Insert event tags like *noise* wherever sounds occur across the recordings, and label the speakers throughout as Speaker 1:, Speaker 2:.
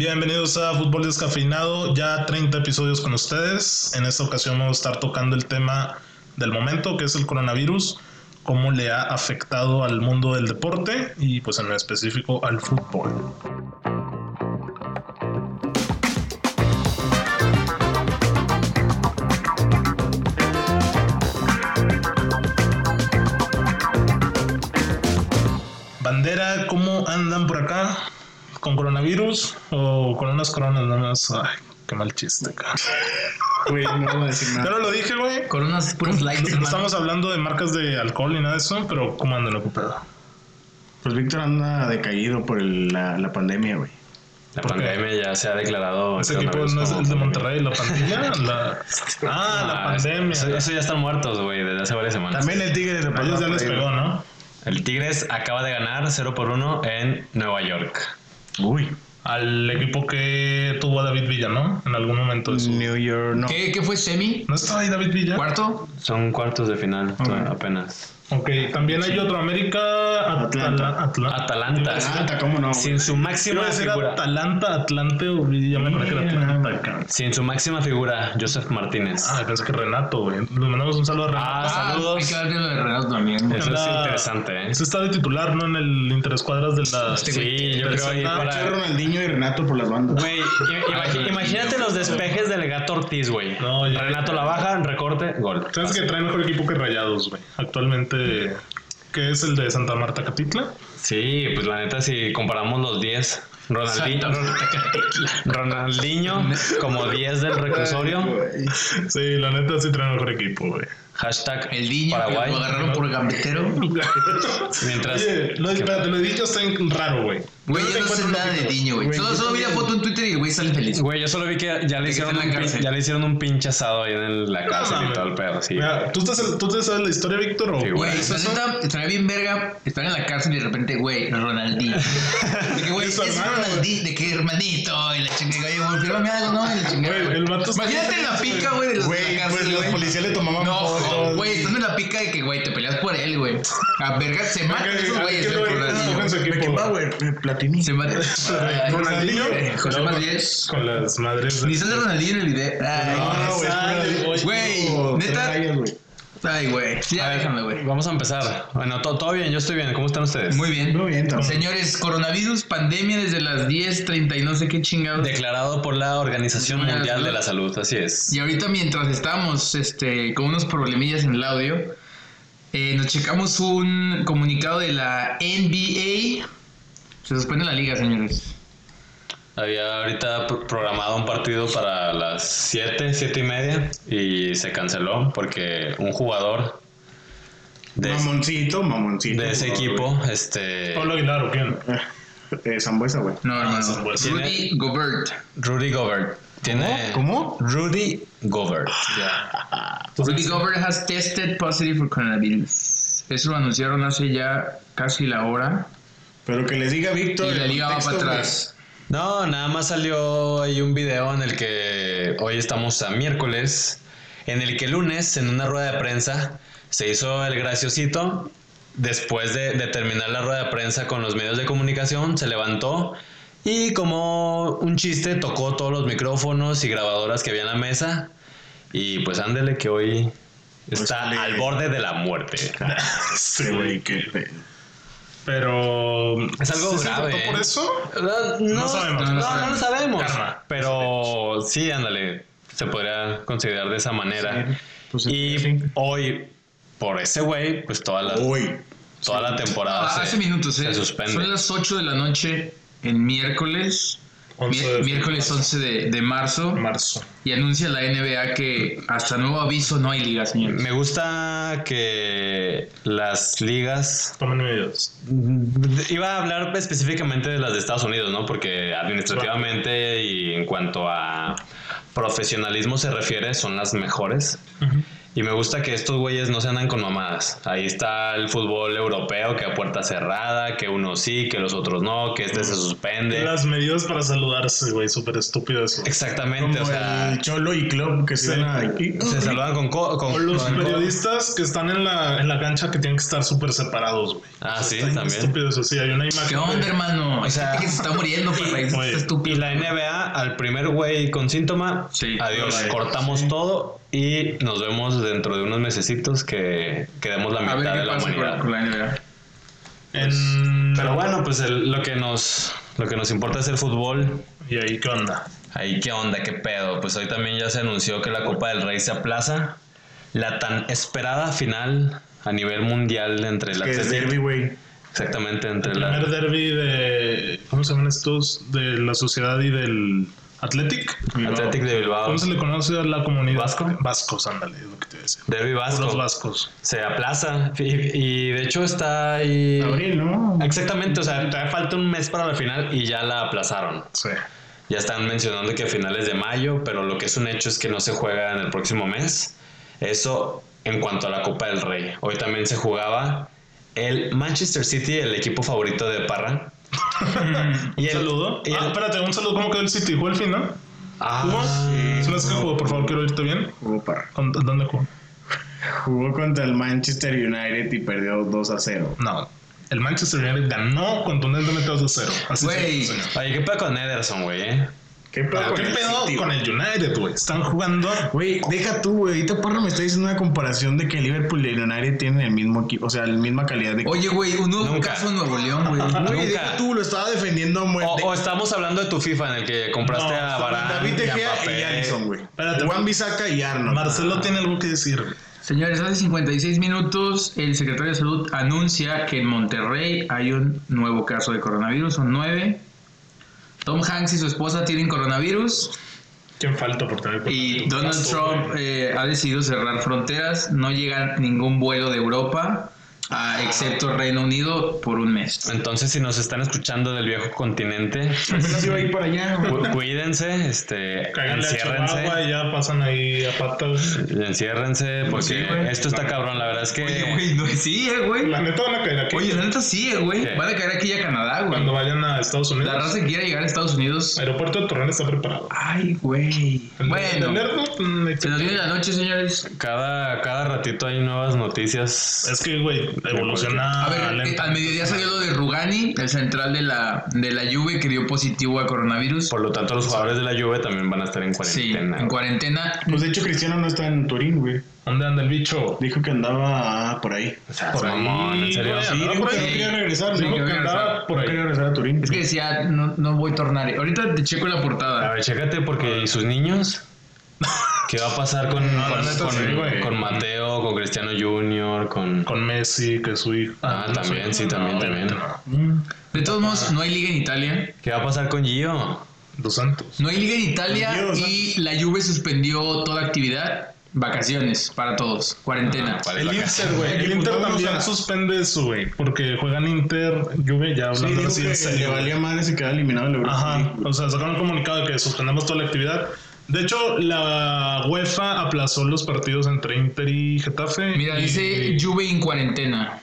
Speaker 1: Bienvenidos a Fútbol Descafeinado, ya 30 episodios con ustedes. En esta ocasión vamos a estar tocando el tema del momento, que es el coronavirus, cómo le ha afectado al mundo del deporte y pues en lo específico al fútbol. Bandera, ¿cómo andan por acá? ¿Con coronavirus o con unas coronas nada más? Ay, qué mal chiste, cabrón.
Speaker 2: Güey, no voy a decir nada.
Speaker 1: Pero lo dije, güey.
Speaker 2: Con unas puras likes,
Speaker 1: No estamos hablando de marcas de alcohol ni nada de eso, pero ¿cómo andan ocupado?
Speaker 3: Pues Víctor anda decaído por el- la, la pandemia, güey.
Speaker 4: La
Speaker 1: ¿Por qué?
Speaker 4: pandemia ya se ha declarado.
Speaker 1: Ese
Speaker 4: el
Speaker 1: equipo
Speaker 4: coronavirus
Speaker 1: no es
Speaker 4: como
Speaker 1: el de Monterrey,
Speaker 4: pandemia.
Speaker 1: la *laughs* pandemia. La... Ah, la
Speaker 4: Ah,
Speaker 1: pandemia.
Speaker 4: Eso, eso ya están muertos, güey, desde hace varias semanas.
Speaker 3: También el Tigre de
Speaker 1: A ellos ya les pegó, ¿no?
Speaker 4: El Tigres acaba de ganar 0 por 1 en Nueva York.
Speaker 3: Uy.
Speaker 1: Al equipo que tuvo a David Villa, ¿no? En algún momento de su...
Speaker 3: pues New York, no.
Speaker 2: ¿Qué, ¿Qué fue semi?
Speaker 1: ¿No estaba ahí David Villa?
Speaker 2: ¿Cuarto?
Speaker 4: Son cuartos de final, to- apenas.
Speaker 1: Ok, también hay otro América, Atlanta.
Speaker 3: Atlanta.
Speaker 1: Atlanta.
Speaker 4: Atalanta.
Speaker 3: Atlanta, Ah, ¿cómo no? güey?
Speaker 4: Sin su
Speaker 1: Iba
Speaker 4: máxima
Speaker 1: a decir
Speaker 4: figura.
Speaker 1: Atalanta, Atlante o Villa, me parece que era Atlanta. cabrón.
Speaker 4: Sin su máxima figura, Joseph Martínez.
Speaker 1: Ah, pensé que Renato, güey. Le mandamos un saludo a Renato.
Speaker 4: Ah, saludos.
Speaker 2: Hay que darle lo de Renato también. güey.
Speaker 4: Eso es
Speaker 1: Anda-
Speaker 4: interesante, ¿eh?
Speaker 1: Eso está de titular, ¿no? En el Interescuadras de la...
Speaker 2: Este
Speaker 4: Sí, yo creo ahí
Speaker 1: Interesante.
Speaker 3: Fue
Speaker 4: para.
Speaker 3: Ronaldinho y Renato por las bandas.
Speaker 4: Güey, ima- imagínate los despejes del gato Ortiz, güey.
Speaker 1: No, ya-
Speaker 4: Renato la baja, recorte, gol.
Speaker 1: ¿Sabes
Speaker 2: Ah,
Speaker 1: que trae mejor equipo que Rayados, güey? Actualmente, que es el de Santa Marta Catitla.
Speaker 4: Sí, pues la neta, si comparamos los 10, Ronaldinho,
Speaker 2: Santa
Speaker 4: *laughs* Ronaldinho como 10 del reclusorio,
Speaker 3: Güey.
Speaker 1: Sí, la neta sí trae mejor equipo, güey.
Speaker 4: hashtag
Speaker 2: El niño que lo
Speaker 4: Paraguay.
Speaker 2: agarraron por gambetero.
Speaker 4: Mientras,
Speaker 1: Oye, lo, espérate, lo he dicho está en raro, güey.
Speaker 2: Güey,
Speaker 1: Yo
Speaker 2: yo no sé
Speaker 1: encuentro
Speaker 2: nada de
Speaker 1: lógico.
Speaker 2: niño, güey. Solo, solo vi la foto en Twitter y el güey sale feliz.
Speaker 4: güey, yo solo vi que ya le,
Speaker 2: que
Speaker 4: hicieron
Speaker 2: está en
Speaker 4: un,
Speaker 2: la
Speaker 4: pin-
Speaker 2: cárcel.
Speaker 4: ya le hicieron un pinchazo ahí en la
Speaker 1: No,
Speaker 4: cárcel
Speaker 1: mames.
Speaker 4: y todo el pedo, sí.
Speaker 1: Mira, ¿tú, te, ¿Tú te sabes la historia, Víctor? o-
Speaker 4: Sí,
Speaker 2: Güey,
Speaker 4: güey.
Speaker 2: la neta, estaría bien verga estar en la cárcel y de repente, güey, Ronaldinho. De que, güey,
Speaker 1: Es
Speaker 2: es
Speaker 1: su hermano, güey.
Speaker 2: Ronaldinho, de que hermanito, y la chingada, oye, güey, fírmame algo, ¿no? Y la chingada.
Speaker 1: Güey, el vato está-
Speaker 2: Imagínate en la pica, güey, de los de
Speaker 3: Güey,
Speaker 2: la
Speaker 3: pues
Speaker 2: cárcel,
Speaker 3: los
Speaker 2: güey.
Speaker 3: policías le tomaban
Speaker 2: No,
Speaker 3: fotos.
Speaker 2: güey, estando en la pica de que, güey, te peleas por él, güey. A verga, se matan
Speaker 1: Porque-
Speaker 2: esos
Speaker 1: ¿a
Speaker 2: güeyes,
Speaker 1: quién
Speaker 2: güey,
Speaker 1: lo
Speaker 2: por Ronaldinho.
Speaker 1: escogen su equipo, güey?
Speaker 3: eh, Platini.
Speaker 2: Se matan. Ay,
Speaker 1: Ronaldinho.
Speaker 2: José
Speaker 1: No,
Speaker 2: Madríguez.
Speaker 1: Con las madres. de-
Speaker 2: pues, Ni sale Ronaldinho en el video. Ay,
Speaker 1: No, güey,
Speaker 3: sale,
Speaker 1: güey.
Speaker 2: Güey,
Speaker 3: Tres
Speaker 2: neta.
Speaker 3: rayas, güey.
Speaker 2: Ay, güey.
Speaker 4: A
Speaker 2: Ya
Speaker 4: ver,
Speaker 2: déjame, güey.
Speaker 4: Vamos a empezar. Bueno, to- todo bien, yo estoy bien. ¿Cómo están ustedes?
Speaker 2: Muy bien.
Speaker 3: Muy bien, también.
Speaker 2: Señores, coronavirus, pandemia desde las 10:30 y no sé qué chingados.
Speaker 4: Declarado por la Organización
Speaker 2: Buenas,
Speaker 4: Mundial de
Speaker 2: buenas.
Speaker 4: la Salud, así es.
Speaker 2: Y ahorita mientras estábamos este, con unos problemillas en el audio, eh, nos checamos un comunicado de la NBA. Se suspende la liga, señores.
Speaker 4: Había ahorita pro- programado un partido para las 7, 7 y media y se canceló porque un jugador de,
Speaker 3: Mamoncito, mamoncito.
Speaker 4: de ese equipo, este
Speaker 1: Pablo Aguilar o quién?
Speaker 3: Eh, Zambuesa, güey.
Speaker 2: No, hermano.
Speaker 1: pues,
Speaker 2: Rudy Gobert.
Speaker 4: Rudy Gobert, tiene
Speaker 3: ¿Cómo?
Speaker 4: Rudy Gobert.
Speaker 2: Rudy Gobert has tested positive for coronavirus. Eso lo anunciaron hace ya casi la hora.
Speaker 3: Pero que les diga
Speaker 2: Y
Speaker 3: Víctor.
Speaker 2: la
Speaker 3: el
Speaker 2: liga va para
Speaker 3: contexto, güey.
Speaker 2: atrás.
Speaker 4: No, nada más salió ahí un video en el que hoy estamos a miércoles, en el que el lunes, en una rueda de prensa, se hizo el graciosito. Después de, de terminar la rueda de prensa con los medios de comunicación, se levantó y como un chiste tocó todos los micrófonos y grabadoras que había en la mesa. Y pues ándele que hoy está
Speaker 3: Pues,
Speaker 4: al
Speaker 3: le-
Speaker 4: borde de la muerte.
Speaker 3: Este, güey, que.
Speaker 1: Pero.
Speaker 4: Es algo
Speaker 1: ¿sí se
Speaker 4: grave,
Speaker 1: votó
Speaker 4: ¿eh?
Speaker 1: por eso?
Speaker 4: No,
Speaker 1: No sabemos.
Speaker 4: No, no, no lo sabemos.
Speaker 1: Karma.
Speaker 4: Pero sí, ándale. Se podría considerar de esa manera.
Speaker 3: Sí, pues,
Speaker 4: y
Speaker 3: sí.
Speaker 4: hoy, por ese güey, pues toda la,
Speaker 3: Uy.
Speaker 4: toda la temporada
Speaker 2: Ah,
Speaker 4: se,
Speaker 2: hace minutos,
Speaker 4: se
Speaker 2: ¿eh?
Speaker 4: suspende.
Speaker 2: Son las 8 de la noche en miércoles.
Speaker 1: 11
Speaker 2: Mi-
Speaker 1: de
Speaker 2: miércoles 11 de, de marzo.
Speaker 1: Marzo.
Speaker 2: Y anuncia la NBA que hasta nuevo aviso no hay liga, señores.
Speaker 4: Me gusta que las ligas...
Speaker 1: Tomen medidas.
Speaker 4: Iba a hablar específicamente de las de Estados Unidos, ¿no? Porque administrativamente y en cuanto a profesionalismo se refiere, son las mejores. Y me gusta que estos güeyes no se andan con mamadas. Ahí está el fútbol europeo, que a puerta cerrada, que unos sí, que los otros no, que este se suspende.
Speaker 1: Las medidas para saludarse, güey, súper estúpido eso.
Speaker 4: Exactamente,
Speaker 3: Como
Speaker 4: o sea,
Speaker 3: el Cholo y Club que
Speaker 1: Sí.
Speaker 3: están aquí.
Speaker 4: se saludan con... co- con-
Speaker 1: O los
Speaker 4: con-
Speaker 1: periodistas que están en la, en la cancha que tienen que estar súper separados, güey.
Speaker 4: Ah, sí,
Speaker 1: Está bien
Speaker 4: también.
Speaker 1: Estúpido eso, sí, hay una imagen.
Speaker 2: ¿Qué
Speaker 1: de-
Speaker 2: onda, hermano?
Speaker 4: O
Speaker 2: O
Speaker 4: sea-
Speaker 2: sea, que se está
Speaker 4: *laughs*
Speaker 2: muriendo, para eso
Speaker 1: Oye,
Speaker 2: está
Speaker 4: Y
Speaker 2: estúpido.
Speaker 4: la NBA, al primer güey con síntoma,
Speaker 2: Sí.
Speaker 4: adiós,
Speaker 1: Vale.
Speaker 4: cortamos todo y nos vemos dentro de unos mesecitos que quedemos la
Speaker 2: A ver
Speaker 4: mitad
Speaker 2: qué
Speaker 4: de la
Speaker 2: pasa con,
Speaker 4: humanidad.
Speaker 2: con la NBA.
Speaker 1: En-
Speaker 4: Pero bueno, pues el- lo que nos lo que nos importa es el fútbol.
Speaker 1: ¿Y ahí qué onda?
Speaker 4: Ahí qué onda, qué pedo. Pues hoy también ya se anunció que la Copa del Rey se aplaza. La tan esperada final a nivel mundial entre el
Speaker 3: Que es
Speaker 4: Atlético-
Speaker 3: derby, güey.
Speaker 4: Exactamente, entre
Speaker 1: El
Speaker 4: la
Speaker 1: primer derby de. ¿Cómo se llaman estos? De la sociedad y del Athletic.
Speaker 4: Atlético de Bilbao.
Speaker 1: ¿Cómo se le conoce a la comunidad?
Speaker 4: ¿Vasco?
Speaker 1: Vascos, ándale, es lo que te iba a decir.
Speaker 4: Derby
Speaker 1: Los
Speaker 4: Vasco.
Speaker 1: vascos.
Speaker 4: Se aplaza. Y, y de hecho está ahí.
Speaker 3: Abril, ¿no?
Speaker 4: Exactamente, o sea, todavía falta un mes para la final y ya la aplazaron.
Speaker 1: Sí.
Speaker 4: Ya están mencionando que a finales de mayo, pero lo que es un hecho es que no se juega en el próximo mes. Eso en cuanto a la Copa del Rey. Hoy también se jugaba el Manchester City, el equipo favorito de Parra.
Speaker 1: ¿Un saludo?
Speaker 4: y el-
Speaker 1: Ah, espérate, un saludo. ¿Cómo quedó el City? ¿Jugó al fin, no?
Speaker 4: Ah,
Speaker 1: ¿Jugó? Si no es que jugó, por favor, quiero oírte bien.
Speaker 3: Jugó, para-
Speaker 1: ¿Con- ¿Dónde jugó?
Speaker 3: jugó contra el Manchester United y perdió 2 a 0.
Speaker 1: No. El Manchester United ganó contundentemente 2 a 0. Así
Speaker 2: Güey.
Speaker 1: se- señor. Ah,
Speaker 4: Oye, ¿qué pasa con Ederson, güey? eh?
Speaker 3: ¿Qué pedo,
Speaker 1: ¿Qué
Speaker 3: el
Speaker 1: pedo
Speaker 3: City,
Speaker 1: con
Speaker 3: güey?
Speaker 1: el United, güey? Están jugando.
Speaker 3: Güey, deja tú, güey. Ahorita Parra me está diciendo una comparación de que Liverpool y el United tienen el mismo equipo, o sea, la misma calidad de equipo.
Speaker 2: Oye, güey, un nuevo
Speaker 4: Nunca.
Speaker 2: caso en Nuevo León, güey.
Speaker 3: Güey,
Speaker 4: nunca.
Speaker 3: deja tú, lo estaba defendiendo a
Speaker 4: O,
Speaker 3: muerte.
Speaker 4: o estamos hablando de tu FIFA en el que compraste
Speaker 1: No,
Speaker 4: a Varane,
Speaker 3: David
Speaker 4: y
Speaker 3: De
Speaker 4: a
Speaker 3: Gea
Speaker 4: Mbappé.
Speaker 3: y Alisson, güey.
Speaker 1: Espérate.
Speaker 3: Juan Bisaca y Arnold.
Speaker 1: Marcelo tiene algo que decir. güey.
Speaker 2: Señores, hace 56 minutos el secretario de Salud anuncia que en Monterrey hay un nuevo caso de coronavirus, son nueve. Tom Hanks y su esposa tienen coronavirus
Speaker 1: ¿Quién falta por tener
Speaker 2: y Donald Trump eh, ha decidido cerrar fronteras. No llega ningún vuelo de Europa, ah, excepto Reino Unido, por un
Speaker 1: Eh,
Speaker 2: mes.
Speaker 4: Entonces, si nos están escuchando del viejo continente,
Speaker 3: se iba a ir para allá, güey.
Speaker 4: Cu- Cuídense, este,
Speaker 1: Cáganle a Chihuahua
Speaker 4: enciérrense.
Speaker 1: y ya pasan ahí a patas.
Speaker 4: Enciérrense, porque
Speaker 2: Sí, güey.
Speaker 4: esto está cabrón. La verdad es que.
Speaker 2: Oye, güey, no es sí, eh, güey.
Speaker 1: La neta van a caer aquí.
Speaker 2: Oye, la neta sí, eh, güey.
Speaker 4: ¿Qué?
Speaker 2: Van a caer aquí a Canadá,
Speaker 1: cuando
Speaker 2: güey.
Speaker 1: vayan a Estados Unidos.
Speaker 2: La raza que quiera llegar a Estados Unidos.
Speaker 1: El aeropuerto de Torreón está preparado.
Speaker 2: Ay, güey.
Speaker 1: El- el
Speaker 2: Bueno,
Speaker 1: Lerdo, mm,
Speaker 2: se nos viene la noche, señores.
Speaker 4: Cada, cada ratito hay nuevas noticias.
Speaker 1: Es que, güey, evoluciona
Speaker 2: A ver, eh,
Speaker 1: lento.
Speaker 2: al mediodía salió lo de Rugani, el central de la, de la Juve, que dio positivo a coronavirus.
Speaker 4: Por lo tanto, los jugadores de la Juve también van a estar en
Speaker 2: sí,
Speaker 4: cuarentena.
Speaker 2: en cuarentena.
Speaker 3: Pues de hecho, Cristiano no está en Turín, güey.
Speaker 1: ¿Dónde anda el bicho?
Speaker 3: Dijo que andaba ah, por ahí.
Speaker 4: O sea,
Speaker 1: Por
Speaker 4: es mamón,
Speaker 1: ahí,
Speaker 4: en serio.
Speaker 1: güey,
Speaker 4: Sí,
Speaker 1: andaba
Speaker 3: Dijo
Speaker 1: por
Speaker 3: que no
Speaker 1: ahí.
Speaker 3: quería regresar,
Speaker 2: Sí,
Speaker 3: ¿no?
Speaker 1: Dijo que
Speaker 2: que
Speaker 1: andaba
Speaker 2: regresar.
Speaker 1: por
Speaker 3: No quería
Speaker 1: ahí.
Speaker 3: regresar a Turín.
Speaker 2: Es que decía, no, no voy a tornar. Ahorita te checo la
Speaker 4: A
Speaker 2: portada.
Speaker 4: ver, chécate, porque ¿y
Speaker 1: *laughs*
Speaker 4: sus niños? ¿Qué va a pasar con,
Speaker 1: No, la
Speaker 4: con,
Speaker 1: neta
Speaker 4: con-
Speaker 1: sí, güey.
Speaker 4: con Mateo, con Cristiano Jr., con.
Speaker 1: Con Messi, que es su hijo.
Speaker 4: Ah, también, sí, también, también.
Speaker 2: De todos modos, no hay liga en Italia.
Speaker 4: ¿Qué va a pasar con Gio?
Speaker 1: Dos Santos.
Speaker 2: No hay liga en Italia
Speaker 4: Pues
Speaker 3: Dios,
Speaker 2: y la Juve suspendió toda actividad. Vacaciones para todos. Cuarentena.
Speaker 4: Ah, ¿cuál?
Speaker 1: El Inter, güey. El
Speaker 3: El
Speaker 1: Inter
Speaker 3: Inter
Speaker 1: también
Speaker 3: usa-
Speaker 1: suspende eso, güey. Porque juegan Inter, Juve, ya
Speaker 3: Sí,
Speaker 1: hablando
Speaker 3: dijo
Speaker 1: así en
Speaker 3: que le
Speaker 1: serio.
Speaker 3: valía madre se quedaba eliminado el Europa.
Speaker 1: Ajá,
Speaker 3: League.
Speaker 1: o sea, sacaron un comunicado de que suspendemos toda la actividad. De hecho, la UEFA aplazó los partidos entre Inter y Getafe.
Speaker 2: Mira,
Speaker 1: y-
Speaker 2: dice Juve en cuarentena.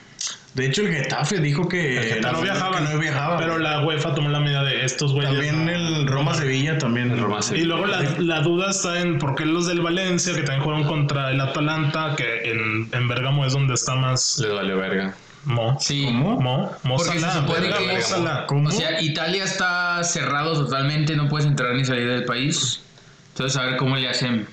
Speaker 3: De hecho, el Getafe dijo que,
Speaker 1: que
Speaker 3: la-
Speaker 1: no viajaban,
Speaker 3: que no viajaba.
Speaker 1: Pero la UEFA tomó la medida de estos güeyes.
Speaker 3: También
Speaker 1: ¿no?
Speaker 3: el Roma-Sevilla también.
Speaker 4: El Roma-Sevilla.
Speaker 1: Y luego la, la duda está en por qué los del Valencia, que también jugaron contra el Atalanta, que en, en Bérgamo es donde está más
Speaker 4: Les valió verga.
Speaker 1: Mo.
Speaker 2: Sí.
Speaker 1: Mo. Mo. Mo
Speaker 2: Porque se
Speaker 1: Salah,
Speaker 2: supone
Speaker 1: verga,
Speaker 2: que-
Speaker 1: Mo Salah.
Speaker 3: ¿Cómo?
Speaker 2: O sea, Italia está cerrado totalmente, no puedes entrar ni salir del país. Entonces, a ver cómo le hacen.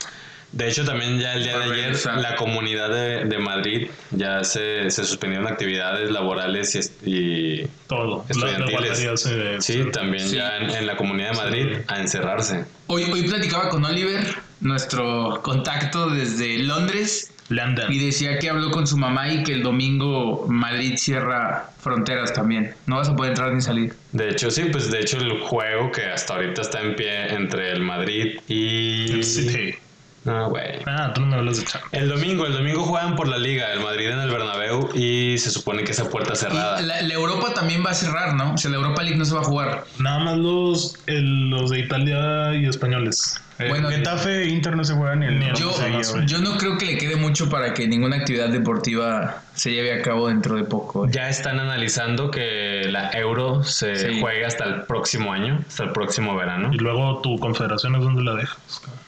Speaker 4: De hecho, también ya el día de
Speaker 2: Para
Speaker 4: ayer
Speaker 2: regresar.
Speaker 4: la comunidad de, de Madrid ya se, se suspendieron actividades laborales y, est- y-
Speaker 1: Todo. La- La,
Speaker 4: Estudiantiles.
Speaker 1: guardería se de-
Speaker 4: sí, también
Speaker 2: Sí.
Speaker 4: ya en, en la comunidad de Madrid a encerrarse.
Speaker 2: Hoy, hoy platicaba con Oliver, nuestro contacto desde Londres,
Speaker 1: le andan.
Speaker 2: y decía que habló con su mamá y que el domingo Madrid cierra fronteras también. No vas a poder entrar ni salir.
Speaker 4: De hecho, sí, pues de hecho el juego que hasta ahorita está en pie entre el Madrid y
Speaker 1: El City.
Speaker 4: No, güey.
Speaker 1: Ah, tú no me hablas de Champions.
Speaker 4: El domingo, el domingo juegan por la liga, el Madrid en el Bernabéu y se supone que esa puerta
Speaker 2: Y
Speaker 4: cerrada.
Speaker 2: la, la Europa también va a cerrar, ¿no? O sea, la Europa League no se va a jugar.
Speaker 1: Nada más los, el- los de Italia y españoles. Eh,
Speaker 2: Bueno,
Speaker 3: Getafe e Inter no se juegan ni el
Speaker 1: Ni el
Speaker 2: Yo,
Speaker 1: Sí, güey.
Speaker 2: yo no creo que le quede mucho para que ninguna actividad deportiva se lleve a cabo dentro de poco. ¿eh?
Speaker 4: Ya están analizando que la Euro se
Speaker 2: Sí.
Speaker 4: juega hasta el próximo año, hasta el próximo verano.
Speaker 1: Y luego tu confederación es donde la dejas.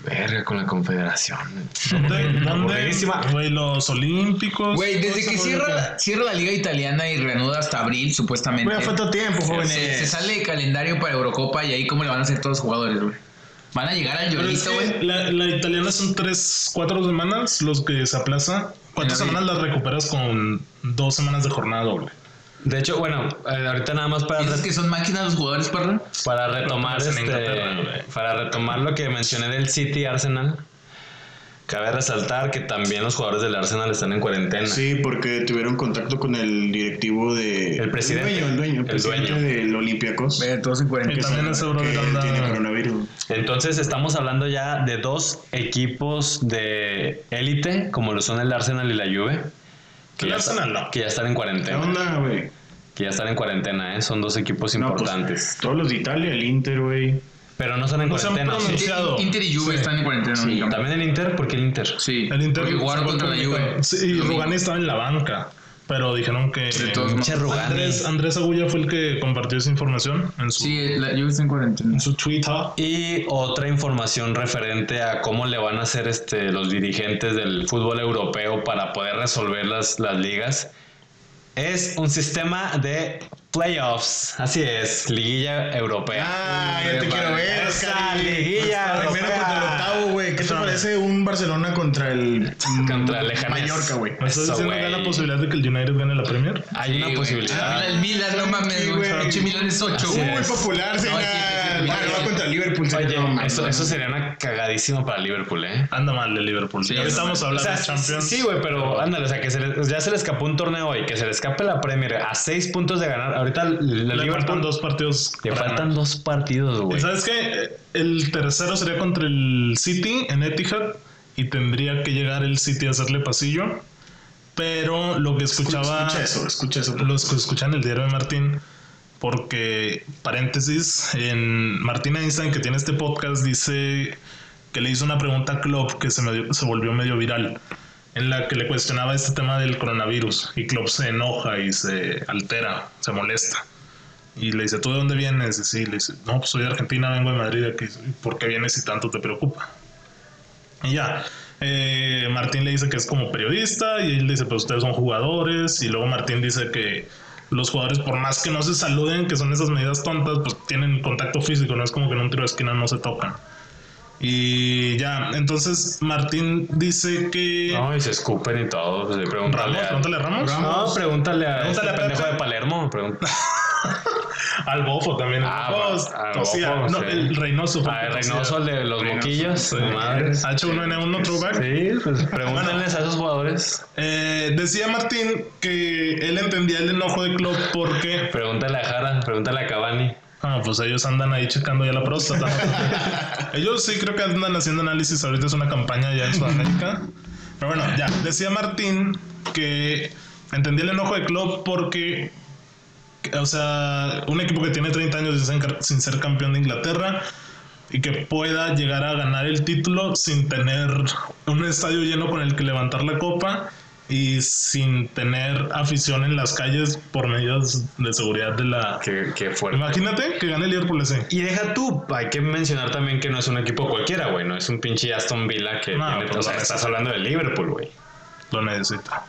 Speaker 4: Verga con la Confederación.
Speaker 2: *laughs*
Speaker 1: ¿Dónde?
Speaker 4: Aburridísima.
Speaker 1: ¿Dónde? Güey, los olímpicos.
Speaker 2: Güey, desde
Speaker 1: todo
Speaker 2: que
Speaker 1: ese
Speaker 2: cierra,
Speaker 1: rollo.
Speaker 2: la- cierra la liga italiana y reanuda hasta abril, supuestamente.
Speaker 3: Güey, falta tiempo, jóvenes.
Speaker 2: se, se sale de calendario para Eurocopa y ahí cómo le van a hacer todos los jugadores, güey. Van a llegar al
Speaker 1: Pero es
Speaker 2: Yolito,
Speaker 1: que
Speaker 2: güey.
Speaker 1: la, la italiana son tres, cuatro semanas los que se aplaza. Cuatro
Speaker 2: En la
Speaker 1: semanas las recuperas con dos semanas de jornada doble.
Speaker 4: De hecho, bueno, eh, ahorita nada más para,
Speaker 2: ¿Dices que son máquinas los jugadores, parra?
Speaker 4: para retomar
Speaker 1: Retomas en Inglaterra,
Speaker 4: este,
Speaker 1: güey.
Speaker 4: para retomar lo que mencioné del City Arsenal. Cabe resaltar que también los jugadores del Arsenal están en cuarentena.
Speaker 3: Sí, porque tuvieron contacto con el directivo de.
Speaker 4: El presidente.
Speaker 3: El dueño, el dueño. El
Speaker 4: El
Speaker 3: presidente
Speaker 4: dueño.
Speaker 3: del Olympiacos.
Speaker 2: Ve, todos en
Speaker 1: Y
Speaker 2: cuarentena.
Speaker 1: también ese
Speaker 3: que
Speaker 1: brother anda-
Speaker 3: tiene coronavirus.
Speaker 4: Entonces estamos hablando ya de dos equipos de élite, como lo son el Arsenal y la Juve, que,
Speaker 1: El
Speaker 4: ya,
Speaker 1: Arsenal
Speaker 4: está-
Speaker 1: no.
Speaker 4: que ya están en
Speaker 3: ¿Qué
Speaker 4: cuarentena.
Speaker 3: onda, güey?
Speaker 4: Que ya están en cuarentena, ¿eh? son dos equipos
Speaker 3: No, pues,
Speaker 4: importantes.
Speaker 3: todos los de Italia, el Inter, güey.
Speaker 4: Pero no están en
Speaker 1: No se han
Speaker 4: cuarentena. ¿sí?
Speaker 1: pronunciado.
Speaker 2: Inter, Inter y Juve están en cuarentena.
Speaker 4: Sí,
Speaker 2: únicamente.
Speaker 4: También el Inter, porque el Inter.
Speaker 2: Sí,
Speaker 1: El Inter
Speaker 2: porque jugaron contra la Juve.
Speaker 1: Sí, y Rugani estaba en la banca, pero dijeron que
Speaker 2: De todos modos.
Speaker 4: Che, Rugani.
Speaker 1: Andrés, Andrés Agulla fue el que compartió esa información en su,
Speaker 2: Sí, la Juve está en cuarentena.
Speaker 1: en su Ah, Twitter.
Speaker 4: Y otra información referente a cómo le van a hacer este, los dirigentes del fútbol europeo para poder resolver las, las ligas es un sistema de playoffs. Así es, liguilla europea.
Speaker 3: Ah,
Speaker 2: Hombre,
Speaker 3: ya te quiero
Speaker 2: vale.
Speaker 3: ver,
Speaker 4: Esa
Speaker 3: Oscar.
Speaker 4: liguilla
Speaker 3: Hasta Primero
Speaker 4: europea.
Speaker 3: contra el octavo, güey. ¿Qué te
Speaker 1: Espérame.
Speaker 3: parece un Barcelona contra el.
Speaker 4: Contra
Speaker 1: mm,
Speaker 4: el Leganés.
Speaker 3: Mallorca, güey.
Speaker 1: ¿Me estás
Speaker 4: Eso,
Speaker 1: diciendo que hay
Speaker 4: güey.
Speaker 1: la posibilidad de que el United gane la Premier?
Speaker 4: Hay una
Speaker 2: Sí, güey.
Speaker 4: posibilidad.
Speaker 2: Ah, El Milan, no mames,
Speaker 3: Sí,
Speaker 2: güey.
Speaker 3: güey.
Speaker 2: Pinche Milan es 8,
Speaker 4: Así
Speaker 2: güey.
Speaker 3: Muy
Speaker 4: es.
Speaker 3: popular,
Speaker 2: No,
Speaker 3: señal.
Speaker 2: sí, sí, sí, sí.
Speaker 3: Bueno, va contra el Liverpool, señal.
Speaker 4: Oye,
Speaker 3: No, mames.
Speaker 4: eso, eso sería una cagadísima para Liverpool, ¿eh?
Speaker 1: Anda mal el Liverpool.
Speaker 2: Sí,
Speaker 1: ya
Speaker 2: anda
Speaker 1: estamos
Speaker 4: O
Speaker 1: hablando
Speaker 4: sea,
Speaker 1: de Champions.
Speaker 4: sí, güey, pero ándale, o sea, que se le- ya se le escapó un torneo hoy, que se le escape la Premier a seis puntos de ganar. Ahorita el, el
Speaker 1: Le faltan
Speaker 4: Liverpool
Speaker 1: dos partidos.
Speaker 4: Le
Speaker 1: para
Speaker 4: faltan
Speaker 1: ganar.
Speaker 4: dos partidos,
Speaker 1: ¿Y
Speaker 4: güey.
Speaker 1: ¿Sabes qué? El tercero sería contra el City en Etihad y tendría que llegar el City a hacerle pasillo. Pero lo que escuchaba...
Speaker 3: Escucha eso, escucha eso.
Speaker 1: los que escuchan el diario de Martín, porque paréntesis, en Martín Einstein que tiene este podcast dice que le hizo una pregunta a Klopp que se, medio- se volvió medio viral, en la que le cuestionaba este tema del coronavirus y Klopp se enoja y se altera, se molesta. Y le dice, ¿tú de dónde vienes? Y sí, le dice, no, pues soy de Argentina, vengo de Madrid, aquí, ¿por qué vienes si tanto te preocupa? Y ya, eh, Martín le dice que es como periodista y él dice, pues ustedes son jugadores. Y luego Martín dice que los jugadores, por más que no se saluden, que son esas medidas tontas, pues tienen contacto físico, no es como que en un tiro de esquina no se tocan. Y ya, entonces Martín dice que...
Speaker 4: No, y se escupen y todo. Pues, ahí pregúntale
Speaker 1: Ramos,
Speaker 4: a-
Speaker 1: pregúntale a Ramos.
Speaker 4: No, pregúntale a
Speaker 1: Pregúntale
Speaker 4: este
Speaker 1: a Pepe.
Speaker 4: pendejo de
Speaker 1: *laughs*
Speaker 4: Palermo. pregunta-
Speaker 1: Al Bofo también.
Speaker 4: Ah,
Speaker 1: Al Bofo,
Speaker 4: al
Speaker 1: o sea,
Speaker 4: Bofo,
Speaker 1: no,
Speaker 4: sí.
Speaker 1: el Reynoso. fue el
Speaker 4: A
Speaker 1: que
Speaker 4: Reynoso, Ah, el de los moquillos.
Speaker 1: sí.
Speaker 4: madre.
Speaker 1: H1N1 throwback.
Speaker 4: Sí, pues pregúntales a esos jugadores.
Speaker 1: Eh, decía Martín que él entendía el enojo de Klopp porque...
Speaker 4: Pregúntale a Jara, pregúntale a Cavani.
Speaker 1: Ah, pues ellos andan ahí checando ya la próstata. ¿no? ellos sí creo que andan haciendo análisis. Ahorita es una campaña ya en Sudamérica. Pero bueno, ya. Decía Martín que entendí el enojo de Klopp porque... O sea, un equipo que tiene 30 años sin ser- sin ser campeón de Inglaterra y que pueda llegar a ganar el título sin tener un estadio lleno con el que levantar la copa y sin tener afición en las calles por medidas de seguridad de la,
Speaker 4: Qué, qué fuerte.
Speaker 1: Imagínate que gane el Liverpool ese.
Speaker 4: Y deja tú, hay que mencionar también que no es un equipo cualquiera, güey. No es un pinche Aston Villa que
Speaker 1: No,
Speaker 4: tiene.
Speaker 1: pues,
Speaker 4: O sea,
Speaker 1: no.
Speaker 4: estás hablando de Liverpool, güey.
Speaker 1: Lo necesita.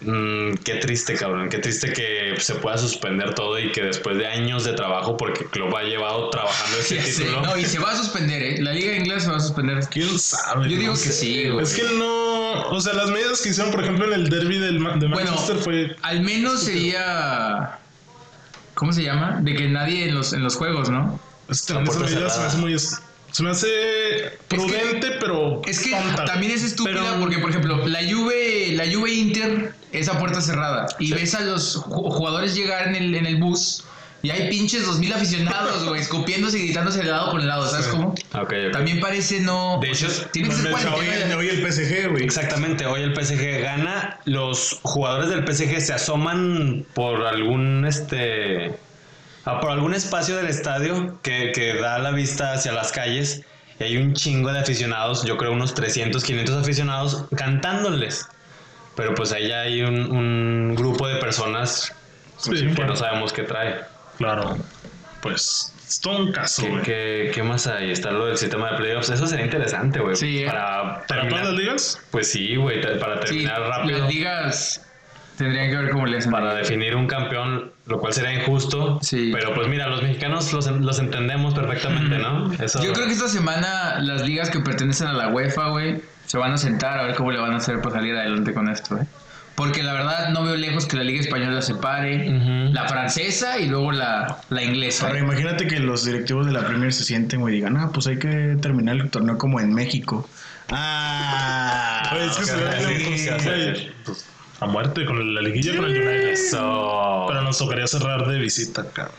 Speaker 4: Mm, qué triste, cabrón. Qué triste que se pueda suspender todo y que después de años de trabajo, porque Klopp ha llevado
Speaker 2: *laughs*
Speaker 4: trabajando ese
Speaker 2: Ya sé,
Speaker 4: título.
Speaker 2: No, y se va a suspender, ¿eh? La liga inglesa se va a suspender.
Speaker 1: ¿Quién sabe?
Speaker 2: Yo digo
Speaker 1: no?
Speaker 2: que sí, güey.
Speaker 1: Es que no. O sea, las medidas que hicieron, por ejemplo, en el derby del Ma- de
Speaker 2: Bueno.
Speaker 1: Manchester fue.
Speaker 2: Al menos sería. ¿Cómo se llama? De que nadie en los, en los juegos, ¿no?
Speaker 1: Este,
Speaker 4: La
Speaker 1: esas
Speaker 4: puerta
Speaker 1: medidas se me
Speaker 4: cerrada.
Speaker 1: hace muy. Se me hace prudente, pero.
Speaker 2: Es que
Speaker 1: tonta.
Speaker 2: también es estúpida
Speaker 4: Pero-
Speaker 2: porque, por ejemplo, la Juve, la Juve Inter es a puerta cerrada y ves a los ju- jugadores llegar en el, en el bus Y hay pinches 2000 aficionados, güey, escupiéndose y gritándose helado con helado, ¿sabes
Speaker 1: Sí.
Speaker 2: cómo?
Speaker 4: Ok, ok.
Speaker 2: También parece no.
Speaker 4: De hecho,
Speaker 2: tiene que ser
Speaker 3: Mames, hoy,
Speaker 2: cuarentena.
Speaker 3: hoy el PSG, güey.
Speaker 4: Exactamente, hoy el PSG gana, los jugadores del PSG se asoman por algún este a- por algún espacio del estadio que, que da la vista hacia las calles y hay un chingo de aficionados, yo creo unos 300, 500 aficionados cantándoles. Pero pues ahí hay un, un grupo de personas
Speaker 1: Sí,
Speaker 4: pues, que
Speaker 1: claro.
Speaker 4: no sabemos qué trae.
Speaker 1: Claro. Pues, es todo un caso,
Speaker 4: ¿Qué,
Speaker 1: güey.
Speaker 4: qué, qué más hay? Está lo del sistema de playoffs. Eso sería interesante, güey.
Speaker 2: Sí, eh.
Speaker 4: para
Speaker 1: ¿Para todas las
Speaker 4: terminar.
Speaker 1: ligas?
Speaker 4: Pues sí, güey, te- para
Speaker 2: Sí,
Speaker 4: terminar rápido.
Speaker 2: Las ligas tendrían que ver cómo le hacen.
Speaker 4: para definir un campeón, lo cual sería injusto.
Speaker 2: Sí.
Speaker 4: Pero pues mira, los mexicanos los, los entendemos perfectamente, *laughs* ¿no? Eso-
Speaker 2: Yo creo que esta semana las ligas que pertenecen a la UEFA, güey, se van a sentar a ver cómo le van a hacer para salir adelante con esto, eh. Porque la verdad no veo lejos que la liga española se pare,
Speaker 4: Ujú.
Speaker 2: la francesa y luego la, la inglesa. eh.
Speaker 3: Ahora imagínate que los directivos de la Premier se sienten güey, y digan, ah, pues hay que terminar el torneo como en México. Ah,
Speaker 1: Güey, es que se ve
Speaker 4: Sí,
Speaker 1: bien,
Speaker 4: sí,
Speaker 1: güey.
Speaker 4: sí.
Speaker 1: Pues, a muerte con la liguilla con el United.
Speaker 4: Eso.
Speaker 1: Pero nos tocaría cerrar de visita, cabrón.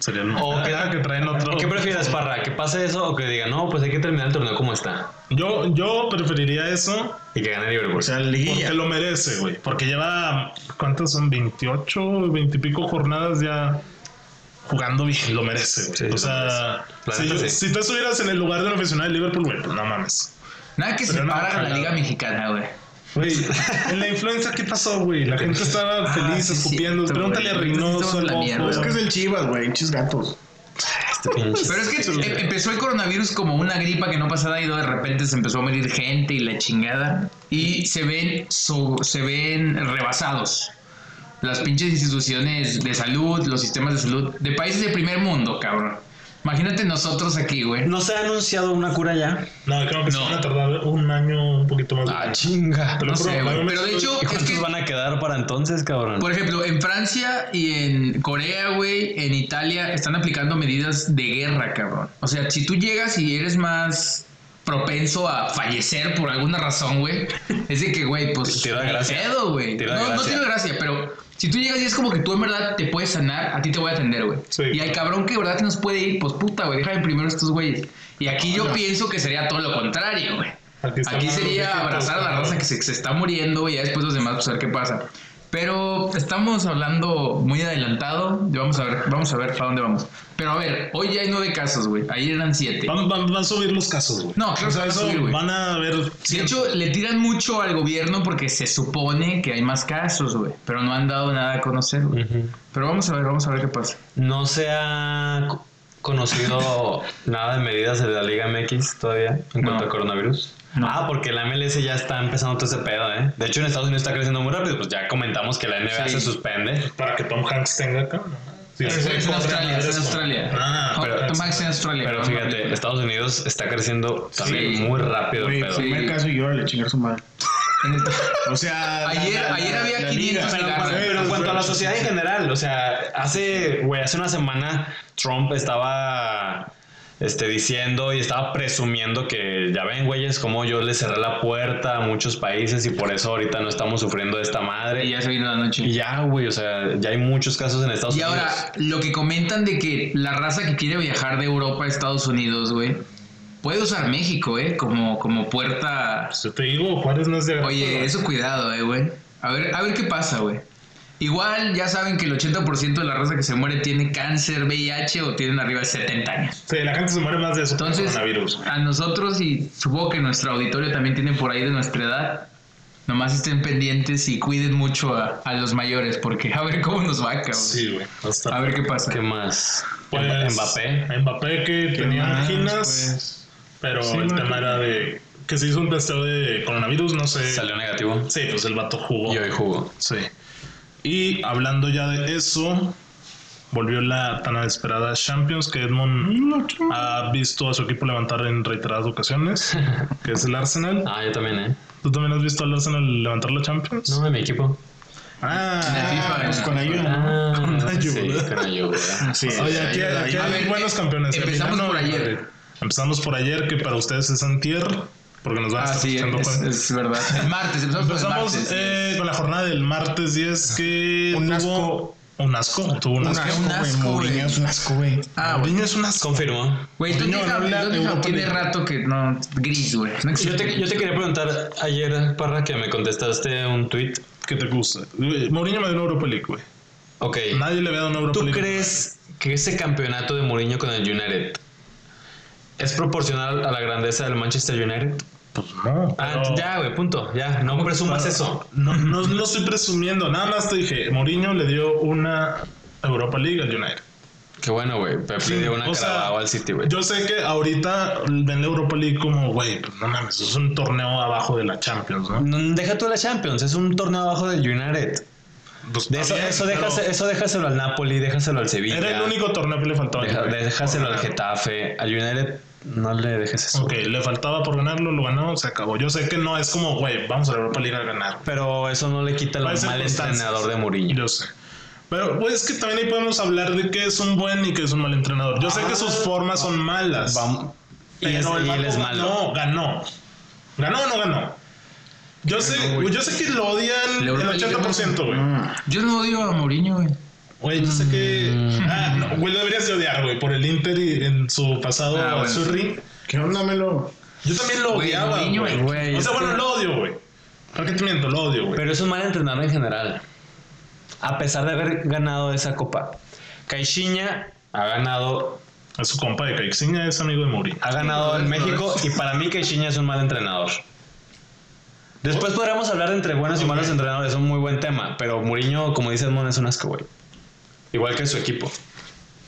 Speaker 1: Sería el *laughs*
Speaker 4: O que-
Speaker 1: Ah, traen otro.
Speaker 4: ¿O ¿Qué prefieres, Parra? ¿Que pase eso o que diga, no, pues hay que terminar el torneo como está?
Speaker 1: Yo, yo preferiría eso
Speaker 4: Y que gane Liverpool.
Speaker 3: o sea,
Speaker 1: porque
Speaker 3: liguilla.
Speaker 1: lo merece, güey. Porque lleva, ¿cuántas son? 28, 20 y pico jornadas ya jugando bien. Lo merece, güey.
Speaker 4: Sí,
Speaker 1: o
Speaker 4: lo
Speaker 1: sea,
Speaker 4: merece. La
Speaker 1: si,
Speaker 4: neta,
Speaker 1: yo-
Speaker 4: sí.
Speaker 1: si tú estuvieras en el lugar de un aficionado de Liverpool, güey, pues no mames.
Speaker 2: Nada que se
Speaker 1: Pero no,
Speaker 2: para la
Speaker 1: ojalá.
Speaker 2: liga mexicana, güey.
Speaker 1: Güey, *laughs* en la influenza, ¿qué pasó, güey? La gente estaba
Speaker 2: Ah,
Speaker 1: feliz,
Speaker 2: sí,
Speaker 1: escupiendo.
Speaker 2: cierto,
Speaker 1: Pregúntale
Speaker 2: güey.
Speaker 1: a
Speaker 2: Pues
Speaker 1: Reynoso,
Speaker 2: Estamos
Speaker 1: al
Speaker 2: la mierda.
Speaker 1: Bofo.
Speaker 3: Es que es el Chivas, güey, chis gatos.
Speaker 4: Este pinche-
Speaker 2: Pero es que em- empezó el coronavirus como una gripa que no pasaba y de repente se empezó a morir gente y la chingada. Y se ven, so- se ven rebasados. Las pinches instituciones de salud, los sistemas de salud de países de primer mundo, cabrón. Imagínate nosotros aquí, güey.
Speaker 4: ¿No se ha anunciado una cura ya?
Speaker 1: No, creo que se
Speaker 2: No.
Speaker 1: van a tardar un año, un poquito más.
Speaker 4: Ah, chinga.
Speaker 1: Te lo
Speaker 2: no
Speaker 1: juro,
Speaker 2: sé, güey.
Speaker 1: mames,
Speaker 2: Pero de hecho,
Speaker 4: ¿Y
Speaker 2: es
Speaker 4: cuántos
Speaker 2: que,
Speaker 4: van a quedar para entonces, cabrón?
Speaker 2: por ejemplo, en Francia y en Corea, güey, en Italia, están aplicando medidas de guerra, cabrón. O sea, si tú llegas y eres más propenso a fallecer por alguna
Speaker 4: *laughs*
Speaker 2: razón, güey, es de que, güey, pues...
Speaker 4: Tiro de
Speaker 2: ni
Speaker 4: gracia.
Speaker 2: pedo, güey.
Speaker 4: Tiro de
Speaker 2: No, no
Speaker 4: gracia.
Speaker 2: tiro de gracia, pero si tú llegas y es como que tú en verdad te puedes sanar, a ti te voy a atender, güey.
Speaker 1: Sí.
Speaker 2: Y al cabrón que de verdad nos puede ir, pues puta, güey, déjame primero estos güeyes. Y aquí yo pienso que sería todo lo contrario, güey.
Speaker 1: Aquí está
Speaker 2: Aquí
Speaker 1: mal,
Speaker 2: sería
Speaker 1: objeto,
Speaker 2: abrazar a la
Speaker 1: claro.
Speaker 2: raza que se, se está muriendo y ya después los demás pues, a ver qué pasa. Pero estamos hablando muy adelantado. Ya Vamos a ver, vamos a ver para dónde vamos. Pero a ver, hoy ya hay nueve casos, güey. Ayer eran siete.
Speaker 1: Van, van- van a subir los casos, güey.
Speaker 2: No, claro
Speaker 1: o sea,
Speaker 2: que van a
Speaker 1: eso
Speaker 2: subir, güey.
Speaker 1: van a ver.
Speaker 2: De hecho, le tiran mucho al gobierno porque se supone que hay más casos, güey. Pero no han dado nada a conocer,
Speaker 1: Mm.
Speaker 2: güey.
Speaker 4: Ujú.
Speaker 2: Pero vamos a ver, vamos a ver qué pasa.
Speaker 4: No se ha co- conocido nada de medidas de la Liga MX todavía en
Speaker 2: No.
Speaker 4: cuanto al coronavirus.
Speaker 2: No.
Speaker 4: Ah, porque la MLS ya está empezando todo ese pedo, ¿eh? De hecho, en Estados Unidos está creciendo muy rápido. Pues ya comentamos que la NBA
Speaker 2: Sí.
Speaker 4: se suspende.
Speaker 1: Para que Tom Hanks tenga acá. ¿no? Sí,
Speaker 2: Es,
Speaker 1: sí,
Speaker 2: en
Speaker 1: corre,
Speaker 2: Australia, es
Speaker 1: madres,
Speaker 2: en
Speaker 1: güey.
Speaker 2: Australia.
Speaker 1: Ah,
Speaker 4: pero-
Speaker 2: Tom Hanks en Australia.
Speaker 4: Pero
Speaker 2: perdón.
Speaker 4: fíjate, Estados Unidos está creciendo también
Speaker 2: Sí.
Speaker 4: muy rápido el
Speaker 3: Güey,
Speaker 4: pedo.
Speaker 2: sí.
Speaker 3: primer caso y yo le chingar su madre.
Speaker 2: En
Speaker 1: *laughs*
Speaker 2: el-
Speaker 3: O sea,
Speaker 2: Ayer- ayer había 500
Speaker 3: liga.
Speaker 2: cigarros.
Speaker 3: Güey,
Speaker 4: Pero en cuanto a la sociedad en general, o sea, hace, güey, hace una semana Trump estaba este, diciendo y estaba presumiendo que ya ven, güeyes, como yo le cerré la puerta a muchos países y por eso ahorita no estamos sufriendo de esta
Speaker 2: Y
Speaker 4: madre.
Speaker 2: ya se vino la noche.
Speaker 4: Y ya, güey, o sea, ya hay muchos casos en Estados
Speaker 2: Y
Speaker 4: Unidos.
Speaker 2: ahora, lo que comentan de que la raza que quiere viajar de Europa a Estados Unidos, güey, puede usar México, ¿eh? Como, como puerta.
Speaker 1: Yo te digo, Juárez no es de.
Speaker 2: Oye, eso cuidado, ¿eh, güey? A ver, a ver qué pasa, güey. Igual ya saben que el 80% de la raza que se muere tiene cáncer, VIH o tienen arriba de 70 años.
Speaker 1: Sí, la gente se muere más de eso. que
Speaker 2: Entonces,
Speaker 1: coronavirus. güey.
Speaker 2: a nosotros y supongo que nuestro auditorio también tiene por ahí de nuestra edad, nomás estén pendientes y cuiden mucho a, a los mayores, porque a ver cómo nos va, cabrón.
Speaker 1: Sí, güey. Hasta-
Speaker 2: A ver qué pasa.
Speaker 4: ¿Qué más? Em-,
Speaker 1: Pues,
Speaker 4: Mbappé.
Speaker 1: Mbappé que tenía
Speaker 3: más,
Speaker 2: pues?
Speaker 1: anginas, pero
Speaker 3: Sí,
Speaker 1: el
Speaker 3: no,
Speaker 1: tema
Speaker 3: que-
Speaker 1: era de que se hizo un testeo de coronavirus, no sé.
Speaker 4: Salió negativo
Speaker 1: Sí, pues el vato jugó.
Speaker 4: y hoy jugó.
Speaker 1: Sí. Y hablando ya de eso, volvió la tan esperada Champions que Edmond ha visto a su equipo levantar en reiteradas
Speaker 2: *laughs*
Speaker 1: ocasiones, que es el Arsenal.
Speaker 4: Ah, yo también, ¿eh?
Speaker 1: ¿Tú también has visto al Arsenal levantar la Champions?
Speaker 4: No, de
Speaker 1: *laughs*
Speaker 4: mi equipo.
Speaker 1: Ah,
Speaker 2: FIFA,
Speaker 3: pues,
Speaker 2: ¿eh?
Speaker 3: con ayuda.
Speaker 4: Ah,
Speaker 1: Con la
Speaker 4: sí,
Speaker 1: ayuda.
Speaker 4: con ayuda.
Speaker 3: Sí,
Speaker 1: oye, aquí, aquí
Speaker 2: A
Speaker 1: hay
Speaker 2: ver,
Speaker 1: buenos campeones.
Speaker 2: empezamos
Speaker 1: El Milano,
Speaker 2: por ayer.
Speaker 1: madre. Empezamos por ayer, que para ustedes es Antier, porque nos van a
Speaker 2: Ah,
Speaker 1: estar
Speaker 2: sí,
Speaker 1: escuchando
Speaker 2: es,
Speaker 1: con-
Speaker 2: es verdad. *laughs* El martes, empezamos, por el
Speaker 1: Empezamos
Speaker 2: martes.
Speaker 1: eh, con la jornada del martes 10 que
Speaker 3: Un
Speaker 1: tuvo
Speaker 3: asco.
Speaker 1: Un asco, tuvo un
Speaker 3: Un
Speaker 1: asco.
Speaker 3: asco,
Speaker 2: un
Speaker 3: güey.
Speaker 2: asco, güey.
Speaker 3: Mourinho es un asco, güey.
Speaker 2: Ah, güey.
Speaker 1: Mourinho es un asco.
Speaker 4: Confirmo.
Speaker 2: Güey,
Speaker 3: Mourinho
Speaker 2: Tottenham-
Speaker 3: ganó la
Speaker 2: Tottenham
Speaker 3: Europa
Speaker 2: tiene
Speaker 3: League.
Speaker 2: rato que no. Gris, güey. No
Speaker 4: Yo te,
Speaker 2: existe.
Speaker 4: yo te quería preguntar ayer, Parra, que me contestaste un tweet.
Speaker 1: que te gusta. Güey, Mourinho me dio una Europa League, güey.
Speaker 4: Ok.
Speaker 1: Nadie le había dado una Europa
Speaker 4: Eh, ¿Tú
Speaker 1: League.
Speaker 4: crees que ese campeonato de Mourinho con el United es proporcional a la grandeza del Manchester United?
Speaker 1: Pues no.
Speaker 4: Ah,
Speaker 1: pero-
Speaker 4: ya, güey, punto. Ya, no presumas
Speaker 1: Claro.
Speaker 4: eso.
Speaker 1: No, no, no estoy presumiendo, nada más te dije, Mourinho le dio una Europa League al United.
Speaker 4: Qué bueno, güey. Pep le dio una
Speaker 1: O sea,
Speaker 4: Carabao al City, güey.
Speaker 1: Yo sé que ahorita ven la Europa League como, güey, pues no mames, es un torneo abajo de la Champions, ¿no?
Speaker 4: No, Deja tú la Champions, es un torneo abajo del United.
Speaker 1: Pues,
Speaker 4: De
Speaker 1: está
Speaker 4: eso,
Speaker 1: bien,
Speaker 4: eso,
Speaker 1: pero
Speaker 4: déjase- eso déjaselo al Napoli, déjaselo al Sevilla.
Speaker 1: Era el único torneo que le faltaba. al
Speaker 4: Deja-
Speaker 1: United.
Speaker 4: déjaselo al Getafe. Al United no le dejes eso.
Speaker 1: Ok, le faltaba por ganarlo, lo ganó, se acabó. Yo sé que no es como, güey, vamos a la Europa League a ganar.
Speaker 4: Pero eso no le quita lo
Speaker 1: Hay
Speaker 4: mal
Speaker 1: circunstancias.
Speaker 4: entrenador de Mourinho.
Speaker 1: Yo sé. Pero pues, es que también ahí podemos hablar de que es un buen y que es un mal entrenador. Yo sé que sus formas son malas.
Speaker 4: Vamos- Ah, Y, es-
Speaker 1: Pero el
Speaker 4: y él
Speaker 1: vato
Speaker 4: es malo.
Speaker 1: ganó, ganó. ¿Ganó o no ganó? Yo sé,
Speaker 3: güey.
Speaker 1: yo sé que lo odian
Speaker 2: La
Speaker 1: el
Speaker 2: Europa
Speaker 1: 80%, güey.
Speaker 4: Mm.
Speaker 3: Ah,
Speaker 2: Yo no odio a Mourinho, güey.
Speaker 1: Güey, yo sé que.
Speaker 4: Mm.
Speaker 1: Ah, no, güey, lo deberías de odiar, güey, por el Inter y en su pasado
Speaker 2: Ah, bueno.
Speaker 1: Surri.
Speaker 3: ¿Qué onda, Melo?
Speaker 1: Yo también lo
Speaker 2: Güey,
Speaker 1: odiaba,
Speaker 2: Mourinho,
Speaker 1: güey.
Speaker 4: güey,
Speaker 1: O sea,
Speaker 4: es
Speaker 1: bueno,
Speaker 4: que-
Speaker 1: lo odio, güey. ¿Para qué te miento? Lo odio, güey.
Speaker 4: Pero es un mal entrenador en general. A pesar de haber ganado esa copa. Caixinha ha ganado,
Speaker 1: Es su compa de Caixinha, es amigo de Mourinho.
Speaker 4: ha ganado en México y para mí Caixinha es un mal entrenador. Después podremos hablar de entre buenos y malos entrenadores, es un muy buen tema, pero Mourinho, como dice Edmond, es un asco, güey. Igual que su equipo.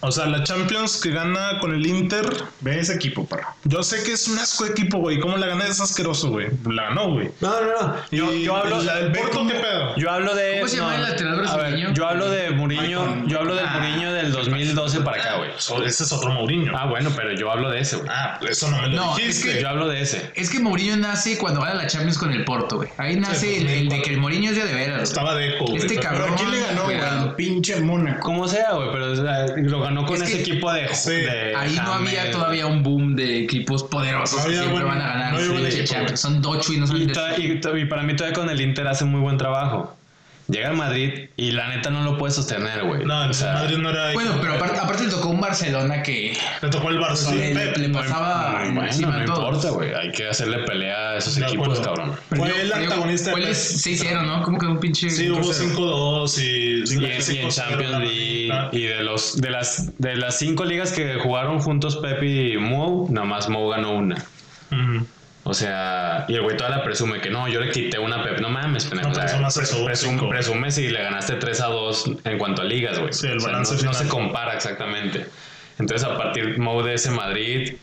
Speaker 1: O sea, la Champions que gana con el Inter.
Speaker 3: Ve ese equipo, parra.
Speaker 1: Yo sé que es un asco de equipo, güey. ¿Cómo la gana? Es asqueroso, güey. La ganó, güey.
Speaker 4: No, no, no. Yo,
Speaker 1: Y-
Speaker 4: yo hablo
Speaker 1: y la del Porto, ¿qué pedo?
Speaker 4: Yo hablo de
Speaker 2: ¿Cómo se
Speaker 4: no,
Speaker 2: llama el lateral
Speaker 4: a ver,
Speaker 2: brasileño? Ah.
Speaker 4: yo hablo de Mourinho, yo hablo del Mourinho del 2012 para acá, güey.
Speaker 1: So- ese es otro Mourinho.
Speaker 4: Ah, bueno, pero yo hablo de ese, güey.
Speaker 1: Ah, eso no me lo
Speaker 2: No,
Speaker 1: dijiste.
Speaker 2: es que-
Speaker 4: Yo hablo de ese.
Speaker 2: Es que Mourinho nace cuando gana la Champions con el Porto, güey. Ahí nace el, el de que el Mourinho es de de veras. güey.
Speaker 1: Estaba de eco, güey.
Speaker 2: Este
Speaker 1: pero-
Speaker 2: cabrón.
Speaker 3: ¿Pero quién le ganó, güey?
Speaker 2: Cuidado.
Speaker 3: Al pinche Mónaco.
Speaker 4: Como sea, güey, pero o sea, lo ganó con
Speaker 2: Es
Speaker 4: ese
Speaker 2: que-
Speaker 4: equipo de,
Speaker 1: Sí.
Speaker 4: de
Speaker 2: Ahí no
Speaker 4: James.
Speaker 2: había todavía un boom de equipos poderosos
Speaker 1: No
Speaker 2: que
Speaker 1: había
Speaker 2: siempre
Speaker 1: buen-
Speaker 2: van a ganar.
Speaker 1: no había
Speaker 2: su
Speaker 1: buen
Speaker 2: pinche
Speaker 1: equipo,
Speaker 2: Champions.
Speaker 1: güey.
Speaker 2: Son Docho y no
Speaker 4: Y,
Speaker 2: saben
Speaker 4: to-
Speaker 2: de
Speaker 4: y to- y para mí todavía con el Inter hace muy buen trabajo. Llega al Madrid y la neta no lo puede sostener, güey.
Speaker 1: No,
Speaker 4: O
Speaker 1: el
Speaker 4: sea,
Speaker 1: Madrid no era.
Speaker 2: Ah. Bueno, pero aparte, aparte le tocó un Barcelona que
Speaker 1: Le tocó el Barcelona.
Speaker 2: le, le- le pasaba
Speaker 4: no, bueno,
Speaker 2: Ah, encima
Speaker 4: no
Speaker 2: a todos.
Speaker 4: importa, güey. Hay que hacerle pelea a esos
Speaker 1: De
Speaker 4: equipos,
Speaker 1: acuerdo.
Speaker 4: cabrón.
Speaker 2: Perdió-
Speaker 1: Fue el
Speaker 2: perdió-
Speaker 1: antagonista.
Speaker 2: Fue el 6-0, ¿no? Como que un pinche...
Speaker 1: Sí, hubo 5-2 y.
Speaker 4: Y en, y en Champions League y de los de las de las cinco ligas que jugaron juntos Pep y Mou, nada más Mou ganó una.
Speaker 1: Ujú.
Speaker 4: O sea, y el güey todavía la presume que no, yo le quité una a Pep, no mames, pendejo.
Speaker 1: No
Speaker 4: O sea,
Speaker 1: presumas eso,
Speaker 4: presum-
Speaker 1: cinco.
Speaker 4: presume si le ganaste 3 a 2 en cuanto a ligas, güey.
Speaker 1: Sí, el
Speaker 4: O sea,
Speaker 1: balance
Speaker 4: no- no,
Speaker 1: final.
Speaker 4: se compara exactamente. Entonces, a partir Mou de ese Madrid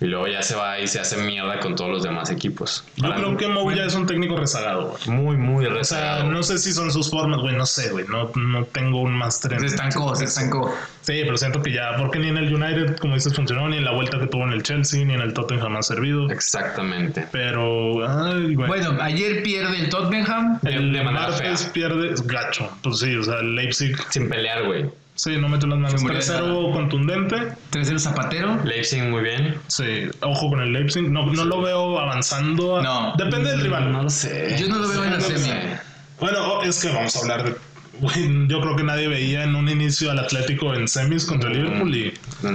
Speaker 4: y luego ya se va y se hace mierda con todos los demás equipos.
Speaker 1: Yo
Speaker 4: Para
Speaker 1: creo
Speaker 4: mí,
Speaker 1: que Mou ya es un técnico rezagado, güey.
Speaker 4: muy muy
Speaker 1: O sea,
Speaker 4: rezagado.
Speaker 1: no sé si son sus formas, güey. No sé, güey. No, no tengo un máster en.
Speaker 2: Se estancó, se estancó.
Speaker 1: Sí, pero siento que ya, porque ni en el United, como dices, funcionó, ni en la vuelta que tuvo en el Chelsea, ni en el Tottenham ha servido.
Speaker 4: Exactamente.
Speaker 1: Pero, ay, güey.
Speaker 2: Bueno, ayer pierde el Tottenham.
Speaker 4: De,
Speaker 1: el
Speaker 4: de manera
Speaker 1: martes
Speaker 4: fea.
Speaker 1: pierde gacho. Pues sí, o sea, el Leipzig,
Speaker 4: Sin pelear, güey.
Speaker 1: sí, no metió las manos.
Speaker 2: Se murió de
Speaker 1: 3-0 contundente.
Speaker 2: 3-0 Zapatero.
Speaker 4: Leipzig muy bien.
Speaker 1: Sí, ojo con el Leipzig. No, no lo veo avanzando. a-
Speaker 2: No.
Speaker 1: Depende del rival.
Speaker 4: No lo sé.
Speaker 2: Yo no lo veo en la
Speaker 4: No
Speaker 2: semi.
Speaker 4: sé.
Speaker 1: Bueno, oh, es que vamos a hablar de. güey, yo creo que nadie veía en un inicio al Atlético en semis contra el Liverpool y lo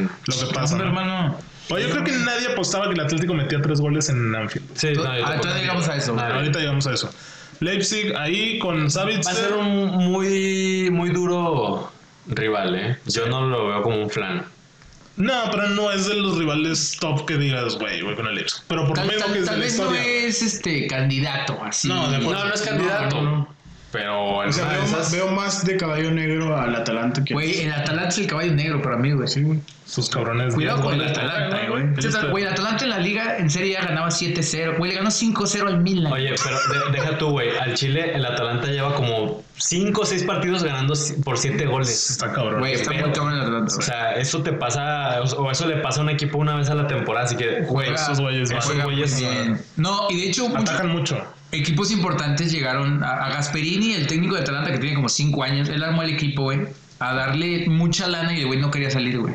Speaker 1: que pasa.
Speaker 2: Hombre,
Speaker 1: ¿no?
Speaker 2: hermano.
Speaker 1: Oye, yo creo que nadie apostaba que el Atlético metía tres goles en Anfield.
Speaker 4: Sí, no, yo
Speaker 2: Ah,
Speaker 4: tampoco.
Speaker 2: entonces llegamos a eso.
Speaker 4: Nadie.
Speaker 1: Ahorita llegamos a eso. Leipzig ahí con
Speaker 4: Va a ser
Speaker 1: Savitzer.
Speaker 4: un muy, muy duro rival, ¿eh? Yo no lo veo como un flan.
Speaker 1: No, pero no es de los rivales top que digas, güey, voy con el Leipzig. Pero por lo
Speaker 2: Tal,
Speaker 1: menos
Speaker 2: tal-
Speaker 1: que es de
Speaker 2: tal
Speaker 1: la
Speaker 2: vez no
Speaker 1: historia.
Speaker 2: es este candidato así.
Speaker 1: No, de acuerdo.
Speaker 4: No, no es candidato.
Speaker 1: No, no.
Speaker 4: Pero en
Speaker 3: O sea,
Speaker 4: una de
Speaker 3: veo,
Speaker 4: Ah, esas-
Speaker 3: más, veo más de caballo negro al Atalanta que
Speaker 2: Güey, el Atalanta es el caballo negro para mí, güey.
Speaker 3: Sí, güey.
Speaker 1: Sus cabrones.
Speaker 2: Cuidado
Speaker 1: diez
Speaker 2: con el
Speaker 1: goles,
Speaker 2: Atalanta,
Speaker 1: ¿no?
Speaker 2: güey.
Speaker 1: Este-
Speaker 2: César, Güey, el Atalanta en la liga en Serie A ganaba 7-0. Güey, le ganó 5-0 al Milan.
Speaker 4: Oye, pero de- deja tú, güey. Al Chile, el Atalanta lleva como 5 o 6 partidos ganando si- por 7 goles.
Speaker 1: Está cabrón.
Speaker 2: Güey, está muy cabrón el Atalanta.
Speaker 4: O sea, eso te pasa, o eso le pasa a un equipo una vez a la temporada, así que, güey,
Speaker 2: Juega-
Speaker 1: esos güeyes
Speaker 4: esos
Speaker 2: juega muy
Speaker 4: güeyes-
Speaker 2: bien. No, y de hecho, muchos
Speaker 1: Atacan mucho.
Speaker 2: equipos importantes llegaron a, a Gasperini, el técnico de Atalanta que tiene como 5 años. Él armó el equipo, güey, a darle mucha lana y el güey no quería salir, güey.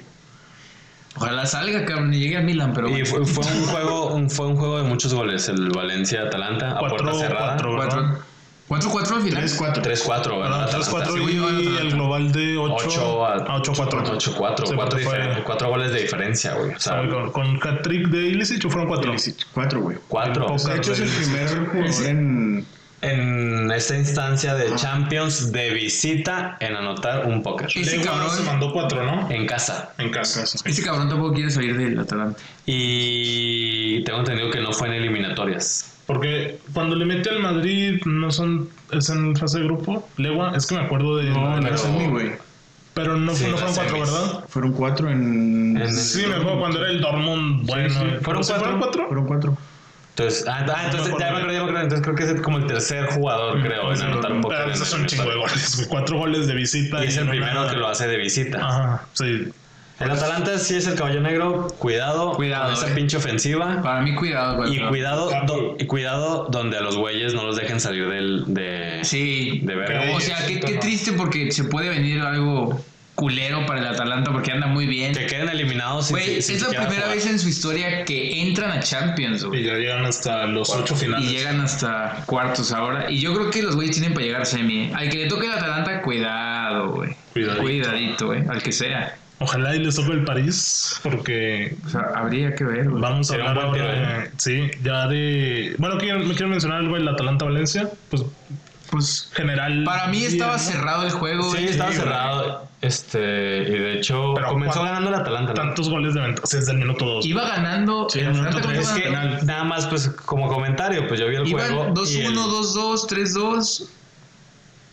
Speaker 2: Ojalá salga, cabrón, y llegue al Milan, pero.
Speaker 4: Y
Speaker 2: bueno.
Speaker 4: fue, fue un juego, un- fue un juego de muchos goles, el Valencia Atalanta, a
Speaker 1: Cuatro,
Speaker 4: puerta cerrada.
Speaker 1: cuatro,
Speaker 2: Cuatro.
Speaker 1: ¿no?
Speaker 2: 4-4 al final.
Speaker 3: 3-4.
Speaker 4: 3-4,
Speaker 1: Perdón,
Speaker 4: ¿verdad?
Speaker 1: 3-4
Speaker 2: según yo,
Speaker 1: y
Speaker 2: Atalanta.
Speaker 1: el global de 8,
Speaker 4: 8
Speaker 1: a 8-4.
Speaker 4: 8-4. 4,
Speaker 1: Sí, porque fue-
Speaker 4: goles de diferencia, güey. O sea,
Speaker 1: Con, con hat-trick de Ilicic fueron 4.
Speaker 3: 4, güey.
Speaker 4: 4.
Speaker 1: Pocas
Speaker 3: De hecho, es el
Speaker 1: veces.
Speaker 3: primer jugador en.
Speaker 4: En esta instancia de
Speaker 3: Ah.
Speaker 4: Champions de visita en anotar un póker.
Speaker 2: Ese
Speaker 1: Lewa
Speaker 2: cabrón.
Speaker 1: se mandó 4, ¿no?
Speaker 4: En casa.
Speaker 1: En casa.
Speaker 2: Ese cabrón tampoco quiere salir del Atalanta.
Speaker 4: Y tengo entendido que no fue en eliminatorias.
Speaker 1: Porque cuando le mete al Madrid, no son. Es en fase de grupo. Lewa, es que me acuerdo de.
Speaker 3: No, en
Speaker 1: pero,
Speaker 3: la semi, güey.
Speaker 1: pero no,
Speaker 4: Sí,
Speaker 1: fue- no
Speaker 4: en
Speaker 1: fueron
Speaker 4: las
Speaker 1: 4,
Speaker 4: semis.
Speaker 1: ¿verdad?
Speaker 3: Fueron 4 en.
Speaker 4: En-
Speaker 1: Sí, me acuerdo cuando era el Dortmund. Bueno,
Speaker 4: sí.
Speaker 1: ¿eh?
Speaker 4: ¿Fueron
Speaker 1: ¿Sí
Speaker 4: cuatro?
Speaker 1: ¿Fueron 4?
Speaker 3: Fueron 4.
Speaker 4: Entonces, ah, ah,
Speaker 1: No
Speaker 4: entonces
Speaker 1: me acuerdo.
Speaker 4: ya me acuerdo, ya me acuerdo. Entonces creo que es como el tercer jugador, creo, en anotar un póker.
Speaker 1: Pero
Speaker 4: en
Speaker 1: ese es un chingo de
Speaker 4: eliminatorias.
Speaker 1: goles, güey. Cuatro goles de visita.
Speaker 4: Y es el
Speaker 1: no
Speaker 4: primero
Speaker 1: nada.
Speaker 4: que lo hace de visita.
Speaker 1: Ajá, sí.
Speaker 4: El Atalanta sí es el caballo negro. Cuidado,
Speaker 2: Cuidado,
Speaker 4: con esa
Speaker 2: eh.
Speaker 4: pinche ofensiva.
Speaker 2: Para mí, cuidado, güey.
Speaker 4: Y
Speaker 2: pero-
Speaker 4: cuidado,
Speaker 1: Capo.
Speaker 4: do- y cuidado donde a los güeyes no los dejen salir del, de,
Speaker 2: Sí.
Speaker 4: de verga.
Speaker 2: O sea, qué, qué triste porque se puede venir algo culero para el Atalanta porque anda muy bien.
Speaker 4: Que queden eliminados. sin- sin-
Speaker 2: Güey,
Speaker 4: sin
Speaker 2: es la
Speaker 4: siquiera
Speaker 2: primera
Speaker 4: jugar.
Speaker 2: vez en su historia que entran a Champions, güey.
Speaker 1: Y ya llegan hasta los ocho finales.
Speaker 2: Y llegan hasta cuartos ahora. Y yo creo que los güeyes tienen para llegar semi. ¿eh? Al que le toque el Atalanta, cuidado, güey.
Speaker 1: Cuidadito.
Speaker 2: Cuidadito, güey. Al que sea.
Speaker 1: Ojalá y les toque el París, porque
Speaker 2: O sea, habría que ver, güey.
Speaker 1: vamos a
Speaker 4: Sería
Speaker 1: hablar
Speaker 4: un buen tiro,
Speaker 1: ahora. de- Sí, ya de. Bueno, quiero, me quiero mencionar algo del Atalanta-Valencia. Pues
Speaker 2: Pues
Speaker 1: general.
Speaker 2: para mí
Speaker 1: bien,
Speaker 2: estaba
Speaker 1: ¿no?
Speaker 2: cerrado el juego. eh.
Speaker 4: Sí,
Speaker 2: güey.
Speaker 4: estaba
Speaker 1: Sí,
Speaker 4: cerrado. Este, y de hecho,
Speaker 1: Pero
Speaker 4: comenzó
Speaker 1: cuan-
Speaker 4: ganando el Atalanta. ¿no?
Speaker 1: Tantos goles de ventaja. Sí, desde el minuto dos.
Speaker 2: Iba ganando.
Speaker 1: Sí,
Speaker 2: el
Speaker 1: minuto
Speaker 2: Atalanta
Speaker 1: tres,
Speaker 2: comenzó
Speaker 4: Es que
Speaker 2: ganando.
Speaker 4: nada más, pues como comentario, pues yo vi el
Speaker 2: Iban
Speaker 4: juego.
Speaker 2: 2-1,
Speaker 4: y el-
Speaker 2: 2-2, 3-2,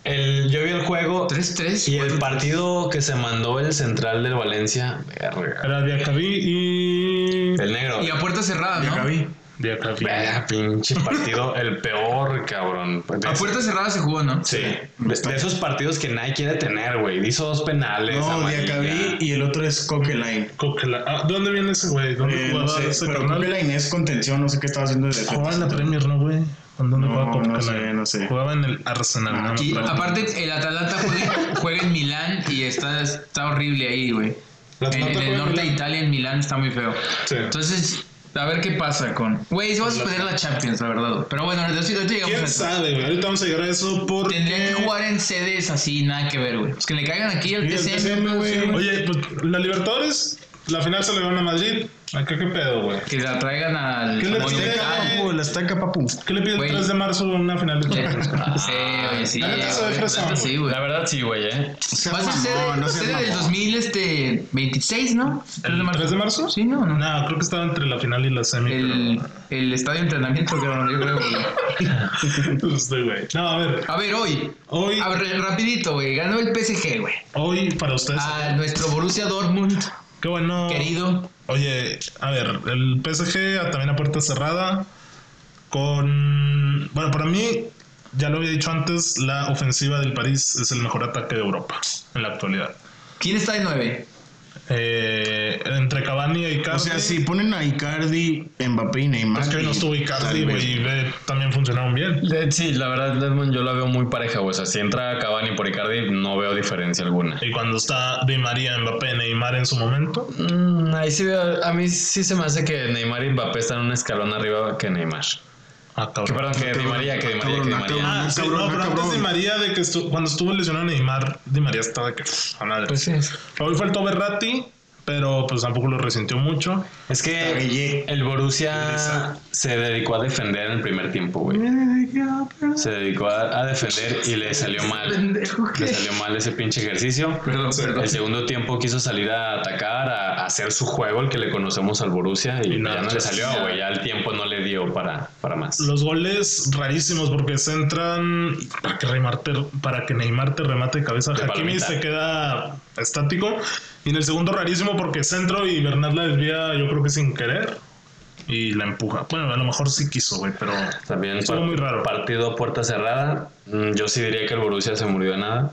Speaker 4: el- yo vi el juego
Speaker 2: 3-3.
Speaker 4: y el
Speaker 2: cuatro-
Speaker 4: partido que se mandó el central del Valencia. verga,
Speaker 1: Era Diacabí y.
Speaker 4: El negro.
Speaker 2: Y a puerta cerrada, Ah, ¿no?
Speaker 3: Gaby.
Speaker 1: Diacabí.
Speaker 4: Verga, pinche partido, el peor, cabrón.
Speaker 2: A puerta cerrada se jugó, ¿no?
Speaker 4: Sí, de, de esos partidos que nadie quiere tener, güey. Hizo dos penales.
Speaker 3: No,
Speaker 4: amarilla.
Speaker 3: Diacabí y el otro es Coqueline.
Speaker 1: Coquela- ah, ¿Dónde viene ese güey? ¿Dónde
Speaker 3: Eh,
Speaker 1: jugaba
Speaker 3: no sé,
Speaker 1: ese
Speaker 3: pero
Speaker 1: carnal?
Speaker 3: Coqueline es contención, no sé qué estaba haciendo
Speaker 2: Ah,
Speaker 3: desde
Speaker 1: Jugaba en la Premier, ¿no, güey? ¿O ¿Dónde
Speaker 3: No,
Speaker 1: jugaba
Speaker 3: no
Speaker 1: Coquelin?
Speaker 3: sé, no sé.
Speaker 1: Jugaba en el Arsenal.
Speaker 3: Ah,
Speaker 1: no me
Speaker 2: Y
Speaker 1: acuerdo.
Speaker 2: aparte, el Atalanta juega, juega en Milán y está, está horrible ahí, güey.
Speaker 1: El
Speaker 2: En,
Speaker 1: Atalanta
Speaker 2: en el
Speaker 1: juega en
Speaker 2: norte de
Speaker 1: Milán.
Speaker 2: Italia, en Milán, está muy feo.
Speaker 1: Sí.
Speaker 2: Entonces, a ver qué pasa con. Güey, se va a suspender la Champions, la verdad. güey. Pero bueno, ahorita ahorita llegamos a
Speaker 1: ¿Quién
Speaker 2: eso.
Speaker 1: sabe, güey? Ahorita vamos a llegar a eso porque...
Speaker 2: Tendrían que jugar en sedes así, nada que ver, güey. Pues que le caigan aquí al
Speaker 1: Y el
Speaker 2: TCM,
Speaker 1: TCM, güey.
Speaker 2: güey.
Speaker 1: Oye, pues la Libertadores, la final se le van a Madrid. Acá qué pedo, güey.
Speaker 2: Que la traigan al.
Speaker 1: ¿Qué le
Speaker 2: Monumental.
Speaker 1: traigan?
Speaker 3: Papu, la estaca, papu.
Speaker 1: ¿Qué le piden
Speaker 2: Güey.
Speaker 1: el 3 de marzo a una final de Champions?
Speaker 2: Ah, Sí, güey, sí.
Speaker 1: La neta se ve
Speaker 2: güey,
Speaker 1: fresa,
Speaker 2: neta sí, güey.
Speaker 4: La verdad, sí, güey, eh.
Speaker 2: Va a ser sede,
Speaker 3: no seas
Speaker 2: sede del
Speaker 3: mamón.
Speaker 2: 2026, ¿no?
Speaker 1: ¿El 3 de marzo?
Speaker 2: Sí, no, no.
Speaker 1: No, creo que estaba entre la final y la semi.
Speaker 2: El, el estadio de entrenamiento, cabrón, yo creo que.
Speaker 1: pero- Este, güey. No, *laughs* a ver.
Speaker 2: A ver, hoy.
Speaker 1: Hoy,
Speaker 2: A ver, rapidito, güey. Ganó el PSG, güey.
Speaker 1: hoy para ustedes.
Speaker 2: A nuestro Borussia Dortmund,
Speaker 1: Qué bueno.
Speaker 2: querido.
Speaker 1: Oye, a ver, el PSG a- ah, también a puerta cerrada. Con. Bueno, para mí, ya lo había dicho antes, la ofensiva del París es el mejor ataque de Europa en la actualidad.
Speaker 2: ¿Quién está de nueve?
Speaker 1: Eh, entre Cavani y Icardi.
Speaker 3: O sea, si ponen a Icardi, Mbappé y Neymar.
Speaker 1: Es que hoy no estuvo Icardi,
Speaker 3: Tal vez.
Speaker 1: güey, y ve, también funcionaron bien.
Speaker 4: Sí, la verdad, Desmond, yo la veo muy pareja, güey. O sea, si entra Cavani por Icardi, no veo diferencia alguna.
Speaker 1: Y cuando está Di María, Mbappé, Neymar en su momento,
Speaker 4: Mm, ahí sí veo, a mí sí se me hace que Neymar y Mbappé están un escalón arriba que Neymar.
Speaker 1: ah,
Speaker 4: Que
Speaker 1: cabrón.
Speaker 4: perdón, que Di María, que Di María, que Di María.
Speaker 1: Ah,
Speaker 3: Ah,
Speaker 1: sí,
Speaker 3: cabrón,
Speaker 1: no,
Speaker 3: ah,
Speaker 1: pero antes
Speaker 3: cabrón.
Speaker 1: Di María, de que estu- cuando estuvo lesionado Neymar, Di María estaba de que pff, a madre.
Speaker 4: Pues sí.
Speaker 1: Hoy faltó Berratti, pero pues tampoco lo resintió mucho.
Speaker 4: Es que
Speaker 3: Cabellé.
Speaker 4: el Borussia
Speaker 1: Lisa.
Speaker 4: se dedicó a defender en el primer tiempo, güey. Se dedicó a, a defender y le salió mal.
Speaker 2: Pendejo,
Speaker 4: Le
Speaker 2: ¿qué?
Speaker 4: salió mal ese pinche ejercicio.
Speaker 2: Perdón, perdón.
Speaker 4: El segundo tiempo quiso salir a atacar, a, a hacer su juego, el que le conocemos al Borussia, y,
Speaker 1: Y nada,
Speaker 4: ya no le
Speaker 1: pues,
Speaker 4: salió,
Speaker 2: ya.
Speaker 4: güey. Ya el tiempo no le dio para, para más.
Speaker 1: Los goles rarísimos porque se entran para que Neymar te, para que Neymar te remate de cabeza.
Speaker 4: De
Speaker 1: Hakimi
Speaker 4: palomita.
Speaker 1: se queda estático. Y en el segundo rarísimo porque centro y Bernat la desvía yo creo que sin querer y la empuja. Bueno, a lo mejor sí quiso, güey, pero
Speaker 4: También
Speaker 1: estuvo
Speaker 4: par-
Speaker 1: muy raro.
Speaker 4: partido a puerta cerrada. Mm, Yo sí diría que el Borussia se murió de nada.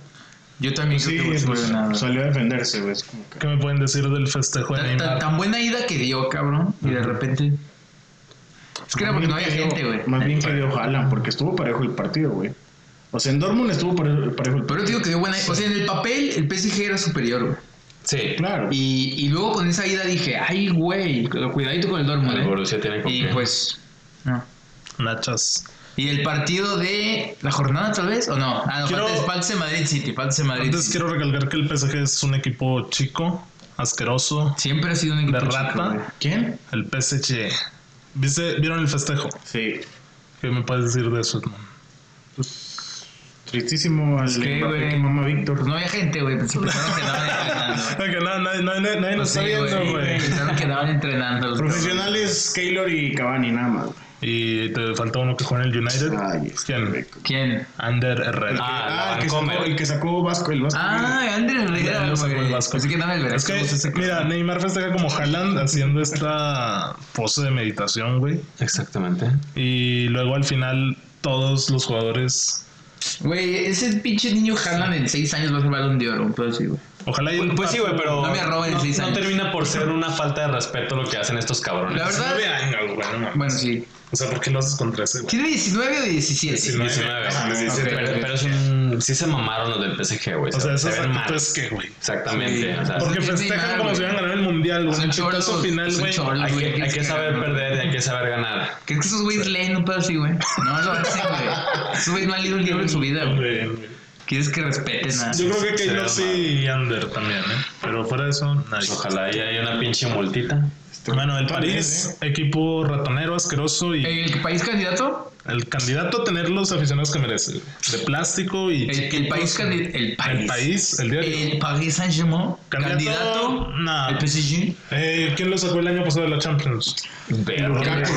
Speaker 2: Yo también
Speaker 3: Sí,
Speaker 2: creo que
Speaker 3: pues,
Speaker 2: Borussia ganó.
Speaker 3: salió a defenderse, güey. es como que-
Speaker 1: ¿Qué me pueden decir del festejo de
Speaker 2: Tan, tan-
Speaker 1: Neymar?
Speaker 2: tan buena ida que dio, cabrón. Y de repente. Es que era porque no había gente, güey.
Speaker 3: Más bien que dio Haaland, porque estuvo parejo el partido, güey. O sea, en Dortmund estuvo parejo, parejo el
Speaker 2: Pero
Speaker 3: partido.
Speaker 2: te digo que dio buena O sea, en el papel, el PSG era superior, güey.
Speaker 4: Sí,
Speaker 3: Claro.
Speaker 2: Y, y luego con esa ida dije, ay, güey, cuidadito con el Dortmund,
Speaker 4: el
Speaker 2: ¿eh?
Speaker 4: Borussia tiene con
Speaker 2: Y
Speaker 4: qué.
Speaker 2: pues, no.
Speaker 1: Nachas.
Speaker 2: Y el partido de la jornada, tal vez, o no. Ah, no,
Speaker 1: Quiero-
Speaker 2: falta- falta el Madrid City, falta el Madrid
Speaker 1: Antes
Speaker 2: City.
Speaker 1: quiero recalcar que el PSG es un equipo chico, asqueroso,
Speaker 2: Siempre ha sido un equipo
Speaker 1: de
Speaker 2: chico, güey.
Speaker 1: rata.
Speaker 3: ¿Quién?
Speaker 1: El PSG. ¿Viste, ¿Vieron el festejo?
Speaker 3: Sí.
Speaker 1: ¿Qué me puedes decir de eso, hermano?
Speaker 3: Tristísimo al
Speaker 2: Es que,
Speaker 3: Mbappé
Speaker 2: güey.
Speaker 3: que mamá
Speaker 2: Pues
Speaker 3: Víctor.
Speaker 2: no había gente, güey. pues, Pensaron que
Speaker 1: *laughs*
Speaker 2: daban
Speaker 1: Que
Speaker 2: entrenando. Pues
Speaker 1: no, nadie, nadie- nadie nos
Speaker 2: Sí,
Speaker 1: está viendo,
Speaker 2: güey.
Speaker 1: Pues güey.
Speaker 2: Pensaron que daban entrenando. los
Speaker 3: Profesionales, Keylor y Cavani, nada más. güey.
Speaker 1: Y te faltó uno que juega en el United.
Speaker 3: Ay,
Speaker 1: ¿Quién?
Speaker 2: cabrones. ¿Quién?
Speaker 1: Ander Herrera.
Speaker 4: Ah,
Speaker 3: el
Speaker 4: la
Speaker 3: que, sacó,
Speaker 4: Vancomer.
Speaker 3: el que sacó Vasco, el Vasco.
Speaker 2: Ah, Andrés Herrera,
Speaker 1: Ya, ya sacó el
Speaker 2: güey.
Speaker 1: Vasco.
Speaker 2: Pensé que daba el
Speaker 1: Es
Speaker 2: Veracruz.
Speaker 1: que,
Speaker 2: ese
Speaker 1: mira, Neymar festeja como Haaland haciendo esta pose de meditación, güey.
Speaker 4: Exactamente.
Speaker 1: Y luego al final todos los jugadores...
Speaker 2: Güey, ese pinche niño Haaland en 6 años va a ser balón de oro, un pedo así, güey.
Speaker 1: Ojalá y... el
Speaker 4: Pues sí, güey, pero.
Speaker 2: No me roben
Speaker 4: no,
Speaker 2: seis
Speaker 4: no
Speaker 2: años.
Speaker 4: termina por ser una falta de respeto lo que hacen estos cabrones.
Speaker 2: La verdad.
Speaker 1: 19 años, güey, no mames.
Speaker 2: Bueno, sí.
Speaker 1: O sea, ¿por qué lo haces contra ese, güey?
Speaker 2: ¿Tiene 19 o 17?
Speaker 4: 19.
Speaker 1: No mames,
Speaker 4: Sí, sí,
Speaker 2: ok,
Speaker 4: pero,
Speaker 2: ok.
Speaker 4: pero es un- sí se mamaron los del PSG, güey.
Speaker 1: O sea,
Speaker 4: se,
Speaker 1: esas
Speaker 4: se ven mal.
Speaker 1: actitudes que, güey.
Speaker 4: Exactamente.
Speaker 2: Sí.
Speaker 4: o sea,
Speaker 1: Porque
Speaker 2: Es
Speaker 1: festejan
Speaker 2: Neymar,
Speaker 1: como
Speaker 2: güey.
Speaker 1: si hubieran ganado el mundial, güey.
Speaker 2: Son
Speaker 1: En
Speaker 2: cholos,
Speaker 1: caso final,
Speaker 2: son
Speaker 1: güey.
Speaker 2: cholos.
Speaker 4: hay,
Speaker 2: güey,
Speaker 4: que, hay que saber
Speaker 2: cabrón.
Speaker 4: perder y hay que saber ganar.
Speaker 2: ¿Crees que esos güeyes leen un pedo así, güey? No lo hacen, güey. Esos güeyes no han leído un libro en su vida, güey.
Speaker 1: Hombre, hombre.
Speaker 2: Quieres que respeten a...
Speaker 1: Yo creo que
Speaker 4: sí,
Speaker 1: Keylor
Speaker 4: sí,
Speaker 1: sí y Ander también, ¿eh? Pero fuera de eso, nadie.
Speaker 4: Pues Ojalá y haya una pinche multita.
Speaker 1: Bueno, el Este, París, ¿eh? equipo ratonero, asqueroso y
Speaker 2: ¿El país candidato?
Speaker 1: el candidato a tener los aficionados que merece. güey. De plástico y.
Speaker 2: El, el
Speaker 1: chiquitos.
Speaker 2: país candidato. El país.
Speaker 1: El país, el diario.
Speaker 2: El Paris Saint-Germain.
Speaker 1: Candidato,
Speaker 2: Candidato.
Speaker 1: no.
Speaker 2: El PSG.
Speaker 1: Eh, ¿Quién lo sacó el año pasado de la Champions?
Speaker 4: Lukaku.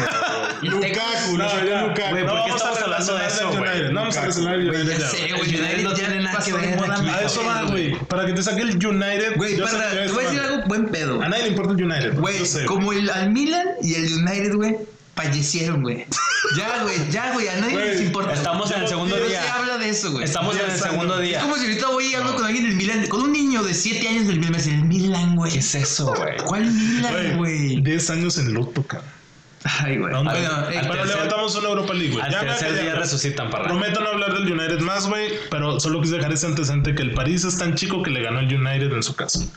Speaker 3: Lukaku, lo sacó Lukaku.
Speaker 1: No
Speaker 4: Güey, ¿por qué
Speaker 1: vamos a
Speaker 4: estamos hablando
Speaker 1: relacionar
Speaker 4: de eso,
Speaker 1: el United,
Speaker 4: güey?
Speaker 1: No vamos a
Speaker 3: Lukaku.
Speaker 1: relacionar el United.
Speaker 2: Ya
Speaker 1: ya,
Speaker 2: sé,
Speaker 1: güey.
Speaker 2: güey.
Speaker 4: El United
Speaker 2: United
Speaker 4: no
Speaker 2: ya
Speaker 4: tiene nada
Speaker 2: pasó
Speaker 4: que ver
Speaker 2: de moda,
Speaker 4: aquí.
Speaker 1: A eso va, güey. Para que te saque el United.
Speaker 2: Güey,
Speaker 1: yo sé
Speaker 2: para,
Speaker 1: que
Speaker 2: te
Speaker 1: es
Speaker 2: voy a decir
Speaker 1: mal.
Speaker 2: algo buen pedo.
Speaker 1: A nadie le importa el United.
Speaker 2: Güey,
Speaker 1: yo sé,
Speaker 2: como el, al Milan y el United, güey, fallecieron, güey. Ya, güey, ya, güey, a nadie
Speaker 1: Güey,
Speaker 2: les importa.
Speaker 4: Estamos en el segundo
Speaker 2: No
Speaker 4: día.
Speaker 2: se habla de eso, güey.
Speaker 4: Estamos en el segundo
Speaker 2: Es
Speaker 4: día.
Speaker 2: como si ahorita voy y hablo con alguien del Milan, con un niño de 7 años del Milan, me dice, el Milan, güey.
Speaker 4: ¿Qué es eso, güey?
Speaker 2: ¿Cuál Milan,
Speaker 1: Güey,
Speaker 2: güey?
Speaker 1: 10 años en luto, cabrón.
Speaker 2: Ay, güey.
Speaker 1: ¿Dónde?
Speaker 2: Bueno, eh,
Speaker 4: al
Speaker 1: Pero
Speaker 4: tercer-
Speaker 1: levantamos una Europa League, güey.
Speaker 4: Al
Speaker 1: Ya me
Speaker 4: tercer
Speaker 1: acallé,
Speaker 4: día
Speaker 1: güey.
Speaker 4: resucitan para
Speaker 1: Prometo no hablar del United más, güey, pero solo quise dejar ese antecedente que el París es tan chico que le ganó el United en su caso.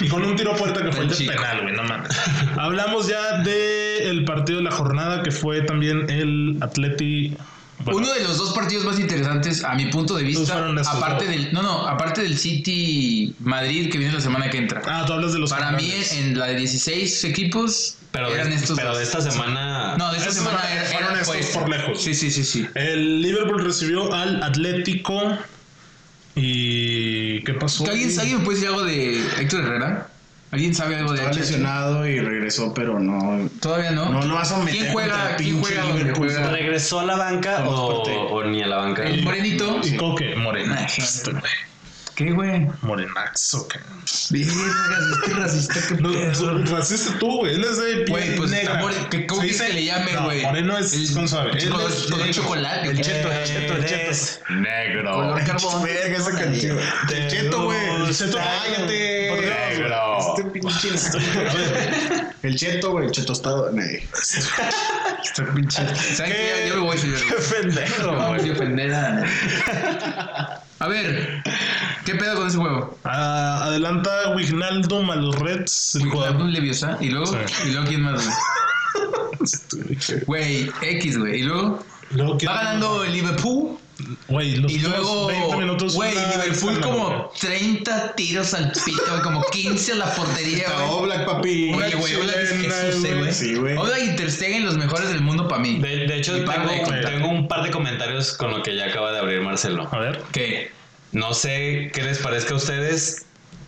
Speaker 1: Y con un tiro a puerta que fue
Speaker 2: Tan
Speaker 1: el de
Speaker 2: chico.
Speaker 1: penal, güey, no mames. *laughs* Hablamos ya del partido de la jornada que fue también el Atleti. bueno,
Speaker 2: Uno de los dos partidos más interesantes a mi punto de vista,
Speaker 1: fueron esos
Speaker 2: aparte
Speaker 1: dos.
Speaker 2: del no no, aparte del City Madrid que viene la semana que entra.
Speaker 1: ah, tú hablas de los
Speaker 2: Para mí
Speaker 1: generales.
Speaker 2: en la de 16 equipos
Speaker 4: Pero,
Speaker 2: eran
Speaker 4: de,
Speaker 2: estos
Speaker 4: pero
Speaker 2: dos.
Speaker 4: de esta semana.
Speaker 2: No, de esta
Speaker 1: Esta
Speaker 2: semana
Speaker 1: semana
Speaker 2: era,
Speaker 1: fueron
Speaker 2: era-
Speaker 1: estos
Speaker 2: fue- este.
Speaker 1: por lejos.
Speaker 2: Sí, sí, sí, sí.
Speaker 1: El Liverpool recibió al Atlético. ¿Y qué pasó?
Speaker 2: ¿Que ¿Alguien, ¿Alguien me puede decir algo de Héctor Herrera? ¿Alguien sabe algo de
Speaker 3: Estaba
Speaker 2: Héctor?
Speaker 3: lesionado y regresó, pero no.
Speaker 2: Todavía no.
Speaker 3: No lo vas a meter
Speaker 2: ¿Quién
Speaker 3: contra
Speaker 2: juega?
Speaker 3: el
Speaker 2: ¿Quién
Speaker 3: pinche
Speaker 2: juega? ¿Dónde
Speaker 3: Liverpool?
Speaker 2: juega?
Speaker 4: ¿Regresó a la banca
Speaker 3: Vamos,
Speaker 4: o,
Speaker 3: corte.
Speaker 4: o ni a la banca?
Speaker 2: El morenito.
Speaker 1: Y Coque, Morena.
Speaker 2: Ay,
Speaker 1: Este, güey.
Speaker 2: ¿Qué, güey?
Speaker 1: Morenazo, que.
Speaker 2: Vergas, este racista que
Speaker 1: No,
Speaker 2: pedo.
Speaker 1: tú- racista tú, güey. Él es de piel
Speaker 2: Güey, pues,
Speaker 1: negra.
Speaker 2: amor, ¿qué- cómo
Speaker 1: Se
Speaker 2: quieres que le llame, güey?
Speaker 1: Moreno es
Speaker 2: El-
Speaker 1: con suave.
Speaker 2: chico,
Speaker 1: Él es
Speaker 2: con
Speaker 1: negro.
Speaker 2: chocolate.
Speaker 1: El cheto, el cheto, el cheto.
Speaker 4: Eres negro.
Speaker 2: Color carbón.
Speaker 3: Verga, esa canción.
Speaker 1: Te
Speaker 3: El Cheto, güey.
Speaker 1: gusta. Por Dios, güey.
Speaker 4: Negro.
Speaker 3: Este pinche. *laughs*
Speaker 2: *laughs*
Speaker 3: El Cheto, güey. El Cheto estado.
Speaker 1: Este pinche.
Speaker 2: ¿Saben qué? Yo me voy, señor.
Speaker 4: pendejo,
Speaker 2: Vamos a ofender a... A ver, ¿qué pedo con ese huevo?
Speaker 1: Ah, adelanta Wijnaldum a los Reds. El
Speaker 2: Wijnaldum
Speaker 1: jugador.
Speaker 2: Leviosa y luego,
Speaker 1: Sí.
Speaker 2: y luego quién más, güey? Güey, X, güey. Y luego
Speaker 1: Luego, ¿quién-
Speaker 2: va ganando el Liverpool
Speaker 1: Güey, los
Speaker 2: y
Speaker 1: primeros
Speaker 2: luego
Speaker 1: 20 minutos.
Speaker 2: güey,
Speaker 1: una
Speaker 2: Liverpool
Speaker 1: escándalo,
Speaker 2: como 30 tiros al pito, güey, como 15 a la portería,
Speaker 3: Estaba
Speaker 2: güey.
Speaker 3: Black Papi.
Speaker 2: Oye, güey, Oblak es
Speaker 1: chilena,
Speaker 2: Jesús, eh,
Speaker 1: güey.
Speaker 2: güey.
Speaker 3: Sí, güey.
Speaker 2: Oblak y Ter Stegen los mejores del mundo para mí.
Speaker 4: De, de hecho,
Speaker 2: Y para de
Speaker 4: tengo,
Speaker 2: contar.
Speaker 4: tengo un par de comentarios con lo que ya acaba de abrir Marcelo.
Speaker 1: A ver.
Speaker 2: ¿Qué?
Speaker 4: No sé qué les parezca a ustedes,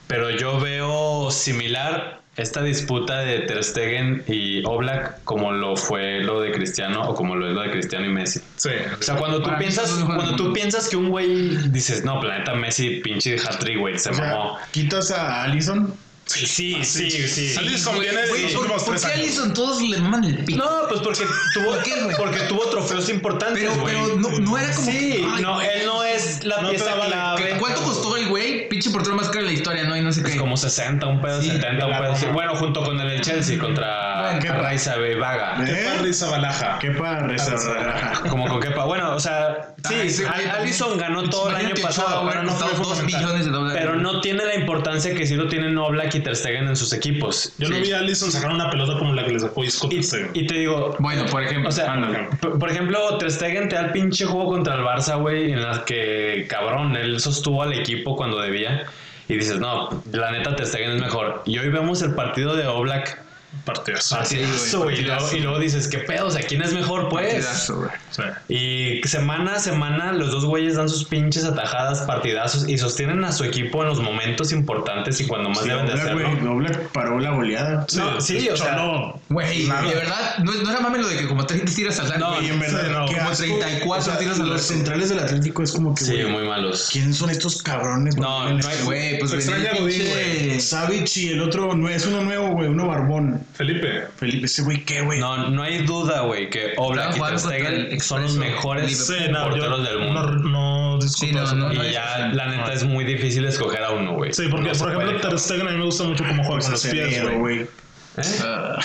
Speaker 4: pero yo veo similar esta disputa de Ter Stegen y Oblak como lo fue lo de Cristiano o como lo es lo de Cristiano y Messi.
Speaker 1: Sí.
Speaker 4: O sea, cuando tú
Speaker 2: Para mí
Speaker 4: piensas,
Speaker 2: son los mejores
Speaker 4: cuando
Speaker 2: del
Speaker 4: tú
Speaker 2: mundo.
Speaker 4: piensas que un güey dices, no, planeta Messi, pinche hat-trick, güey, se
Speaker 3: O sea,
Speaker 4: mamó.
Speaker 3: quitas a Allison.
Speaker 4: Sí, sí, sí, sí.
Speaker 1: Ah, Alisson
Speaker 2: Güey,
Speaker 1: viene de
Speaker 2: güey,
Speaker 1: los
Speaker 2: ¿por,
Speaker 1: últimos
Speaker 2: ¿por
Speaker 1: tres
Speaker 2: qué
Speaker 1: años.
Speaker 2: Alisson todos le maman el pito?
Speaker 4: No, pues porque tuvo,
Speaker 2: ¿Por qué, güey?
Speaker 4: porque tuvo trofeos importantes,
Speaker 2: pero,
Speaker 4: güey.
Speaker 2: pero no, no era como...
Speaker 4: Sí,
Speaker 2: Ay,
Speaker 4: no,
Speaker 2: güey.
Speaker 4: él no es la
Speaker 1: No te
Speaker 4: pieza
Speaker 1: la vale.
Speaker 4: clave.
Speaker 2: ¿Cuánto costó el güey? Pinche portero más caro de la historia, ¿no? Y no sé
Speaker 4: Pues
Speaker 2: qué.
Speaker 4: como 60, un pedo,
Speaker 2: Sí,
Speaker 4: 70, un pedo. así. Bueno, junto con el del Chelsea contra Kepa,
Speaker 2: Kepa.
Speaker 4: Arraiza, Be- Vaga.
Speaker 3: ¿Eh?
Speaker 1: Kepa Rizabalaja.
Speaker 3: Kepa Rezabalaja.
Speaker 4: Como con Kepa. Bueno, o sea,
Speaker 2: Ay,
Speaker 4: sí,
Speaker 2: ese güey,
Speaker 4: Allison ganó todo el año
Speaker 2: Imagínate, Ochoa
Speaker 4: pasado,
Speaker 2: hubiera
Speaker 4: pero no fue
Speaker 2: costado dos
Speaker 4: fundamental.
Speaker 2: millones de dólares.
Speaker 4: Pero no tiene la importancia que sí lo tienen Oblak y Ter Stegen en sus equipos.
Speaker 1: Yo no
Speaker 2: Sí.
Speaker 1: vi a Allison sacar una pelota como la que le sacó Isco este
Speaker 4: Y,
Speaker 1: Ter Stegen.
Speaker 4: y te digo,
Speaker 2: Bueno, por ejemplo,
Speaker 4: o sea,
Speaker 2: ándale.
Speaker 4: p- por ejemplo, Ter Stegen te da el pinche juego contra el Barça, güey, en las que, cabrón, él sostuvo al equipo cuando debía. Y dices, no, la neta, Ter Stegen es mejor. Y hoy vemos el partido de Oblak.
Speaker 1: Partidazo.
Speaker 4: Partidazo,
Speaker 2: güey,
Speaker 4: güey. Y luego-
Speaker 2: partidazo.
Speaker 4: Y luego dices, ¿qué pedo? O sea, ¿quién es mejor, pues?
Speaker 2: Partidazo, ah, güey.
Speaker 1: Sí.
Speaker 4: Y semana a semana los dos güeyes dan sus pinches atajadas, partidazos y sostienen a su equipo en los momentos importantes y cuando más
Speaker 3: Sí,
Speaker 4: deben de
Speaker 3: Oblak,
Speaker 4: hacerlo.
Speaker 3: güey. Oblak paró la goleada.
Speaker 4: No, sí, o sea,
Speaker 1: Cholo.
Speaker 2: Güey, de verdad, no, no era mame lo de que como 30 tiras al
Speaker 4: No,
Speaker 2: arco.
Speaker 3: Y en verdad,
Speaker 1: Sí, no.
Speaker 3: qué
Speaker 2: Como
Speaker 3: asco.
Speaker 2: 34 tiros al
Speaker 3: Los
Speaker 2: arco.
Speaker 3: centrales del Atlético es como que,
Speaker 4: Sí,
Speaker 3: güey,
Speaker 4: muy malos.
Speaker 3: ¿quién son estos cabrones?
Speaker 4: No,
Speaker 3: Güey,
Speaker 4: no hay-
Speaker 2: Güey, pues
Speaker 1: Extraña
Speaker 2: venía el
Speaker 1: Godín,
Speaker 2: pinche...
Speaker 3: Savic y el otro, no, es uno nuevo, güey, uno barbón.
Speaker 1: Felipe.
Speaker 3: Felipe, ese güey, ¿qué, güey?
Speaker 4: No, no hay duda, güey, que Oblak y
Speaker 2: Estaban
Speaker 4: Ter
Speaker 2: jugando contra
Speaker 4: Stegen
Speaker 2: el
Speaker 4: son los
Speaker 2: Expreso
Speaker 4: mejores
Speaker 2: Liverpool.
Speaker 1: Sí, no,
Speaker 4: porteros
Speaker 1: yo
Speaker 4: del mundo.
Speaker 1: No, no discuto
Speaker 2: Sí, no,
Speaker 1: eso.
Speaker 2: no, no
Speaker 4: y ya,
Speaker 2: discusión.
Speaker 4: la neta, es muy difícil escoger a uno, güey.
Speaker 1: Sí, porque
Speaker 4: No se
Speaker 1: por ejemplo
Speaker 4: puede.
Speaker 1: Ter Stegen a mí me gusta mucho cómo juega
Speaker 3: Pues
Speaker 1: con los
Speaker 3: ese
Speaker 1: pies,
Speaker 3: miedo,
Speaker 1: güey.
Speaker 3: güey.
Speaker 4: ¿Eh?
Speaker 2: Ah,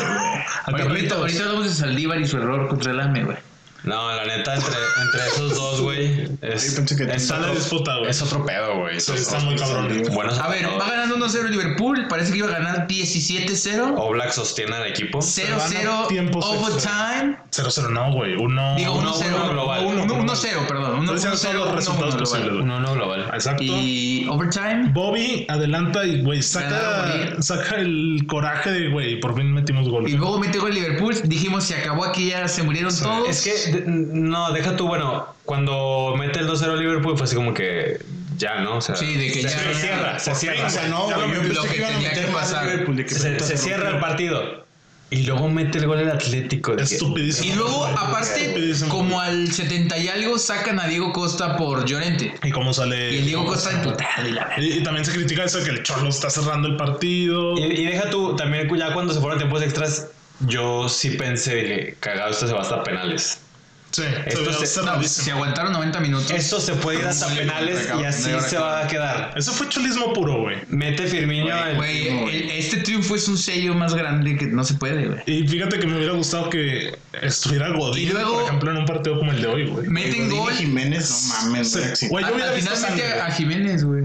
Speaker 1: A
Speaker 2: Oye, ahorita,
Speaker 1: Carlitos.
Speaker 2: ahorita hablamos de Saldívar y su error contra el AME, güey.
Speaker 4: No, la neta, entre, entre esos dos, güey, es,
Speaker 3: Yo pensé que
Speaker 4: es,
Speaker 1: Está la
Speaker 4: otro,
Speaker 1: disputa, güey.
Speaker 4: es otro pedo, güey.
Speaker 1: Sí,
Speaker 4: Esos
Speaker 1: está
Speaker 4: dos
Speaker 1: muy
Speaker 4: güeyes
Speaker 1: cabrón.
Speaker 4: son Buenos
Speaker 2: A ver,
Speaker 4: jugadores.
Speaker 2: va ganando 1-0 Liverpool, parece que iba a ganar 17-0.
Speaker 4: Oblak sostiene al equipo.
Speaker 2: 0-0
Speaker 1: tiempos
Speaker 2: overtime.
Speaker 1: 0-0 no, güey. Uno.
Speaker 2: Digo
Speaker 4: uno,
Speaker 2: 1-0
Speaker 4: uno, global.
Speaker 2: uno, uno, 1-0, perdón.
Speaker 1: Entonces, esos son
Speaker 2: 1-0
Speaker 1: los resultados posibles, güey.
Speaker 4: 1-1 global.
Speaker 1: Exacto.
Speaker 2: Y overtime.
Speaker 1: Bobby adelanta y, güey,
Speaker 2: Ganar,
Speaker 1: saca,
Speaker 2: morir.
Speaker 1: saca el coraje de, güey, por fin metimos gol.
Speaker 2: Y luego mete gol Liverpool. Dijimos, se acabó aquí, ya se murieron todos.
Speaker 4: Es que, de- no, deja tú, bueno, cuando mete el 2-0 Liverpool fue así como que ya, ¿no? O sea,
Speaker 2: Sí, de que
Speaker 4: se,
Speaker 2: ya-
Speaker 4: se cierra, se
Speaker 1: por
Speaker 4: cierra.
Speaker 3: O sea, no, güey, yo pensé
Speaker 2: Lo que
Speaker 3: que iban a
Speaker 2: tenía que
Speaker 3: meter más
Speaker 2: pasar.
Speaker 3: al Liverpool. de que
Speaker 4: Se, se cierra el partido. Y luego mete el gol el Atlético. de que-
Speaker 1: Estupidísimo.
Speaker 2: Y luego, aparte,
Speaker 1: Estupidísimo.
Speaker 2: como al 70 y algo, sacan a Diego Costa por Llorente.
Speaker 1: Y cómo sale.
Speaker 2: Y el Diego Costa emputado y la verdad.
Speaker 1: Y, y también se critica eso de que el Cholo está cerrando el partido.
Speaker 4: Y, y deja tú, también ya cuando se fueron tiempos extras, yo sí pensé, dije, cagado, esto se va hasta penales.
Speaker 1: sí,
Speaker 4: esto
Speaker 1: se vio
Speaker 4: se-
Speaker 2: No,
Speaker 1: cerradísimo.
Speaker 2: se aguantaron 90 minutos.
Speaker 4: Esto se puede ir hasta
Speaker 2: Sí,
Speaker 4: penales
Speaker 2: acabo-
Speaker 4: y así
Speaker 2: no hay hora
Speaker 4: se
Speaker 2: que-
Speaker 4: va a quedar.
Speaker 1: Eso fue cholismo puro, güey.
Speaker 4: Mete Firmino el-
Speaker 2: Güey, el- este triunfo es un sello más grande que no se puede, güey.
Speaker 1: Y fíjate que me hubiera gustado que estuviera Godín,
Speaker 2: Y luego-
Speaker 1: por ejemplo, en un partido como el de hoy, güey.
Speaker 2: Meten gol.
Speaker 3: Jiménez, no mames,
Speaker 1: Sí,
Speaker 3: güey. sí.
Speaker 1: güey, yo
Speaker 2: Al,
Speaker 1: hubiera
Speaker 2: al
Speaker 1: visto
Speaker 2: final
Speaker 1: sangre,
Speaker 2: mete a,
Speaker 1: güey.
Speaker 2: a Jiménez, güey.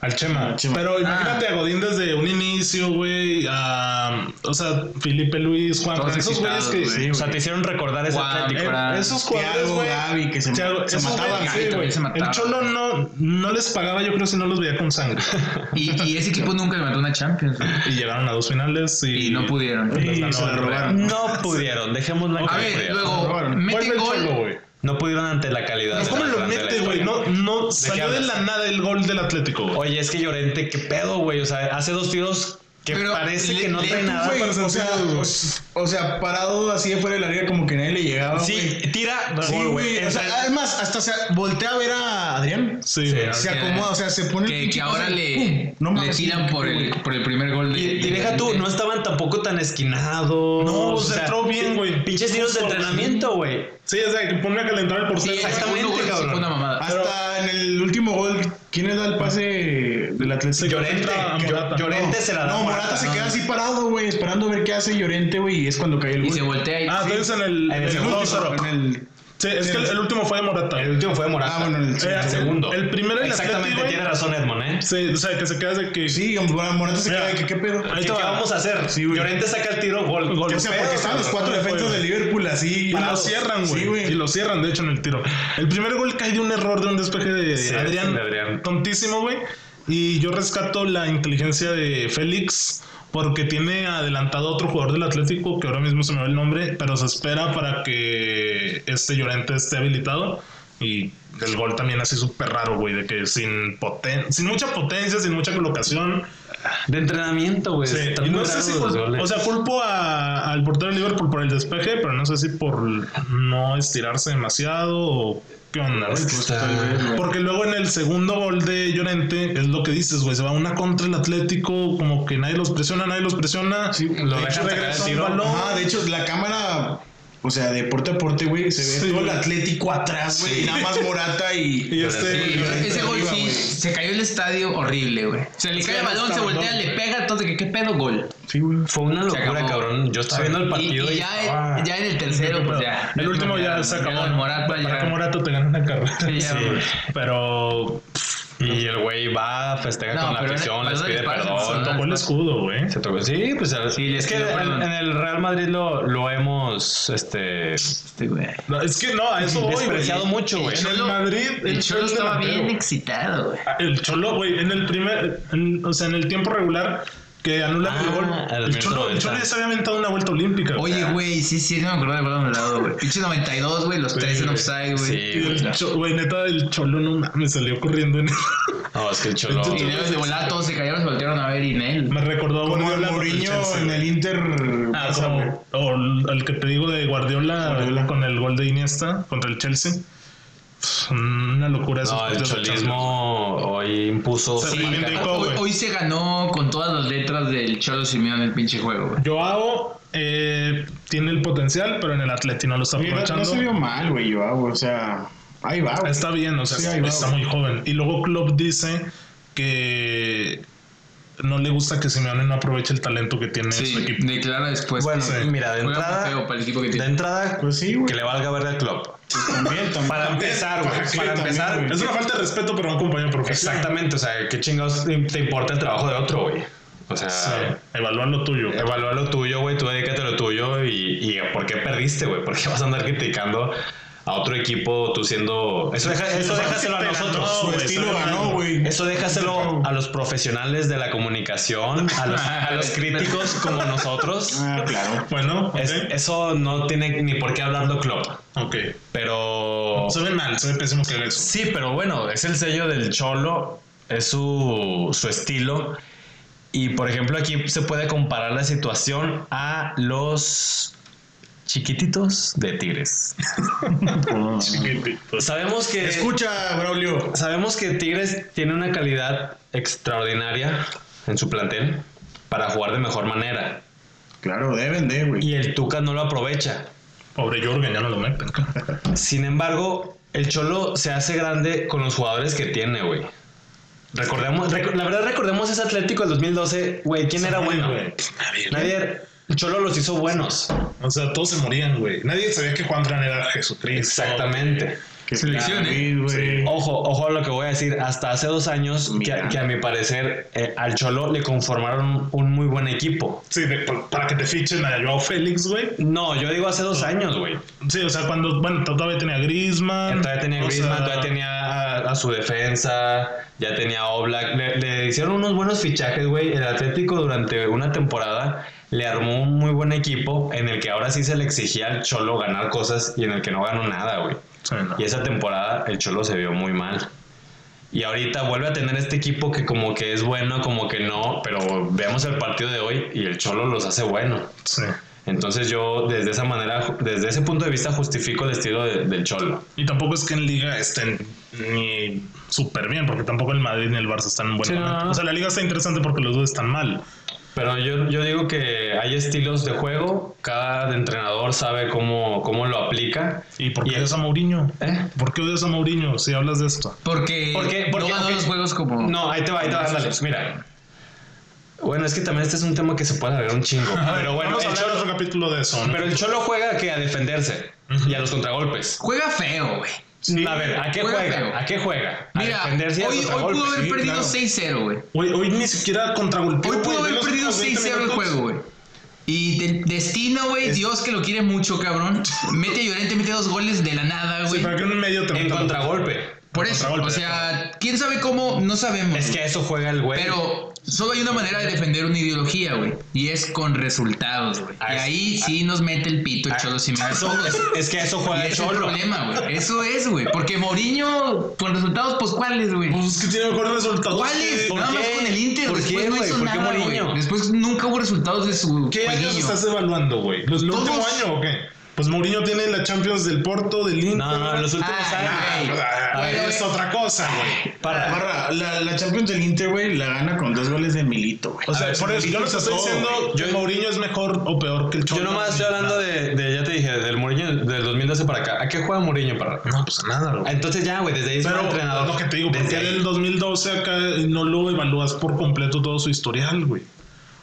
Speaker 1: Al Chema.
Speaker 3: Al Chema.
Speaker 1: Pero imagínate a Godín desde un inicio, güey. a- o sea, Felipe Luis, Juan.
Speaker 2: Todos
Speaker 1: esos güeyes
Speaker 2: excitados,
Speaker 1: que.
Speaker 2: güey.
Speaker 4: O sea, te hicieron recordar ese
Speaker 2: Guau,
Speaker 4: Atlético.
Speaker 1: Eh,
Speaker 2: Nicolás,
Speaker 1: esos jugadores,
Speaker 3: Thiago,
Speaker 1: güey.
Speaker 3: Gaby, que se,
Speaker 1: Thiago,
Speaker 3: se
Speaker 1: esos
Speaker 3: mataban.
Speaker 1: güeyes,
Speaker 2: Gaby
Speaker 1: sí,
Speaker 2: también
Speaker 1: güey.
Speaker 2: se mataba.
Speaker 1: El Cholo no, no les pagaba, yo creo, si no los veía con sangre.
Speaker 2: Y, y ese equipo nunca levantó una Champions, güey.
Speaker 1: y llegaron a dos finales y,
Speaker 2: Y no pudieron.
Speaker 1: Y
Speaker 3: Y
Speaker 1: les
Speaker 3: se la
Speaker 1: ganaron.
Speaker 3: robaron.
Speaker 4: No pudieron, dejémoslo en que
Speaker 2: A
Speaker 4: no
Speaker 2: ver,
Speaker 4: pudieron.
Speaker 2: luego,
Speaker 1: Robaron.
Speaker 2: mete
Speaker 1: Vuelve el Cholo,
Speaker 2: gol.
Speaker 1: güey.
Speaker 4: No pudieron ante la calidad.
Speaker 1: No,
Speaker 4: de
Speaker 1: ¿Cómo
Speaker 4: la
Speaker 1: lo
Speaker 4: grande de la
Speaker 1: mete, güey? No,
Speaker 4: historia.
Speaker 1: no
Speaker 4: qué
Speaker 1: salió de
Speaker 4: hablas?
Speaker 1: la nada el gol del Atlético, güey.
Speaker 4: Oye, es que Llorente, qué pedo, güey. O sea, hace dos tiros que
Speaker 2: Pero
Speaker 4: parece
Speaker 2: le-
Speaker 4: que no
Speaker 2: le-
Speaker 4: trae nada.
Speaker 3: Güey,
Speaker 1: para
Speaker 3: o, sea,
Speaker 1: sentir algo.
Speaker 3: o sea, parado así de fuera del área como que nadie le
Speaker 1: Ah,
Speaker 3: llegaba.
Speaker 4: Sí,
Speaker 3: güey.
Speaker 4: tira.
Speaker 3: Sí,
Speaker 4: gol, güey.
Speaker 3: güey. O
Speaker 4: O
Speaker 3: sea,
Speaker 4: sea,
Speaker 3: además, hasta se voltea a ver a Adrián.
Speaker 1: Sí,
Speaker 4: Sí,
Speaker 1: güey.
Speaker 4: sí.
Speaker 3: Se acomoda, o sea, se pone. el
Speaker 2: Que,
Speaker 3: pinche
Speaker 2: que ahora
Speaker 3: pase,
Speaker 2: le,
Speaker 3: ¡pum! No
Speaker 2: le
Speaker 3: mames,
Speaker 2: tiran
Speaker 3: sí,
Speaker 2: por
Speaker 3: güey.
Speaker 2: el, por el primer gol. de-
Speaker 4: y, y
Speaker 2: de-
Speaker 4: deja tú, no estaban tampoco tan esquinados.
Speaker 1: No,
Speaker 4: o
Speaker 1: se
Speaker 4: sea,
Speaker 1: entró bien, güey.
Speaker 4: Pinches tiros de
Speaker 1: Justo.
Speaker 4: entrenamiento, güey.
Speaker 1: Sí, es de que pone a calentar el
Speaker 2: Sí,
Speaker 1: portero.
Speaker 2: el segundo gol sí
Speaker 4: cabrón.
Speaker 2: fue una mamada.
Speaker 3: Hasta en el último gol, ¿quién le da el pase del Atlético?
Speaker 4: Llorente.
Speaker 1: entra a ah,
Speaker 4: Llor-
Speaker 1: Morata.
Speaker 4: Llorente se la da.
Speaker 3: No,
Speaker 4: a
Speaker 3: Morata se
Speaker 4: ¿no?
Speaker 3: queda así parado, güey, esperando a ver qué hace Llorente, güey, y es cuando cae el
Speaker 2: Y
Speaker 3: gol.
Speaker 2: se voltea y
Speaker 1: Ah,
Speaker 2: sí.
Speaker 1: entonces en el,
Speaker 4: En el
Speaker 1: en el
Speaker 4: segundo,
Speaker 1: último.
Speaker 3: En el-
Speaker 1: Sí, es que el, el último fue de Morata.
Speaker 4: El último fue Morata.
Speaker 3: Ah, bueno, el-
Speaker 1: Eh,
Speaker 3: el
Speaker 4: segundo.
Speaker 1: El primero el
Speaker 4: Exactamente,
Speaker 1: Atlético, güey.
Speaker 4: tiene razón Edmond, ¿eh?
Speaker 1: Sí, o sea, que se queda de que.
Speaker 3: Sí, Morata se
Speaker 1: Mira.
Speaker 3: queda de que qué pedo.
Speaker 1: Ahí
Speaker 4: ¿Qué,
Speaker 1: te
Speaker 4: qué
Speaker 1: va.
Speaker 4: vamos a hacer?
Speaker 3: Sí, güey.
Speaker 4: Llorente saca el tiro, gol.
Speaker 1: Gol.
Speaker 4: ¿Qué
Speaker 3: O sea,
Speaker 4: pedo,
Speaker 3: porque estaban los
Speaker 4: cabrón?
Speaker 3: cuatro
Speaker 1: güey,
Speaker 3: defensas de
Speaker 1: güey.
Speaker 3: Liverpool así.
Speaker 1: Y lo
Speaker 3: parados.
Speaker 1: cierran,
Speaker 3: Sí,
Speaker 1: güey. y
Speaker 3: güey.
Speaker 1: lo cierran, de hecho, en el tiro. El primer gol cae de un error de un despeje de
Speaker 4: Sí,
Speaker 1: Adrián.
Speaker 4: de Adrián.
Speaker 1: Tontísimo, güey. Y yo rescato la inteligencia de Félix. Porque tiene adelantado a otro jugador del Atlético, que ahora mismo se me va el nombre, pero se espera para que este Llorente esté habilitado. Y el gol también así súper raro, güey, de que sin poten sin mucha potencia, sin mucha colocación.
Speaker 4: De entrenamiento, güey.
Speaker 1: Sí,
Speaker 4: Pues, Están
Speaker 1: y
Speaker 4: muy
Speaker 1: no sé
Speaker 4: raros
Speaker 1: si
Speaker 4: los
Speaker 1: cul-
Speaker 4: goles.
Speaker 1: o sea, culpo a- al portero de Liverpool por el despeje, pero no sé si por no estirarse demasiado o qué onda, güey.
Speaker 4: Es que está-
Speaker 3: tal vez, güey.
Speaker 1: Porque luego en el segundo gol de Llorente, es lo que dices, güey, se va una contra el Atlético, como que nadie los presiona, nadie los presiona.
Speaker 3: Sí, pues.
Speaker 1: lo
Speaker 4: dejan sacar el
Speaker 1: regresa un
Speaker 4: tiro.
Speaker 1: balón.
Speaker 3: Ajá, de hecho, la cámara. O sea, de porte a porte, güey, se ve
Speaker 1: Sí,
Speaker 3: todo el
Speaker 1: güey.
Speaker 3: Atlético atrás, güey.
Speaker 4: Sí.
Speaker 3: Y nada más Morata y.
Speaker 1: *laughs* Y este.
Speaker 2: Sí, ese gol sí, se cayó el estadio horrible, güey. Se le
Speaker 1: Es que
Speaker 2: cae el
Speaker 1: ya
Speaker 2: balón, se
Speaker 1: estaba,
Speaker 2: voltea,
Speaker 1: ¿no?
Speaker 2: le pega, entonces, ¿qué, qué pedo? Gol.
Speaker 3: Sí, güey.
Speaker 4: Fue una
Speaker 2: Se
Speaker 4: locura,
Speaker 2: acabó.
Speaker 4: cabrón. Yo estaba viendo el
Speaker 2: Y,
Speaker 4: partido y,
Speaker 2: y ya,
Speaker 4: estaba-
Speaker 2: ya en el tercero, pues ya.
Speaker 1: El último ya se acabó.
Speaker 2: Ya el Morata
Speaker 1: Para que
Speaker 2: ya.
Speaker 1: Morata te gane una carrera. *laughs*
Speaker 2: Sí, ya,
Speaker 4: Sí.
Speaker 2: güey.
Speaker 1: Pero
Speaker 4: y el güey va, festeja
Speaker 2: No,
Speaker 4: con la
Speaker 2: pero era-
Speaker 4: afición, les
Speaker 2: pero
Speaker 4: pide
Speaker 2: no le pasa,
Speaker 4: perdón.
Speaker 2: no.
Speaker 1: tocó el escudo, güey.
Speaker 4: Se tocó- Sí, pues al-
Speaker 2: Sí, les
Speaker 4: es que
Speaker 2: pidió
Speaker 4: en,
Speaker 2: perdón.
Speaker 4: en el Real Madrid lo, lo hemos este
Speaker 2: Este, güey.
Speaker 1: No, es que no, a eso voy, güey.
Speaker 4: despreciado mucho, güey.
Speaker 1: En el
Speaker 2: Cholo-
Speaker 1: Madrid, el
Speaker 2: El Cholo
Speaker 1: Cholo
Speaker 2: estaba
Speaker 1: delantero.
Speaker 2: bien excitado, güey.
Speaker 1: Ah, El Cholo, güey, en el primer, en- o sea, en el tiempo regular que anulan
Speaker 4: Ah,
Speaker 1: el gol,
Speaker 4: al
Speaker 1: el Cholo,
Speaker 4: minuto
Speaker 1: el Cholo ya
Speaker 4: 90.
Speaker 1: se había aventado una vuelta olímpica. güey.
Speaker 2: Oye, güey, sí, sí, no me acuerdo del balón al lado, güey. Pinche 92, güey, los tres en
Speaker 1: güey.
Speaker 2: offside, güey.
Speaker 4: Sí,
Speaker 1: Y el Cho- güey, neta, el Cholo no mames, salió corriendo. En
Speaker 4: *laughs* No, es que el Cholo.
Speaker 2: Y luego de volar, todos se cayeron, se voltearon a ver y en él.
Speaker 1: Me recordó a
Speaker 3: Como el
Speaker 1: Guardiola con
Speaker 3: Mourinho
Speaker 1: Chelsea,
Speaker 3: en
Speaker 1: güey.
Speaker 3: el Inter.
Speaker 1: Ah,
Speaker 3: Barça, güey.
Speaker 1: como- o el- el que te digo de Guardiola,
Speaker 3: Guardiola.
Speaker 1: con el gol de Iniesta contra el Chelsea. Pff, Una locura esos
Speaker 4: No, el
Speaker 1: partidos de Champions.
Speaker 4: cholismo hoy impuso.
Speaker 1: Se
Speaker 4: su marca.
Speaker 1: reivindicó.
Speaker 2: Ah, Hoy, hoy se ganó con todas las letras del Cholo Simeone el pinche juego, güey.
Speaker 1: Joao eh, tiene el potencial, pero en el Atleti no lo está
Speaker 3: Mira,
Speaker 1: aprovechando.
Speaker 3: no se vio mal, güey, yo hago. O sea, ahí va, güey.
Speaker 1: Está bien, o sea,
Speaker 3: Sí, ahí va,
Speaker 1: está
Speaker 3: güey.
Speaker 1: muy joven. Y luego Klopp dice que no le gusta que Simeone no aproveche el talento que tiene su
Speaker 2: Sí,
Speaker 1: equipo.
Speaker 2: declara después.
Speaker 4: Bueno,
Speaker 1: Sí.
Speaker 4: mira, de
Speaker 2: Juega muy feo
Speaker 4: entrada,
Speaker 2: para el equipo que
Speaker 4: de
Speaker 2: tiene.
Speaker 4: entrada,
Speaker 3: Pues sí, güey.
Speaker 4: que le valga ver al club.
Speaker 3: Pues también, también.
Speaker 4: Para empezar, güey.
Speaker 3: Sí,
Speaker 4: Para
Speaker 3: también,
Speaker 4: empezar,
Speaker 3: güey.
Speaker 1: Es una falta de respeto para un compañero profesional.
Speaker 4: Exactamente, o sea, qué chingados te importa el trabajo de otro, güey. O sea,
Speaker 1: Evalúa lo tuyo.
Speaker 4: evalúa lo tuyo, güey, tú dedícate a lo tuyo y, y por qué perdiste, güey, por qué vas a andar criticando a otro equipo tú siendo... Eso, deja, eso déjaselo a
Speaker 1: Te ganó,
Speaker 4: nosotros.
Speaker 3: Su
Speaker 1: güey,
Speaker 3: estilo
Speaker 1: está
Speaker 3: ganó,
Speaker 1: ganando.
Speaker 3: güey.
Speaker 4: Eso déjaselo a los profesionales de la comunicación, a los, a los críticos como *laughs* nosotros.
Speaker 3: Ah, claro. *laughs*
Speaker 1: Bueno, ok.
Speaker 4: Es- eso no tiene ni por qué hablarlo Klopp,
Speaker 1: ok.
Speaker 4: pero...
Speaker 1: Se ve mal, se ve pésimo que haga eso.
Speaker 4: Sí, pero bueno, es el sello del cholo, es su, su estilo. Y por ejemplo, aquí se puede comparar la situación a los chiquititos de Tigres.
Speaker 1: Chiquitito.
Speaker 4: Sabemos que.
Speaker 3: Escucha, Braulio.
Speaker 4: Sabemos que Tigres tiene una calidad extraordinaria en su plantel para jugar de mejor manera.
Speaker 3: Claro, deben de, güey.
Speaker 4: Y el Tuca no lo aprovecha.
Speaker 1: Pobre Jorgen, ya no lo meten.
Speaker 4: Sin embargo, el Cholo se hace grande con los jugadores que tiene, güey. Recordemos, rec- la verdad recordemos ese Atlético del 2012, güey, ¿quién era bueno?
Speaker 1: güey? Nadie, güey.
Speaker 4: Nadie, el Cholo los hizo buenos.
Speaker 1: O sea, todos se morían, güey. Nadie sabía que Juan Fran era Jesucristo.
Speaker 4: Exactamente.
Speaker 3: Que
Speaker 2: Selección,
Speaker 3: David, güey.
Speaker 4: Ojo, ojo a lo que voy a decir, hasta hace dos años que,
Speaker 3: Mira.
Speaker 4: que a mi parecer eh, al Cholo le conformaron un muy buen equipo.
Speaker 1: Sí, de- pa- para que te fichen a Joao Félix, güey.
Speaker 4: No, yo digo hace dos años, güey.
Speaker 1: Sí, o sea, cuando, bueno, todavía tenía Griezmann.
Speaker 4: Todavía tenía
Speaker 1: o
Speaker 4: Griezmann,
Speaker 1: sea,
Speaker 4: todavía tenía a, a su defensa, ya tenía a Oblak. Le, le hicieron unos buenos fichajes, güey. El Atlético durante una temporada le armó un muy buen equipo en el que ahora sí se le exigía al Cholo ganar cosas y en el que no ganó nada, güey.
Speaker 1: Sí, no.
Speaker 4: Y esa temporada el Cholo se vio muy mal. Y ahorita vuelve a tener este equipo que como que es bueno, como que no, pero veamos el partido de hoy y el Cholo los hace bueno.
Speaker 1: Sí.
Speaker 4: Entonces yo desde esa manera, ju- desde ese punto de vista justifico el estilo de- del Cholo.
Speaker 1: Y tampoco es que en liga estén ni súper bien, porque tampoco el Madrid ni el Barça están en buen
Speaker 4: Sí, no,
Speaker 1: momento.
Speaker 4: no.
Speaker 1: O sea, la liga está interesante porque los dos están mal.
Speaker 4: Pero yo, yo digo que hay estilos de juego, cada entrenador sabe cómo, cómo lo aplica.
Speaker 1: ¿Y por
Speaker 4: Y
Speaker 1: qué
Speaker 4: el-
Speaker 1: odias a Mourinho?
Speaker 4: ¿Eh?
Speaker 1: ¿Por qué odias a Mourinho si hablas de esto?
Speaker 2: Porque,
Speaker 4: ¿Por qué?
Speaker 2: no
Speaker 4: Porque-
Speaker 2: ganó
Speaker 4: ok.
Speaker 2: los juegos como...
Speaker 4: No, ahí te va, ahí te va, ándale, mira. Bueno, es que también este es un tema que se puede alargar un *laughs* chingo. Pero bueno,
Speaker 1: vamos a
Speaker 4: el
Speaker 1: hablar
Speaker 4: Cholo,
Speaker 1: otro capítulo de eso. ¿no?
Speaker 4: pero el Cholo juega que a defenderse y a los contragolpes.
Speaker 2: Juega feo, güey.
Speaker 4: A ver, ¿a qué
Speaker 2: Juega
Speaker 4: juega?
Speaker 2: feo.
Speaker 4: ¿A qué juega? A
Speaker 2: Mira,
Speaker 4: defenderse y a
Speaker 2: hoy, hoy
Speaker 4: contragolpes.
Speaker 2: pudo haber
Speaker 4: Sí,
Speaker 2: perdido
Speaker 4: claro.
Speaker 2: 6-0, güey.
Speaker 1: Hoy, hoy ni siquiera contragolpeó.
Speaker 2: Hoy
Speaker 1: güey.
Speaker 2: pudo
Speaker 1: Ve
Speaker 2: haber
Speaker 1: los
Speaker 2: perdido
Speaker 1: últimos 20
Speaker 2: 6-0 el
Speaker 1: minutos.
Speaker 2: juego, güey. Y de- destino, güey, Dios que lo quiere mucho, cabrón. Mete a Llorente, mete dos goles de la nada,
Speaker 1: Sí,
Speaker 2: güey.
Speaker 1: para que en medio te
Speaker 4: En
Speaker 1: metan-
Speaker 4: contragolpe.
Speaker 2: Por eso,
Speaker 1: contragolpe,
Speaker 2: o sea, quién sabe cómo, no sabemos.
Speaker 4: Es que a eso juega el güey.
Speaker 2: Pero solo hay una manera de defender una ideología, güey. Y es con resultados, güey.
Speaker 4: Ah,
Speaker 2: Y
Speaker 4: es-
Speaker 2: ahí sí nos mete el pito el Cholo
Speaker 4: A
Speaker 2: Simeone.
Speaker 4: eso- Ah, *laughs* es, es que a eso
Speaker 2: Y
Speaker 4: juega el
Speaker 2: es el
Speaker 4: Cholo.
Speaker 2: problema, güey. Eso es, güey. Porque Mourinho, con resultados, pues, ¿cuáles, güey?
Speaker 1: Pues es que tiene mejores resultados.
Speaker 2: ¿Cuáles?
Speaker 4: ¿Por
Speaker 2: Nada más
Speaker 4: qué?
Speaker 2: con el Inter.
Speaker 4: ¿Por
Speaker 2: Después
Speaker 4: qué,
Speaker 2: no
Speaker 4: güey?
Speaker 2: hizo
Speaker 4: ¿Por qué
Speaker 2: nada, güey.
Speaker 4: Mourinho?
Speaker 2: Después nunca hubo resultados de su
Speaker 1: ¿Qué años
Speaker 2: jueguillo.
Speaker 1: estás evaluando, güey? ¿Los el
Speaker 2: Todos.
Speaker 1: último año o qué? Pues Mourinho tiene la Champions del Porto, del Inter.
Speaker 4: No, no, los últimos
Speaker 2: Ay,
Speaker 4: años.
Speaker 2: güey.
Speaker 1: Ah,
Speaker 2: Güey,
Speaker 1: ahí
Speaker 2: güey.
Speaker 1: es otra cosa, güey.
Speaker 4: Para.
Speaker 3: Ah, Barra, la, la Champions del Inter, güey, la gana con dos goles de Milito, güey.
Speaker 1: O sea,
Speaker 4: ver,
Speaker 1: por eso yo no te estoy
Speaker 3: todo,
Speaker 1: diciendo
Speaker 4: güey.
Speaker 1: que
Speaker 4: Yo-
Speaker 1: Mourinho es mejor o peor que el Cholo.
Speaker 4: Yo nomás estoy hablando de, de- ya te dije, del Mourinho Mourinho del 2012 para acá. ¿A qué juega Mourinho para
Speaker 1: No, pues nada, güey.
Speaker 4: Entonces ya, güey, desde ahí es
Speaker 1: Pero
Speaker 4: un entrenador.
Speaker 1: lo que te digo, porque
Speaker 4: Desde ahí.
Speaker 1: del 2012 acá no lo evalúas por completo todo su historial, güey.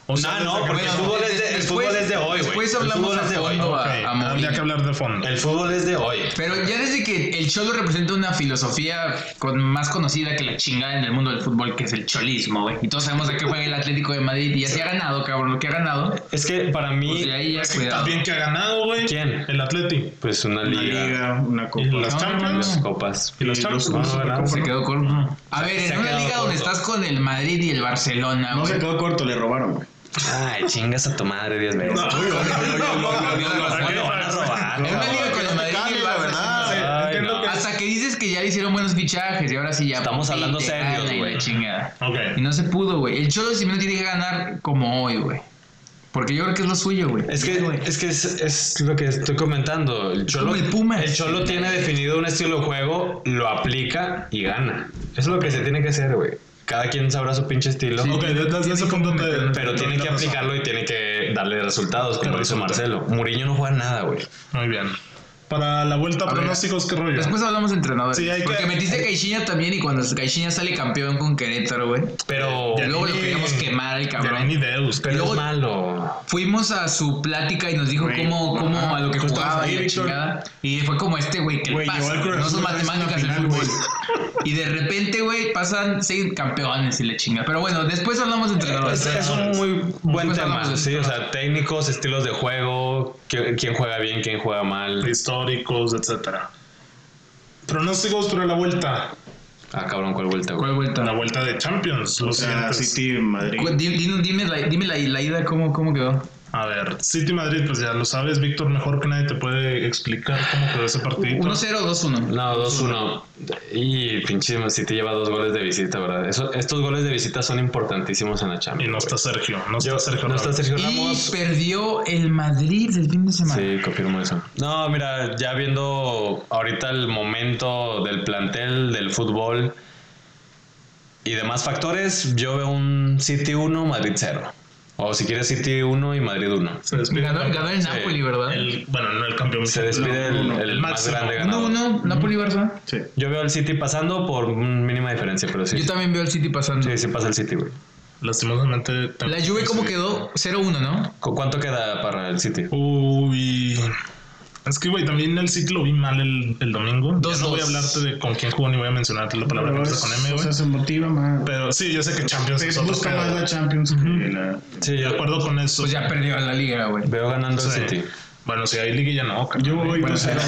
Speaker 1: O
Speaker 4: No, no,
Speaker 1: desde que-
Speaker 4: porque el fútbol es de- el fútbol es de hoy, güey.
Speaker 2: Después
Speaker 4: El
Speaker 2: hablamos
Speaker 4: fútbol
Speaker 2: a
Speaker 4: es de hoy.
Speaker 2: fondo a,
Speaker 1: Ok,
Speaker 2: a
Speaker 1: habría
Speaker 2: Mourinho.
Speaker 1: que hablar de fondo.
Speaker 4: El fútbol es de hoy.
Speaker 2: Ah, Pero ya desde que el Cholo representa una filosofía con, más conocida que la chingada en el mundo del fútbol, que es el cholismo, güey. Y todos sabemos de qué juega el Atlético de Madrid y ya se ha ganado, cabrón, lo que ha ganado.
Speaker 4: Es que para mí,
Speaker 2: Pues de ahí ya
Speaker 1: Es que
Speaker 2: cuidado.
Speaker 1: también que ha ganado, güey.
Speaker 4: ¿Quién?
Speaker 1: El Atleti.
Speaker 4: pues una
Speaker 3: Una
Speaker 4: liga,
Speaker 3: liga, una copa.
Speaker 1: Y las
Speaker 2: No,
Speaker 1: Champions.
Speaker 4: las copas.
Speaker 1: Y las Champions. Ah,
Speaker 4: No,
Speaker 1: no,
Speaker 4: no,
Speaker 1: Supercopa,
Speaker 4: no.
Speaker 2: Se
Speaker 1: ¿no?
Speaker 2: quedó corto. A ver,
Speaker 4: Se
Speaker 2: en
Speaker 4: ha
Speaker 2: una
Speaker 4: quedado
Speaker 2: liga donde
Speaker 4: corto.
Speaker 2: estás con el Madrid y el Barcelona,
Speaker 3: No se
Speaker 2: güey.
Speaker 3: quedó corto, le robaron, güey.
Speaker 4: Ay, chingas a tu madre 10 veces.
Speaker 1: No,
Speaker 4: No,
Speaker 1: obvio, obvio, obvio, obvio, obvio, obvio,
Speaker 4: no,
Speaker 1: obvio.
Speaker 4: lo van a robar.
Speaker 2: En una
Speaker 4: no.
Speaker 2: liga con el Madrid y el
Speaker 3: la
Speaker 2: Barcelona.
Speaker 3: verdad.
Speaker 1: Sí,
Speaker 4: Ay,
Speaker 1: entiendo
Speaker 4: no.
Speaker 1: que-
Speaker 2: Hasta que dices que ya le hicieron buenos fichajes y ahora sí ya.
Speaker 4: Estamos
Speaker 2: sí,
Speaker 4: hablando
Speaker 2: te
Speaker 4: serios,
Speaker 2: gana y
Speaker 4: güey.
Speaker 2: la chingada.
Speaker 1: Ok.
Speaker 2: Y no se pudo, güey. El Cholo Simeone tiene que ganar como hoy, güey. Porque yo creo que es lo suyo, güey.
Speaker 4: Es que, es, que es, es lo que estoy comentando. El Cholo,
Speaker 2: como el Pumas.
Speaker 4: el Cholo tiene definido un estilo de juego, lo aplica y gana. Es lo que se tiene que hacer, güey. Cada quien sabrá su pinche estilo,
Speaker 1: Ok, desde desde ese punto te-
Speaker 4: pero
Speaker 1: te
Speaker 4: tiene
Speaker 1: doy
Speaker 4: que
Speaker 1: la razón.
Speaker 4: aplicarlo y tiene que darle resultados, como
Speaker 1: Claro.
Speaker 4: lo hizo Marcelo. Mourinho no juega nada, güey.
Speaker 1: Muy bien. Para la vuelta a
Speaker 2: ver.
Speaker 1: pronósticos, ¿qué rollo?
Speaker 2: Después hablamos de entrenadores.
Speaker 1: Sí, hay que-
Speaker 2: Porque metiste a Caixinha también y cuando Caixinha sale campeón con Querétaro, güey.
Speaker 4: Pero,
Speaker 1: Eh, Ya
Speaker 2: Luego lo
Speaker 1: ni-
Speaker 2: queríamos quemar, el
Speaker 1: Ya ni
Speaker 2: cabrón.
Speaker 1: Deus,
Speaker 4: pero
Speaker 2: luego-
Speaker 4: es malo.
Speaker 2: Fuimos a su plática y nos dijo
Speaker 3: Güey,
Speaker 2: cómo, cómo
Speaker 3: ajá.
Speaker 2: a lo que
Speaker 3: Tú estabas
Speaker 2: jugaba
Speaker 3: ahí,
Speaker 2: y la
Speaker 3: Víctor.
Speaker 2: chingada. Y fue como este, güey, que le
Speaker 3: Güey, llegó
Speaker 2: pasa.
Speaker 3: al Cruz
Speaker 2: No son
Speaker 3: Azul,
Speaker 2: matemáticas
Speaker 3: es
Speaker 2: el
Speaker 3: una
Speaker 2: fútbol.
Speaker 3: final,
Speaker 2: *laughs* Y de repente, güey, pasan seis campeones y la chinga. Pero bueno, después hablamos de entrenadores.
Speaker 4: Es, es un muy buen
Speaker 2: Pues
Speaker 4: tema,
Speaker 2: hablamos de
Speaker 4: sí, o sea, técnicos, estilos de juego, qui- quién juega bien, quién juega mal.
Speaker 1: históricos, etcétera. Pronósticos para la vuelta.
Speaker 4: Ah, cabrón, ¿cuál vuelta, güey?
Speaker 2: ¿Cuál vuelta?
Speaker 1: La vuelta de Champions.
Speaker 3: O
Speaker 1: Los
Speaker 3: sea,
Speaker 1: siguientes.
Speaker 3: City, Madrid.
Speaker 2: Cu- di- di- Dime, la, dime la, la ida, ¿cómo, ¿cómo quedó?
Speaker 1: A ver, City Madrid, pues ya lo sabes, Víctor, mejor que nadie te puede explicar cómo quedó ese partidito.
Speaker 2: 1-0 o 2-1.
Speaker 4: No, 2-1. Y pinche Man City lleva dos goles de visita, ¿verdad? Eso- estos goles de visita son importantísimos en la
Speaker 1: Y
Speaker 4: Champions.
Speaker 1: no está
Speaker 4: güey.
Speaker 1: Sergio, no está
Speaker 4: Yo-
Speaker 1: Sergio.
Speaker 4: no está
Speaker 1: Ramos.
Speaker 4: Sergio
Speaker 2: Y
Speaker 4: Ramos.
Speaker 2: perdió el Madrid el fin de semana.
Speaker 4: Sí, confirmo eso. No, mira, ya viendo ahorita el momento del plantel, del fútbol y demás factores, yo veo un City 1, Madrid 0. O si quieres City 1 y Madrid 1.
Speaker 1: Se despide.
Speaker 2: Ganó, ganó el Napoli, ¿verdad?
Speaker 1: El- bueno, no el campeón.
Speaker 4: Se despide
Speaker 1: No,
Speaker 4: el,
Speaker 1: no,
Speaker 4: el más
Speaker 1: máximo.
Speaker 4: grande ganador.
Speaker 2: 1-1, Napoli-Barça.
Speaker 3: Sí.
Speaker 4: Yo veo al City pasando por mínima diferencia, pero sí.
Speaker 2: Yo también veo al City pasando.
Speaker 4: Sí, sí pasa el City, güey.
Speaker 1: Lastimosamente.
Speaker 2: La Juve, ¿cómo quedó? 0-1, ¿no?
Speaker 4: ¿Cu- ¿Cuánto queda para el City?
Speaker 1: Uy. Es que, güey, también el City lo vi mal el, el domingo. Ya
Speaker 2: Dos,
Speaker 1: no voy a
Speaker 2: dos.
Speaker 1: hablarte de con quién jugó ni voy a mencionarte la palabra que
Speaker 3: Pero
Speaker 1: empieza con M,
Speaker 3: es- o
Speaker 1: güey.
Speaker 3: sea, se motiva más.
Speaker 1: Pero sí, yo sé que Champions es
Speaker 3: Se
Speaker 1: otro
Speaker 3: busca
Speaker 1: pedo,
Speaker 3: más
Speaker 1: güey.
Speaker 3: la Champions que la...
Speaker 4: Sí,
Speaker 1: De
Speaker 4: yo
Speaker 1: acuerdo con eso.
Speaker 2: Pues ya perdió la liga, güey.
Speaker 4: veo ganando
Speaker 1: Sí.
Speaker 4: el City.
Speaker 1: Bueno, si hay liga ya no. carnal.
Speaker 3: Yo voy
Speaker 1: Bueno,
Speaker 3: 2-0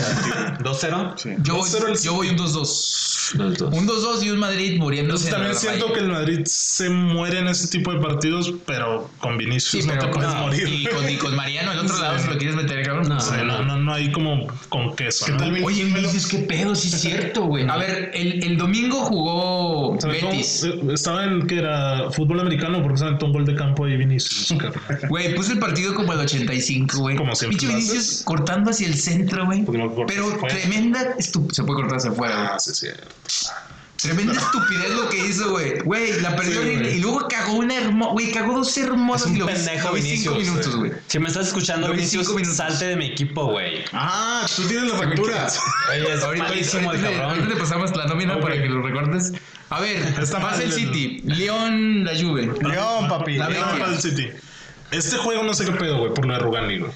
Speaker 4: ¿2-0?
Speaker 3: Sí.
Speaker 2: Yo, voy-
Speaker 1: 2-0 el
Speaker 2: yo voy un 2-2.
Speaker 4: 2-2.
Speaker 2: Un 2-2 y un Madrid muriéndose.
Speaker 1: Entonces también siento que el Madrid se muere en ese tipo de partidos, pero con Vinicius no te puedes morir.
Speaker 2: Y
Speaker 1: *laughs*
Speaker 2: con, y con Mariano, el otro lado, si lo quieres meter, cabrón.
Speaker 1: O sea, no, no, no hay como con queso.
Speaker 3: ¿Qué
Speaker 1: ¿no?
Speaker 3: tal
Speaker 2: Oye, Vinicius, qué pedo, sí es cierto, güey. A ver, el, el domingo jugó
Speaker 1: Se aventó-
Speaker 2: Betis.
Speaker 1: eh, Estaba en que era fútbol americano porque se aventó un gol de campo ahí Vinicius. carnal.
Speaker 2: Güey, puse el partido como el 85, güey.
Speaker 1: Como siempre
Speaker 2: Pinche
Speaker 1: lo haces.
Speaker 2: Vinicius cortando hacia el centro, güey.
Speaker 1: Porque no cortas
Speaker 2: Pero
Speaker 1: hacia afuera.
Speaker 2: tremenda estup- Se puede cortar hacia afuera, güey.
Speaker 1: Ah, sí, sí.
Speaker 2: Tremenda estupidez lo que hizo, güey. Güey, la perdió
Speaker 4: Sí,
Speaker 2: y-
Speaker 4: güey.
Speaker 2: y luego cagó una hermosa. Güey, cagó dos hermosas y lo, lo vi cinco minutos, güey.
Speaker 4: Si me estás escuchando,
Speaker 2: Lo vi
Speaker 4: Vinicius,
Speaker 2: cinco minutos.
Speaker 4: salte de mi equipo, güey.
Speaker 3: Ah, tú tienes la factura.
Speaker 4: Oye, es
Speaker 2: Ahorita,
Speaker 4: malísimo el
Speaker 2: ahorita le- ahorita
Speaker 4: cabrón.
Speaker 2: le pasamos la nómina
Speaker 1: Ok.
Speaker 2: para que lo recortes. A ver,
Speaker 1: *laughs* Está
Speaker 2: pasa
Speaker 1: mal
Speaker 2: el
Speaker 1: el-
Speaker 2: City, León, la Juve.
Speaker 3: León, papi.
Speaker 2: La
Speaker 1: Era
Speaker 2: Virgen.
Speaker 1: para el City. Este juego no sé qué pedo, güey, por lo de Rugani, güey.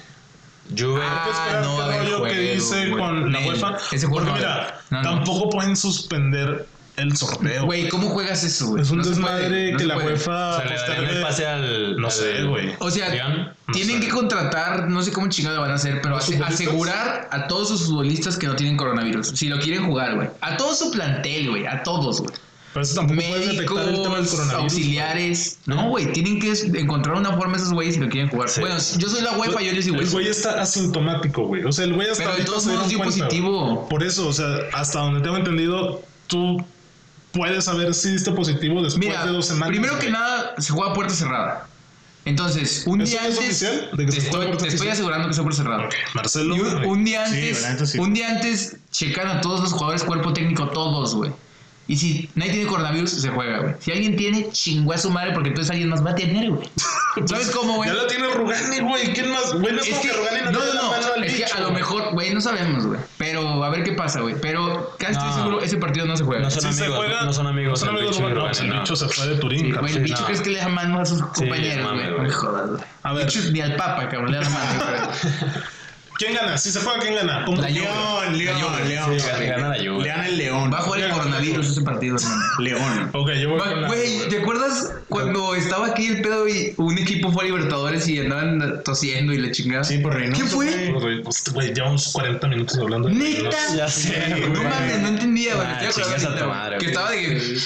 Speaker 4: Juve.
Speaker 2: Ah,
Speaker 1: esperar
Speaker 2: no va a
Speaker 1: qué
Speaker 2: haber
Speaker 1: rollo que
Speaker 2: juego,
Speaker 1: dice
Speaker 2: güey.
Speaker 1: con la
Speaker 2: Nel,
Speaker 1: UEFA.
Speaker 2: ese
Speaker 1: Porque
Speaker 2: juego no va a
Speaker 1: mira,
Speaker 2: haber. No, no.
Speaker 1: tampoco pueden suspender el sorteo.
Speaker 2: Güey, ¿cómo juegas eso, güey?
Speaker 1: es un
Speaker 2: No se
Speaker 1: desmadre
Speaker 2: puede, no
Speaker 1: que
Speaker 2: se
Speaker 1: la
Speaker 2: puede.
Speaker 1: UEFA
Speaker 4: Se le daría
Speaker 1: postergue-
Speaker 4: el pase al.
Speaker 1: No
Speaker 4: al-
Speaker 1: sé, güey.
Speaker 2: O sea,
Speaker 4: León.
Speaker 2: tienen que contratar, no sé cómo chingados van a hacer, pero ase-
Speaker 1: futbolistas?
Speaker 2: asegurar a todos sus futbolistas que no tienen coronavirus. Si lo quieren jugar, güey. A todo su plantel, güey. A todos, güey.
Speaker 1: Pero eso Pues tampoco puede detectar el tema del
Speaker 2: médicos,
Speaker 1: coronavirus.
Speaker 2: auxiliares. No, güey, tienen que es- encontrar una forma esos güeyes si lo quieren jugar.
Speaker 4: Sí.
Speaker 2: Bueno, yo soy la UEFA, yo les digo
Speaker 1: Pues, El
Speaker 2: eso.
Speaker 1: güey está asintomático, güey. O sea, el güey hasta
Speaker 2: Pero de
Speaker 1: ahorita
Speaker 2: todos
Speaker 1: se
Speaker 2: modos dio
Speaker 1: dieron cuenta,
Speaker 2: positivo.
Speaker 1: güey. Por eso, o sea, hasta donde tengo entendido, tú puedes saber si diste positivo después
Speaker 2: Mira,
Speaker 1: de dos semanas.
Speaker 2: primero que
Speaker 1: güey.
Speaker 2: nada, se juega a puerta cerrada. Entonces, un
Speaker 1: ¿Eso
Speaker 2: día
Speaker 1: ya es
Speaker 2: antes.
Speaker 1: oficial? ¿De que
Speaker 2: te
Speaker 1: se juega a
Speaker 2: estoy,
Speaker 1: puerta
Speaker 2: te estoy
Speaker 1: oficial?
Speaker 2: asegurando que sea puerta cerrada.
Speaker 1: Ok, Marcelo.
Speaker 2: Y un, un día
Speaker 3: Sí,
Speaker 2: antes,
Speaker 3: la neta sí.
Speaker 2: un día antes checan a todos los jugadores, cuerpo técnico, todos, güey. Y si nadie tiene coronavirus, se juega, güey. Si alguien tiene, chingó a su madre porque entonces alguien más va a tener, güey. ¿Sabes cómo, güey?
Speaker 1: Ya la tiene Rugani, güey. ¿Quién más? Güey, no es,
Speaker 2: Es
Speaker 1: como
Speaker 2: que,
Speaker 1: que, Rugani no,
Speaker 2: no,
Speaker 1: le dé la
Speaker 2: no,
Speaker 1: mano al
Speaker 2: es que
Speaker 1: bicho,
Speaker 2: a lo
Speaker 1: güey.
Speaker 2: mejor, güey, no sabemos, güey. Pero a ver qué pasa, güey. Pero casi estoy
Speaker 4: No.
Speaker 2: seguro, ese partido no se juega.
Speaker 4: No
Speaker 1: Si
Speaker 4: son
Speaker 1: se
Speaker 4: amigos,
Speaker 1: juega-
Speaker 4: no son amigos.
Speaker 1: No son
Speaker 4: el
Speaker 1: amigos,
Speaker 4: bicho y
Speaker 1: bueno,
Speaker 4: Rugani,
Speaker 1: el
Speaker 4: no.
Speaker 1: bicho se fue de Turín,
Speaker 2: Sí,
Speaker 1: cabrón.
Speaker 2: güey, el bicho
Speaker 4: no.
Speaker 2: crees que le da mano a sus compañeros,
Speaker 4: mame,
Speaker 2: güey.
Speaker 4: güey.
Speaker 2: no me jodas, güey.
Speaker 1: A ver.
Speaker 2: Bicho, ni al papa, cabrón, le da la mano, güey.
Speaker 1: ¿Quién gana? Si se juega, ¿quién gana? Punto.
Speaker 2: La Juve.
Speaker 3: León, León, León.
Speaker 4: Sí, gana la Juve.
Speaker 3: Le gana el León.
Speaker 2: Va a jugar el coronavirus ese partido, hermano.
Speaker 3: León.
Speaker 1: Ok, yo voy con
Speaker 2: Va-
Speaker 1: la-
Speaker 2: Güey, ¿te acuerdas cuando estaba aquí el pedo y un equipo fue a Libertadores y andaban tosiendo y la chingada?
Speaker 3: Sí, por Reynoso.
Speaker 2: ¿Quién fue?
Speaker 1: Pues, Güey, llevamos 40 minutos hablando de
Speaker 2: Neta.
Speaker 4: Ya sé,
Speaker 2: No
Speaker 4: güey.
Speaker 2: mames,
Speaker 1: Eh,
Speaker 2: no entendía, güey.
Speaker 4: Ah,
Speaker 2: Estoy acordando
Speaker 4: chingas a
Speaker 2: ahorita,
Speaker 4: tu
Speaker 2: güey,
Speaker 4: madre,
Speaker 2: Que
Speaker 4: güey.
Speaker 2: estaba de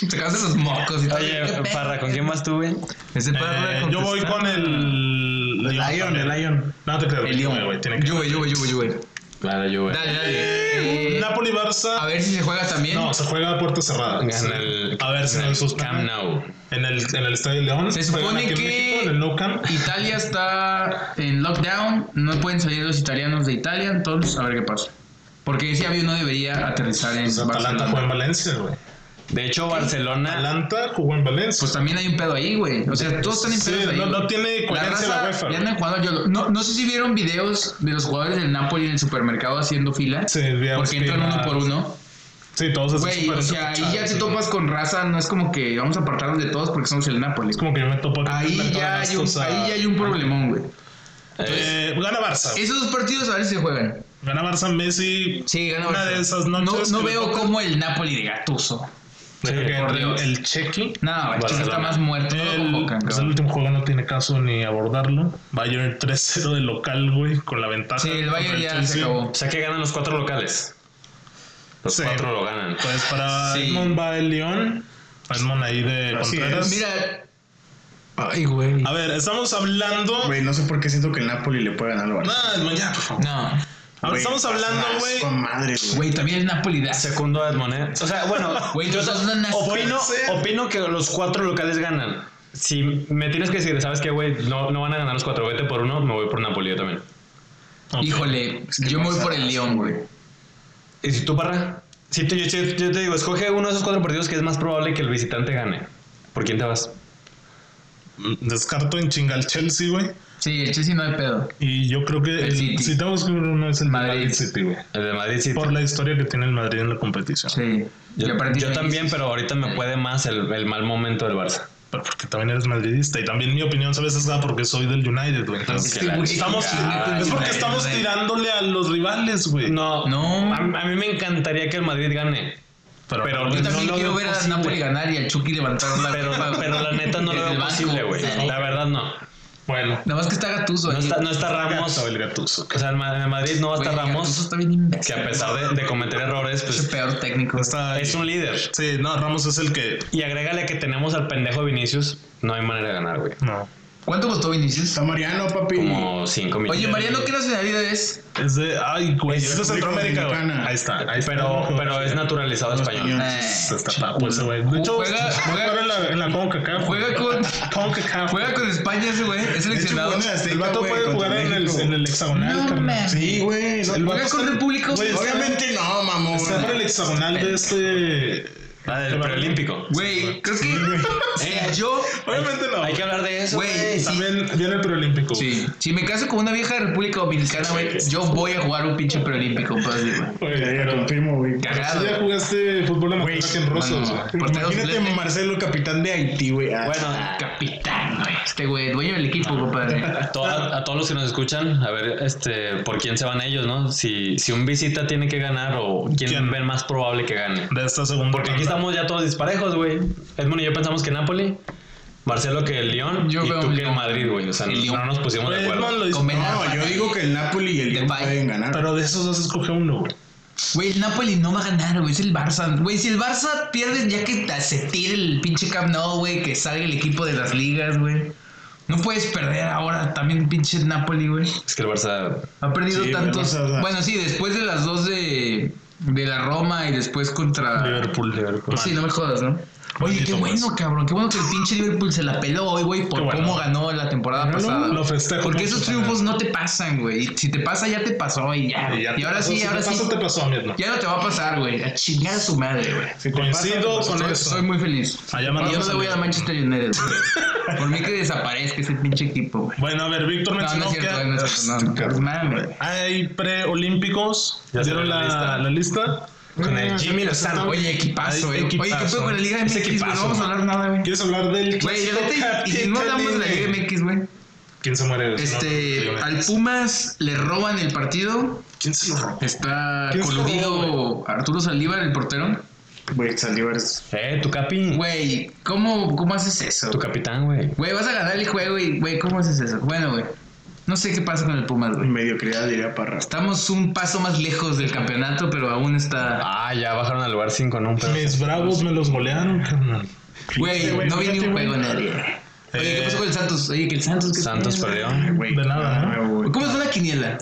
Speaker 2: que sacaste los mocos y todo.
Speaker 4: Oye, Parra, ¿con quién más tú, güey?
Speaker 2: Ese
Speaker 1: Eh,
Speaker 2: perro
Speaker 1: yo voy con el.
Speaker 3: Lion,
Speaker 1: también.
Speaker 3: el Lion.
Speaker 1: No te creo.
Speaker 2: El
Speaker 1: Juve,
Speaker 2: León.
Speaker 1: güey. Tiene que.
Speaker 2: Juve, Juve, Juve, Juve.
Speaker 4: Gana la Juve.
Speaker 2: Dale,
Speaker 1: Eh,
Speaker 2: dale. Eh,
Speaker 1: Napoli
Speaker 2: a
Speaker 1: Barça.
Speaker 2: ver si se juega también.
Speaker 1: No, se juega a puerta cerrada.
Speaker 4: Gana el.
Speaker 1: A ver si
Speaker 4: gana
Speaker 1: no
Speaker 4: el Camp
Speaker 1: suspenden.
Speaker 4: Nou.
Speaker 1: En el, en el Estadio León.
Speaker 2: Se
Speaker 1: Juegan
Speaker 2: supone
Speaker 1: aquí en
Speaker 2: que-
Speaker 1: México, en el Nou Camp.
Speaker 2: Italia está en lockdown, no pueden salir los italianos de Italia, entonces a ver qué pasa. Porque ese avión no debería aterrizar en
Speaker 1: Pues Atalanta jugó en
Speaker 2: Barcelona.
Speaker 1: Valencia, güey.
Speaker 4: De hecho, Barcelona.
Speaker 1: Atalanta jugó en Valencia.
Speaker 2: Pues también hay un pedo ahí, güey. O sea, todos están en
Speaker 1: Sí,
Speaker 2: pedos ahí,
Speaker 1: no-
Speaker 2: güey.
Speaker 1: no tiene coherencia la UEFA,
Speaker 2: Ya
Speaker 1: güey.
Speaker 2: andan jugando al YOLO. No, no sé si vieron videos de los jugadores del Napoli en el supermercado haciendo fila.
Speaker 1: Sí, veamos
Speaker 2: porque entran
Speaker 1: filas.
Speaker 2: uno por uno.
Speaker 1: Sí, todos así
Speaker 2: Güey,
Speaker 1: súper
Speaker 2: o sea, ahí ya
Speaker 1: encapuchados,
Speaker 2: te
Speaker 1: ¿no?
Speaker 2: topas con raza, no es como que vamos a apartarnos de todos porque somos el Napoli.
Speaker 1: Es como que yo me topo aquí en
Speaker 2: Ahí
Speaker 1: el
Speaker 2: ya, hay un,
Speaker 1: Canastos a-
Speaker 2: ahí ya hay un problemón, güey.
Speaker 1: Eh, gana Barça. güey.
Speaker 2: Esos dos partidos a ver si se juegan.
Speaker 1: Gana Barça Messi.
Speaker 2: Sí, gana
Speaker 1: Una
Speaker 2: Barça.
Speaker 1: de esas noches
Speaker 2: No, no
Speaker 1: que
Speaker 2: veo
Speaker 1: le toca.
Speaker 2: cómo el Napoli de Gatuso.
Speaker 1: Yo creo que
Speaker 2: por
Speaker 1: el-
Speaker 2: Dios.
Speaker 1: el Chequi.
Speaker 2: No, el chico
Speaker 4: Barcelona.
Speaker 2: está más muerto. no lo
Speaker 1: El,
Speaker 2: convocan,
Speaker 1: pues el
Speaker 2: cabrón.
Speaker 1: último juego no tiene caso ni abordarlo. Bayern 3-0 de local, güey, con la ventaja.
Speaker 2: Sí, el
Speaker 1: contra
Speaker 2: Bayern ya se
Speaker 1: Chelsea.
Speaker 2: acabó.
Speaker 4: O sea que ganan los cuatro locales. Los
Speaker 1: Sí.
Speaker 4: cuatro lo ganan.
Speaker 1: Pues para
Speaker 2: Sí.
Speaker 1: Edmond va el León. Edmond ahí de
Speaker 3: Así
Speaker 1: Contreras.
Speaker 3: es.
Speaker 2: Mira,
Speaker 4: Ay, güey.
Speaker 1: A ver, estamos hablando.
Speaker 3: Güey, no sé por qué siento que el Napoli le puede ganar al Barça.
Speaker 1: Nah, Edmond, ya, por favor.
Speaker 2: no.
Speaker 1: A ver,
Speaker 3: Güey,
Speaker 1: estamos hablando,
Speaker 3: asco,
Speaker 1: güey.
Speaker 3: madre, güey.
Speaker 2: Güey, también el Napoli da.
Speaker 4: Segundo Edmond, ¿eh? O sea, bueno,
Speaker 2: Güey,
Speaker 4: yo
Speaker 2: los dos son asco.
Speaker 4: opino,
Speaker 1: Sí.
Speaker 4: opino que los cuatro locales ganan. Si me tienes que decir, ¿sabes qué, güey? No, no van a ganar los cuatro. Vete por uno, me voy por Napoli yo también.
Speaker 1: Ok.
Speaker 2: Híjole,
Speaker 3: que
Speaker 2: yo me voy
Speaker 3: pasa
Speaker 2: por el
Speaker 3: asco,
Speaker 2: León, güey.
Speaker 4: ¿Y si tú, Parra? Sí, te- yo, yo- yo te digo, escoge uno de esos cuatro partidos que es más probable que el visitante gane. ¿Por quién te vas?
Speaker 1: Mm, Descarto en chinga al Chelsea, güey.
Speaker 2: Sí, el Chelsea no hay pedo.
Speaker 1: Y yo creo que
Speaker 2: El City.
Speaker 1: si tengo que escoger uno es el
Speaker 2: Madrid.
Speaker 1: Madrid City, güey.
Speaker 4: El de Madrid sí.
Speaker 1: Por la historia que tiene el Madrid en la competición.
Speaker 2: Sí.
Speaker 4: Yo,
Speaker 2: Y aparte
Speaker 4: yo
Speaker 2: Vinicius.
Speaker 4: también, pero ahorita me puede más el, el mal momento del Barça.
Speaker 1: Pero porque también eres madridista. Y también mi opinión, ¿sabes? Es ah, porque soy del United, güey. Entonces,
Speaker 2: Es
Speaker 4: Que
Speaker 2: que,
Speaker 4: la
Speaker 2: güey,
Speaker 1: Estamos,
Speaker 2: chingada,
Speaker 1: es porque
Speaker 2: güey,
Speaker 1: estamos
Speaker 2: güey.
Speaker 1: tirándole a los rivales, güey.
Speaker 4: No,
Speaker 2: No.
Speaker 4: A, a mí me encantaría que el Madrid gane. pero
Speaker 1: no,
Speaker 4: no
Speaker 2: Yo también
Speaker 4: lo
Speaker 2: quiero
Speaker 4: veo
Speaker 2: ver a
Speaker 4: posible.
Speaker 2: Napoli ganar y al Chucky levantar la
Speaker 4: Pero,
Speaker 2: copa, güey.
Speaker 4: pero la neta no lo
Speaker 2: Desde el
Speaker 4: veo
Speaker 2: banco.
Speaker 4: posible, güey. La verdad no.
Speaker 1: bueno,
Speaker 2: Nada más que está Gatuso.
Speaker 4: No está, no está Ramos.
Speaker 1: Gato, el Gattuso,
Speaker 4: O sea, en Ma- en Madrid no va a estar
Speaker 2: Gatuso
Speaker 4: Ramos,
Speaker 2: está bien
Speaker 4: que
Speaker 2: imbécil.
Speaker 4: a pesar de, de cometer errores,
Speaker 2: Es el
Speaker 4: pues
Speaker 2: peor técnico.
Speaker 1: Está-
Speaker 4: es un líder.
Speaker 1: Sí, no, Ramos es el que.
Speaker 4: Y agrégale que tenemos al pendejo Vinicius, no hay manera de ganar, güey.
Speaker 1: No.
Speaker 2: ¿Cuánto costó Vinicius?
Speaker 3: Está Mariano, papi.
Speaker 4: Como 5 millones.
Speaker 2: Oye, Mariano, ¿qué nacionalidad es?
Speaker 1: Es de. Ay, güey. Es de
Speaker 3: República
Speaker 1: Centroamérica, güey.
Speaker 3: Dominicana.
Speaker 1: Ahí está. Ahí está.
Speaker 4: pero, pero es naturalizado español.
Speaker 1: Se
Speaker 2: Eh,
Speaker 1: está papo ese, güey. De hecho,
Speaker 2: Juega- juega-
Speaker 1: juega en la, en la CONCACAF.
Speaker 2: Juega
Speaker 1: güey.
Speaker 2: con-
Speaker 1: CONCACAF.
Speaker 2: Juega con España ese güey. Es
Speaker 3: De hecho,
Speaker 2: seleccionado.
Speaker 3: jugó en Azteca,
Speaker 1: El vato
Speaker 3: güey,
Speaker 1: puede
Speaker 3: contra
Speaker 1: jugar en el,
Speaker 3: México.
Speaker 1: en el hexagonal,
Speaker 2: No
Speaker 1: carnal.
Speaker 2: mames.
Speaker 3: Sí, güey. no-
Speaker 1: El vato
Speaker 2: Juega con
Speaker 1: está-
Speaker 2: República
Speaker 1: güey, está-
Speaker 3: Obviamente no, mamón.
Speaker 1: Está por el hexagonal de este.
Speaker 4: Ah, del preolímpico.
Speaker 2: Güey, creo que. O sea, yo.
Speaker 1: Obviamente no.
Speaker 4: Hay que hablar de eso,
Speaker 2: Güey,
Speaker 4: güey.
Speaker 2: sí.
Speaker 1: También viene el preolímpico.
Speaker 2: Sí. Si me caso con una vieja de República Dominicana, güey, yo voy a jugar un pinche preolímpico. puedo decir, güey.
Speaker 1: Güey,
Speaker 3: Ya, ya,
Speaker 1: pero-
Speaker 3: confirmo, güey.
Speaker 1: Si
Speaker 2: Cagado.
Speaker 1: ya jugaste fútbol amateur aquí en Rosas,
Speaker 2: no.
Speaker 1: güey.
Speaker 2: Portero
Speaker 3: Imagínate
Speaker 2: suplente.
Speaker 3: Marcelo, capitán de Haití, güey. Ah,
Speaker 4: Bueno,
Speaker 2: Capitán, güey. Este güey, dueño del equipo, compadre.
Speaker 4: To- a, a todos los que nos escuchan, a ver este, por quién se van ellos, ¿no? Si, si un visita tiene que ganar o quién,
Speaker 1: ¿Quién?
Speaker 4: ven más probable que gane.
Speaker 1: De esta segunda.
Speaker 4: Porque aquí estamos ya todos disparejos, güey. Edmund y yo pensamos que Napoli, Marcelo que el León
Speaker 2: Yo
Speaker 4: y
Speaker 2: veo
Speaker 4: tú
Speaker 2: un
Speaker 4: que el
Speaker 2: León.
Speaker 4: Madrid, güey. O sea,
Speaker 2: El
Speaker 4: no,
Speaker 2: León.
Speaker 4: no nos pusimos de
Speaker 1: Güey,
Speaker 4: acuerdo.
Speaker 1: Edmond lo hizo-
Speaker 2: Con Ben
Speaker 3: No,
Speaker 2: Affleck.
Speaker 3: yo digo que el Napoli y el León
Speaker 2: Depay.
Speaker 3: pueden ganar.
Speaker 1: Pero de esos dos escoge uno, güey.
Speaker 2: Güey, el Napoli no va a ganar, güey. Es el Barça. Güey, si el Barça pierde, ya que te- se tire el pinche Camp Nou, güey, que salga el equipo de las ligas, güey. No puedes perder ahora también pinche Napoli, güey.
Speaker 4: Es que el Barça.
Speaker 2: Ha perdido
Speaker 3: Sí,
Speaker 2: tantos.
Speaker 3: güey, no se-
Speaker 2: bueno, sí, después de las dos de, de la Roma y después contra.
Speaker 1: Liverpool, Liverpool.
Speaker 2: Sí, Ah. Pues no me jodas, ¿no? Oye, qué
Speaker 1: Maldito
Speaker 2: bueno,
Speaker 1: West.
Speaker 2: cabrón. Qué bueno que el pinche Liverpool se la peló hoy, güey, por
Speaker 1: Qué bueno.
Speaker 2: cómo ganó la temporada
Speaker 1: Lo-
Speaker 2: pasada.
Speaker 1: lo festejo
Speaker 2: Porque
Speaker 1: mucho,
Speaker 2: esos triunfos no te pasan, güey. Si te pasa, ya te pasó y ya.
Speaker 1: Y,
Speaker 2: güey.
Speaker 1: ya
Speaker 2: Y,
Speaker 1: te
Speaker 2: ahora
Speaker 1: pasó,
Speaker 2: sí,
Speaker 1: si
Speaker 2: ahora
Speaker 1: te
Speaker 2: sí.
Speaker 1: pasó, te pasó, mierda.
Speaker 2: Ya no te va a pasar, güey. A chingar a su madre, güey.
Speaker 3: Si te
Speaker 1: Coincido
Speaker 3: pasa,
Speaker 1: con
Speaker 3: pues,
Speaker 1: eso.
Speaker 2: Soy muy feliz.
Speaker 1: Allá
Speaker 2: Y yo
Speaker 1: mandamos
Speaker 2: no le
Speaker 1: al-
Speaker 2: voy a Manchester United, güey. Por mí que desaparezca ese pinche equipo, güey.
Speaker 1: Bueno, a ver, Víctor
Speaker 2: No,
Speaker 1: mencionó
Speaker 2: no es
Speaker 1: que este
Speaker 2: cierto, no es cierto. No, no, no. Mame, güey.
Speaker 1: hay preolímpicos.
Speaker 4: Ya
Speaker 1: ¿Vieron
Speaker 4: salió
Speaker 1: la,
Speaker 4: la lista.
Speaker 1: la lista?
Speaker 4: Con el
Speaker 3: Ah,
Speaker 4: Jimmy Lozano.
Speaker 2: Oye, equipazo,
Speaker 1: Ay,
Speaker 2: eh. Oye, ¿qué
Speaker 1: equipazo.
Speaker 2: pedo con la Liga
Speaker 4: Ese
Speaker 2: MX? güey? No
Speaker 4: equipazo.
Speaker 2: vamos a hablar nada, güey.
Speaker 1: ¿Quieres hablar del
Speaker 2: Güey,
Speaker 1: clásico
Speaker 2: fíjate, y si no hablamos de la Liga
Speaker 1: Capitalino?
Speaker 2: MX, güey.
Speaker 1: ¿Quién se muere?
Speaker 4: Pues
Speaker 1: Si no,
Speaker 2: Este,
Speaker 1: dígame.
Speaker 2: al Pumas le roban el partido.
Speaker 1: ¿Quién se lo robó?
Speaker 2: Está
Speaker 1: ¿Quién se lo robó,
Speaker 2: coludido Arturo Saldívar, el portero.
Speaker 3: Güey, Saldívar es-
Speaker 4: Eh, tu capi.
Speaker 2: Güey, ¿cómo, ¿cómo haces eso?
Speaker 4: Tu capitán, güey.
Speaker 2: Güey, vas a ganar el juego y, güey, ¿cómo haces eso? Bueno, güey, no sé qué pasa con el Pumas, güey.
Speaker 3: mediocridad, diría Parra.
Speaker 2: Estamos un paso más lejos del campeonato, pero aún está...
Speaker 4: Ah, ya bajaron al lugar 5, ¿no? Pero-
Speaker 1: Mis bravos me los golearon, carnal.
Speaker 2: Güey,
Speaker 1: güey,
Speaker 2: no vi ni
Speaker 1: fíjate,
Speaker 2: un
Speaker 1: güey.
Speaker 2: juego nadie. Oye, ¿qué
Speaker 1: Eh,
Speaker 2: pasó con el Santos? Oye, que el Santos... ¿qué
Speaker 4: Santos
Speaker 2: pedo?
Speaker 4: perdió.
Speaker 3: Ay, güey,
Speaker 1: Ah, De nada, ¿no?
Speaker 3: güey.
Speaker 2: ¿Cómo está la quiniela?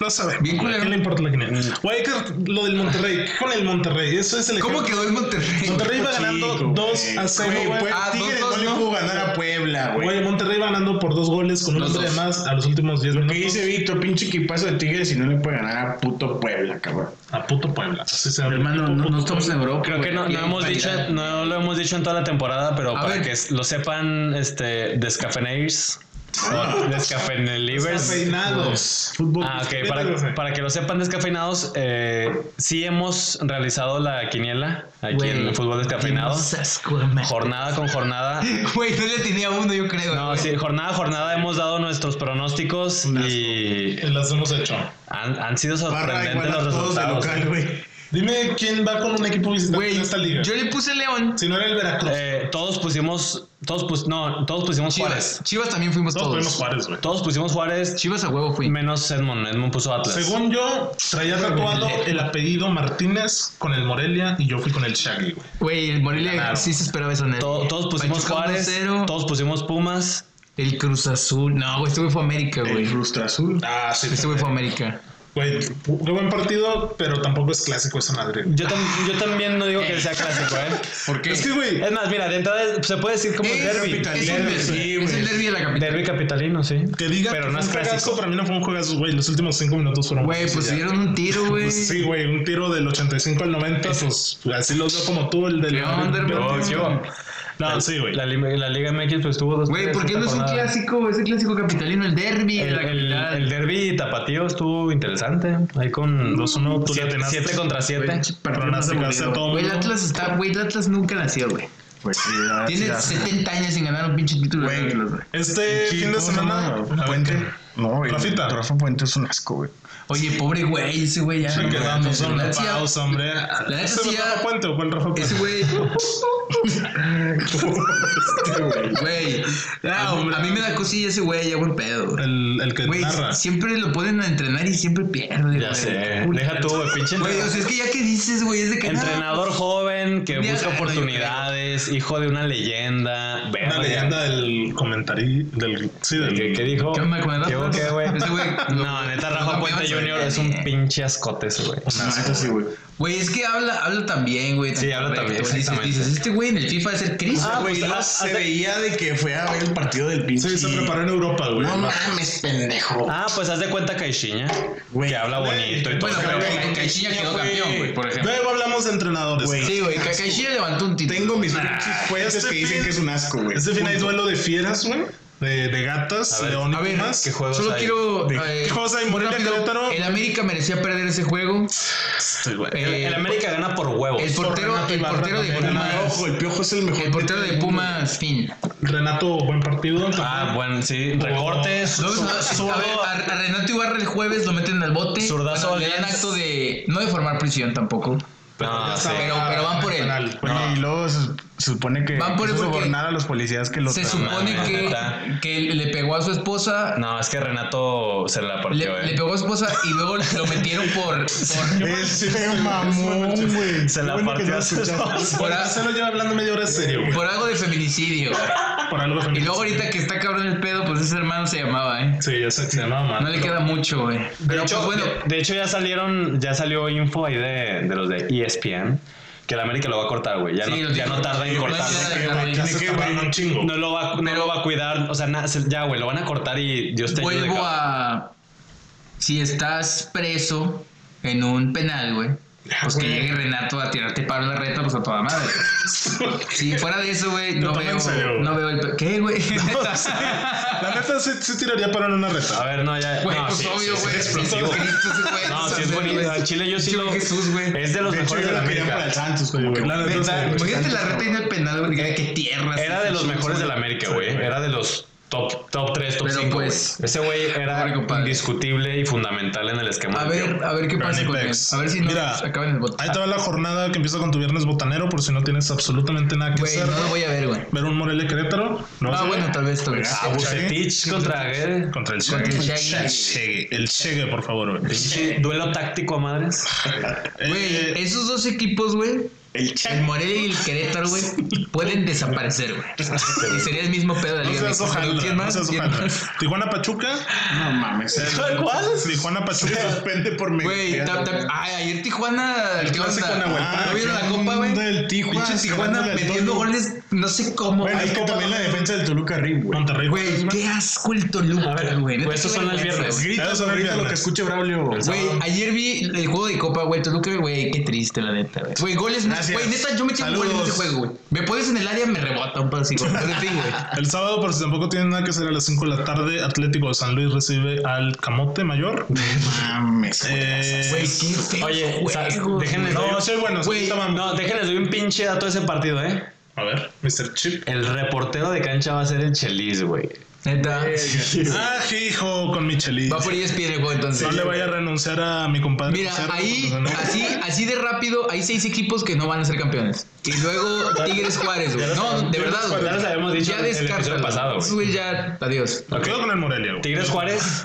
Speaker 1: No sabe.
Speaker 2: Bien culero.
Speaker 1: ¿Qué le importa la quiniela? Güey, que lo del Monterrey. ¿Qué con el Monterrey? Eso es el
Speaker 4: Eh,
Speaker 2: ¿Cómo
Speaker 1: ejemplo.
Speaker 2: quedó el Monterrey?
Speaker 1: Monterrey iba
Speaker 3: Chico,
Speaker 1: ganando
Speaker 3: güey.
Speaker 1: 2 a 0,
Speaker 3: Güey,
Speaker 1: güey.
Speaker 3: pues,
Speaker 2: Ah,
Speaker 3: Tigres
Speaker 2: dos,
Speaker 3: no le
Speaker 2: ¿no?
Speaker 3: pudo ganar a Puebla, güey.
Speaker 1: Güey, Monterrey va ganando por dos goles con un
Speaker 2: Los
Speaker 1: hombre de
Speaker 2: dos.
Speaker 1: más a los últimos 10
Speaker 3: Lo
Speaker 1: minutos.
Speaker 3: que dice Víctor, pinche equipazo de Tigres y no le puede ganar a puto Puebla, cabrón.
Speaker 1: A puto Puebla. Así se llama.
Speaker 2: Hermano,
Speaker 1: Puto
Speaker 2: no, no
Speaker 1: Puebla.
Speaker 2: estamos en Europa.
Speaker 4: Creo que no,
Speaker 2: güey.
Speaker 4: no hemos dicho,
Speaker 2: Paridad.
Speaker 4: no lo hemos dicho en toda la temporada, pero
Speaker 2: A
Speaker 4: para
Speaker 2: ver.
Speaker 4: que s- lo sepan, este, descafeinators,
Speaker 3: Ah.
Speaker 4: descafeinelivers.
Speaker 1: Desafeinados. Fútbol.
Speaker 4: Ah, ok,
Speaker 1: Espérate,
Speaker 4: para, para que lo sepan descafeinados, eh, sí hemos realizado la quiniela aquí en el fútbol descafeinado, jornada con jornada.
Speaker 2: Güey, no le tenía uno, yo creo.
Speaker 4: No,
Speaker 2: güey.
Speaker 4: sí, jornada a jornada hemos dado nuestros pronósticos
Speaker 3: Un asco.
Speaker 4: y
Speaker 1: güey. Las hemos hecho.
Speaker 4: han, han sido
Speaker 3: Parra
Speaker 4: sorprendentes
Speaker 3: igual a
Speaker 4: los
Speaker 3: todos de
Speaker 4: resultados.
Speaker 3: local, güey.
Speaker 1: Dime quién va con un equipo visitante
Speaker 2: Güey,
Speaker 1: en esta liga.
Speaker 2: yo le puse León.
Speaker 1: Si no era el Veracruz.
Speaker 4: Eh, todos pusimos, todos pus- no, todos pusimos
Speaker 2: Chivas.
Speaker 4: Juárez.
Speaker 2: Chivas también fuimos
Speaker 1: Todos
Speaker 2: todos.
Speaker 1: tuvimos Juárez, güey.
Speaker 4: Todos pusimos Juárez,
Speaker 2: Chivas a huevo fui.
Speaker 4: Menos Edmond, Edmond puso Atlas.
Speaker 1: Según yo, traía tatuado el apellido Martínez con el Morelia y yo fui con el Shaggy, güey.
Speaker 2: Güey, el Morelia
Speaker 1: Ganaron.
Speaker 2: sí se esperaba eso en él.
Speaker 4: To- todos pusimos
Speaker 2: Pachuca
Speaker 4: Juárez,
Speaker 2: 1-0,
Speaker 4: todos pusimos Pumas.
Speaker 2: El Cruz Azul. No, güey, este güey fue a América,
Speaker 3: El
Speaker 2: güey.
Speaker 3: Frustra Azul.
Speaker 1: Ah, sí.
Speaker 2: Este güey fue a América.
Speaker 1: Güey, qué buen partido, pero tampoco es clásico esa madre.
Speaker 4: Yo, tam- yo también no digo que sea clásico, ¿eh?
Speaker 2: ¿Por qué?
Speaker 1: Es que, güey,
Speaker 4: Es más, mira, de entrada se puede decir como
Speaker 2: Es
Speaker 4: un derby.
Speaker 2: Es
Speaker 3: capitalino,
Speaker 2: el
Speaker 3: Derbi, sí,
Speaker 2: derby. Es el
Speaker 3: güey.
Speaker 2: derby de la capital.
Speaker 4: Derby capitalino, sí.
Speaker 1: que diga
Speaker 4: Pero
Speaker 1: que fue
Speaker 4: no es
Speaker 1: un
Speaker 4: clásico.
Speaker 1: juegazo, para mí no fue un juegazo, güey. Los últimos cinco minutos fueron
Speaker 2: Güey,
Speaker 1: buenos,
Speaker 2: pues
Speaker 1: ya.
Speaker 2: se dieron un tiro, güey.
Speaker 1: Pues sí, güey, un tiro del 85 al 90, pues así los veo como tú, el del...
Speaker 2: ¿Qué onda, hermano?
Speaker 1: Pero-
Speaker 4: ¿Qué hubo?
Speaker 1: No, sí, güey.
Speaker 4: La, li- la Liga MX pues tuvo dos.
Speaker 2: Güey, ¿por qué no es un
Speaker 4: jornadas.
Speaker 2: clásico? Es el clásico capitalino, el derby de
Speaker 4: El,
Speaker 2: la
Speaker 4: el,
Speaker 2: capital.
Speaker 4: el derby tapatío estuvo interesante. Ahí con 2-1,
Speaker 1: tú le
Speaker 4: siete-
Speaker 1: atinaste.
Speaker 4: siete contra 7.
Speaker 2: Pinche partido más
Speaker 1: Pronosticaste
Speaker 2: aburrido.
Speaker 1: a todo
Speaker 2: Güey, el
Speaker 1: mundo.
Speaker 2: Atlas está, güey, el Atlas nunca la hacía, güey.
Speaker 3: Güey, sí, ya,
Speaker 2: Tiene
Speaker 3: ya.
Speaker 2: 70 años sin ganar un pinche título.
Speaker 3: Güey,
Speaker 2: de Atlas, güey.
Speaker 1: Este
Speaker 3: Sí,
Speaker 1: fin de
Speaker 3: ¿cómo se
Speaker 1: semana...
Speaker 3: llama?
Speaker 1: A ver,
Speaker 3: Puente. No, güey.
Speaker 1: Rafita.
Speaker 3: Rafa Puente es un
Speaker 1: *laughs*
Speaker 3: asco, güey.
Speaker 2: Oye, pobre güey, ese güey ya.
Speaker 1: ¿qué?
Speaker 2: no
Speaker 1: Que
Speaker 2: mames,
Speaker 1: damos una
Speaker 2: la hacía-
Speaker 1: pausa, hombre.
Speaker 2: neta
Speaker 1: ¿Este
Speaker 2: sí
Speaker 1: fue
Speaker 2: ya-
Speaker 1: Rafa Puente o fue el Rafa
Speaker 2: Ese
Speaker 1: Puente?
Speaker 2: güey, güey.
Speaker 1: Ah,
Speaker 2: A,
Speaker 1: hombre.
Speaker 2: a mí me da cosilla ese güey, ya buen pedo, güey.
Speaker 1: El, el que
Speaker 2: Güey,
Speaker 1: narra.
Speaker 2: siempre lo ponen a entrenar y siempre pierde,
Speaker 4: Ya
Speaker 2: güey.
Speaker 4: sé.
Speaker 2: Uy,
Speaker 4: Deja tú, güey, pinche
Speaker 2: Güey, o sea, es que ya que dices, güey, es de que.
Speaker 4: Entrenador joven que
Speaker 2: pues, Un día
Speaker 4: busca
Speaker 2: gano, yo
Speaker 4: oportunidades, hijo de una leyenda.
Speaker 1: Una
Speaker 4: verga.
Speaker 1: leyenda del comentario del sí del
Speaker 4: ¿Qué, qué dijo?
Speaker 2: ¿Qué onda con el
Speaker 4: ¿Qué hubo,
Speaker 2: Atlas?
Speaker 4: qué, güey?
Speaker 2: Ese güey-
Speaker 4: *laughs* No, neta, Rafa
Speaker 2: Lo
Speaker 4: Puente
Speaker 2: cambiaron,
Speaker 4: Jr.
Speaker 2: güey.
Speaker 4: es un pinche ascote ese, güey.
Speaker 3: No, eso sí, güey.
Speaker 2: Güey, es que habla, habla también, güey. tan
Speaker 4: Sí, habla también,
Speaker 2: correcto. Dices,
Speaker 4: exactamente.
Speaker 2: dices, este güey en el FIFA va a ser Cristo.
Speaker 4: Ah,
Speaker 3: Güey,
Speaker 4: pues,
Speaker 3: no
Speaker 4: ah,
Speaker 3: se
Speaker 4: hace-
Speaker 3: veía de que fue a ver el partido del pinche.
Speaker 1: Sí, se preparó en Europa, güey.
Speaker 3: No mames, pendejo.
Speaker 4: Ah, pues haz de cuenta Caixinha,
Speaker 3: Güey.
Speaker 4: que habla bonito y todo.
Speaker 2: bueno, pero
Speaker 4: pero-
Speaker 2: Ca- Caixinha quedó campeón, güey, por ejemplo.
Speaker 1: Luego hablamos de entrenadores.
Speaker 3: Güey.
Speaker 2: Sí, güey, Ca- Caixinha levantó un título.
Speaker 3: Tengo mis pinches fuentes
Speaker 1: este
Speaker 3: que dicen
Speaker 1: fin-
Speaker 3: que es un asco, güey.
Speaker 1: Este fin hay
Speaker 3: Punto.
Speaker 1: duelo de fieras, güey. De, de
Speaker 4: A
Speaker 1: gatas,
Speaker 4: ver,
Speaker 1: león
Speaker 2: A
Speaker 1: y
Speaker 2: ver,
Speaker 1: Pumas.
Speaker 4: ¿qué juegos
Speaker 2: Solo
Speaker 4: hay?
Speaker 2: quiero. eh,
Speaker 1: ¿Qué juegos hay?
Speaker 2: muy
Speaker 1: Morelia,
Speaker 2: rápido,
Speaker 1: Querétaro.
Speaker 2: El América merecía perder ese juego.
Speaker 1: Sí, güey.
Speaker 4: el,
Speaker 2: Eh,
Speaker 4: el América gana por huevos.
Speaker 2: El portero,
Speaker 1: Renato
Speaker 2: el
Speaker 1: Ibarra
Speaker 2: portero de
Speaker 1: también,
Speaker 2: Pumas.
Speaker 3: Ojo, el piojo es el mejor.
Speaker 2: El portero de Pumas, fin.
Speaker 1: Renato, buen partido.
Speaker 4: Ah, bueno, sí, recortes.
Speaker 2: No, no,
Speaker 4: zurdo.
Speaker 2: a ver, a, a Renato Ibarra el jueves lo meten al bote.
Speaker 4: Zurdazo
Speaker 2: Bueno, le dan
Speaker 4: Valdés.
Speaker 2: acto de. No de formar prisión tampoco.
Speaker 4: No, sí.
Speaker 2: pero- pero van por él.
Speaker 1: Penal.
Speaker 3: Oye, y luego se se supone que
Speaker 2: Van por
Speaker 3: quiso
Speaker 2: él porque
Speaker 3: sobornar a los policías que lo
Speaker 2: Se
Speaker 3: tra-
Speaker 2: supone
Speaker 4: mames,
Speaker 2: que,
Speaker 4: neta.
Speaker 2: que le pegó a su esposa.
Speaker 4: No, es que Renato se la
Speaker 2: Le,
Speaker 4: partió,
Speaker 2: le
Speaker 4: eh.
Speaker 2: pegó a su esposa y luego lo metieron por, por,
Speaker 3: Este mamón, güey.
Speaker 4: Se la
Speaker 3: Qué bueno que
Speaker 4: partió
Speaker 3: no
Speaker 4: a sus
Speaker 3: escuchaste.
Speaker 4: dos.
Speaker 2: por a-
Speaker 1: Se lo lleva hablando media hora en serio, güey.
Speaker 2: por algo de feminicidio.
Speaker 1: Por algo
Speaker 2: Y
Speaker 1: femenino.
Speaker 2: luego ahorita que está cabrón el pedo, pues ese hermano se llamaba, ¿eh?
Speaker 1: Sí, ya sé que se llamaba
Speaker 2: No
Speaker 1: mal.
Speaker 2: le queda mucho, güey.
Speaker 4: De
Speaker 2: Pero
Speaker 4: hecho,
Speaker 2: pues, bueno,
Speaker 4: E de, de hecho ya salieron, ya salió info ahí de, de los de ESPN que el América lo va a cortar, güey. Ya,
Speaker 2: Sí,
Speaker 4: no,
Speaker 2: lo
Speaker 4: ya
Speaker 2: dijo.
Speaker 4: no tarda en
Speaker 2: Sí,
Speaker 4: cortarlo.
Speaker 2: no,
Speaker 1: Que, güey, que
Speaker 3: ¿De
Speaker 1: se
Speaker 3: qué,
Speaker 1: tardaron
Speaker 3: güey?
Speaker 1: un chingo.
Speaker 4: No lo va, no lo va a cuidar. O sea, na- se- ya, güey, lo van a cortar y Dios te ayude.
Speaker 2: Vuelvo
Speaker 4: cabrón.
Speaker 2: a. Si estás preso en un penal, güey.
Speaker 4: Ah,
Speaker 2: Pues que
Speaker 1: güey.
Speaker 2: llegue Renato a tirarte paro en la reta, pues a toda madre. Si fuera de eso, güey, no
Speaker 1: toma en
Speaker 2: veo.
Speaker 1: serio, güey.
Speaker 2: No veo el. pe-
Speaker 4: *laughs*
Speaker 2: ¿Qué, güey?
Speaker 1: *laughs*
Speaker 2: *laughs*
Speaker 1: La neta sí, sí tiraría para en una
Speaker 4: A
Speaker 1: reta.
Speaker 4: ver, no, ya.
Speaker 2: Güey,
Speaker 4: no,
Speaker 2: pues
Speaker 4: sí,
Speaker 2: obvio,
Speaker 4: sí, sí,
Speaker 2: güey.
Speaker 4: es
Speaker 2: sí,
Speaker 4: explosivo.
Speaker 2: Jesucristo, ese güey,
Speaker 4: No, sí
Speaker 2: esa
Speaker 4: es
Speaker 2: madre,
Speaker 4: bonito.
Speaker 2: güey.
Speaker 4: Al Chile yo sí
Speaker 2: Pinche
Speaker 4: lo.
Speaker 2: Jesús, güey.
Speaker 4: Es de los
Speaker 3: De hecho,
Speaker 4: mejores
Speaker 3: yo
Speaker 4: de la
Speaker 3: lo quería para el
Speaker 4: América.
Speaker 3: Santos, como que
Speaker 1: La
Speaker 3: un
Speaker 1: neta,
Speaker 3: penal,
Speaker 1: sí,
Speaker 3: güey.
Speaker 2: Imagínate la reta en el penal, güey. que- Que tierra.
Speaker 4: Era
Speaker 2: así,
Speaker 4: de los
Speaker 2: chingos,
Speaker 4: mejores de la América, güey.
Speaker 1: Sí, güey.
Speaker 4: Era de los top, top 3, top
Speaker 2: Pero
Speaker 4: 5.
Speaker 2: pues-
Speaker 4: Ese güey era
Speaker 2: Pobre compadre.
Speaker 4: indiscutible y fundamental en el esquema.
Speaker 2: A
Speaker 4: del
Speaker 2: ver,
Speaker 4: Piojo.
Speaker 2: a ver qué pasa
Speaker 1: Bernie
Speaker 2: con él.
Speaker 1: Pex.
Speaker 2: A ver si no
Speaker 1: Mira,
Speaker 2: nos acaban el Ah,
Speaker 1: Ahí
Speaker 2: botón.
Speaker 1: te va la jornada que empieza con tu viernes botanero, por si no tienes absolutamente nada que
Speaker 2: Güey,
Speaker 1: hacer.
Speaker 2: no lo voy a ver, güey.
Speaker 1: Ver un Morelia Querétaro. No
Speaker 2: Ah,
Speaker 1: sé.
Speaker 2: bueno, tal vez, tal vez.
Speaker 4: A Bucetich contra Guerre.
Speaker 1: Contra el
Speaker 2: Contra el
Speaker 1: Chegue.
Speaker 2: Shaggy.
Speaker 1: El Chegue, el Chegue, por favor. güey.
Speaker 4: Pinche Duelo táctico a madres.
Speaker 2: Güey,
Speaker 1: Eh,
Speaker 2: esos dos equipos, güey,
Speaker 3: El Chac.
Speaker 2: el Morelia
Speaker 1: *laughs*
Speaker 2: y el Querétaro, güey, pueden desaparecer, güey. Y sería el mismo pedo de la
Speaker 1: No
Speaker 2: Liga
Speaker 1: seas
Speaker 2: MX.
Speaker 1: ojalá,
Speaker 2: ¿Quién
Speaker 1: no
Speaker 2: más?
Speaker 1: seas
Speaker 2: ¿Quién
Speaker 1: ojalá.
Speaker 2: más?
Speaker 1: Tijuana Pachuca.
Speaker 3: No mames.
Speaker 1: eh,
Speaker 4: ¿Cuál?
Speaker 1: Tijuana
Speaker 3: Se
Speaker 1: Pachuca.
Speaker 3: suspende por medio.
Speaker 2: Güey, tap, tap. Ay, ayer Tijuana.
Speaker 1: El
Speaker 2: ¿qué
Speaker 1: clásico Ah,
Speaker 2: onda?
Speaker 1: Nahuel Pan.
Speaker 2: ¿No vieron la copa, güey?
Speaker 3: Del Tijuana,
Speaker 2: Pinche Tijuana
Speaker 3: ganándole al
Speaker 2: metiendo
Speaker 3: Toluca.
Speaker 2: goles, no sé cómo.
Speaker 3: Bueno,
Speaker 2: Ay,
Speaker 3: es que
Speaker 1: Copa
Speaker 3: también la
Speaker 1: Oro.
Speaker 3: defensa del Toluca Rip, güey.
Speaker 1: Monterrey.
Speaker 2: Güey, qué asco el Toluca,
Speaker 4: A ver,
Speaker 2: güey. Neta,
Speaker 4: pues, esos
Speaker 2: qué
Speaker 4: son los
Speaker 2: vergüenza,
Speaker 4: viernes.
Speaker 2: güey.
Speaker 1: Ya
Speaker 3: Gritos
Speaker 1: son
Speaker 3: ahorita
Speaker 1: viernes.
Speaker 3: lo que escuche Braulio.
Speaker 2: Güey, ayer vi el juego de copa, güey. Toluca, güey, qué triste, la neta, güey. Güey, goles, no-
Speaker 3: Gracias.
Speaker 2: güey, neta, yo metí un gol en
Speaker 1: Saludos.
Speaker 2: ese juego, güey. Me pones en el área, me rebota un pedo así, güey. Pero en fin, güey.
Speaker 1: El sábado, por si tampoco tienen nada que hacer a las 5 de la tarde, Atlético de San Luis recibe al Camote Mayor.
Speaker 3: Mames.
Speaker 1: Eh,
Speaker 2: Güey, qué feo.
Speaker 4: Oye,
Speaker 2: juego,
Speaker 4: ¿sabes?
Speaker 2: güey.
Speaker 4: déjenles doy
Speaker 1: no,
Speaker 4: un-
Speaker 1: sí, bueno, sí,
Speaker 2: Güey,
Speaker 1: está mam-
Speaker 4: no, déjenles doy un pinche dato de ese partido, ¿eh?
Speaker 1: A ver, Mr. Chip.
Speaker 4: El reportero de cancha va a ser el Chelis, güey.
Speaker 2: Neta.
Speaker 1: Ah, hijo, con Michelin.
Speaker 2: Va por ESPN el juego, entonces.
Speaker 1: No le vaya a renunciar a mi compadre.
Speaker 2: Mira,
Speaker 1: Cerro, pues,
Speaker 2: ahí,
Speaker 1: porque no-
Speaker 2: así, así de rápido, hay seis equipos que no van a ser campeones. Y luego Tigres Juárez, güey. No, de verdad, güey.
Speaker 4: Ya los habíamos dicho
Speaker 2: Ya
Speaker 4: en el episodio
Speaker 2: descártalo.
Speaker 4: pasado, güey.
Speaker 2: Esos, güey, ya, adiós.
Speaker 1: Me quedo con el Morelia. güey.
Speaker 4: Tigres Juárez.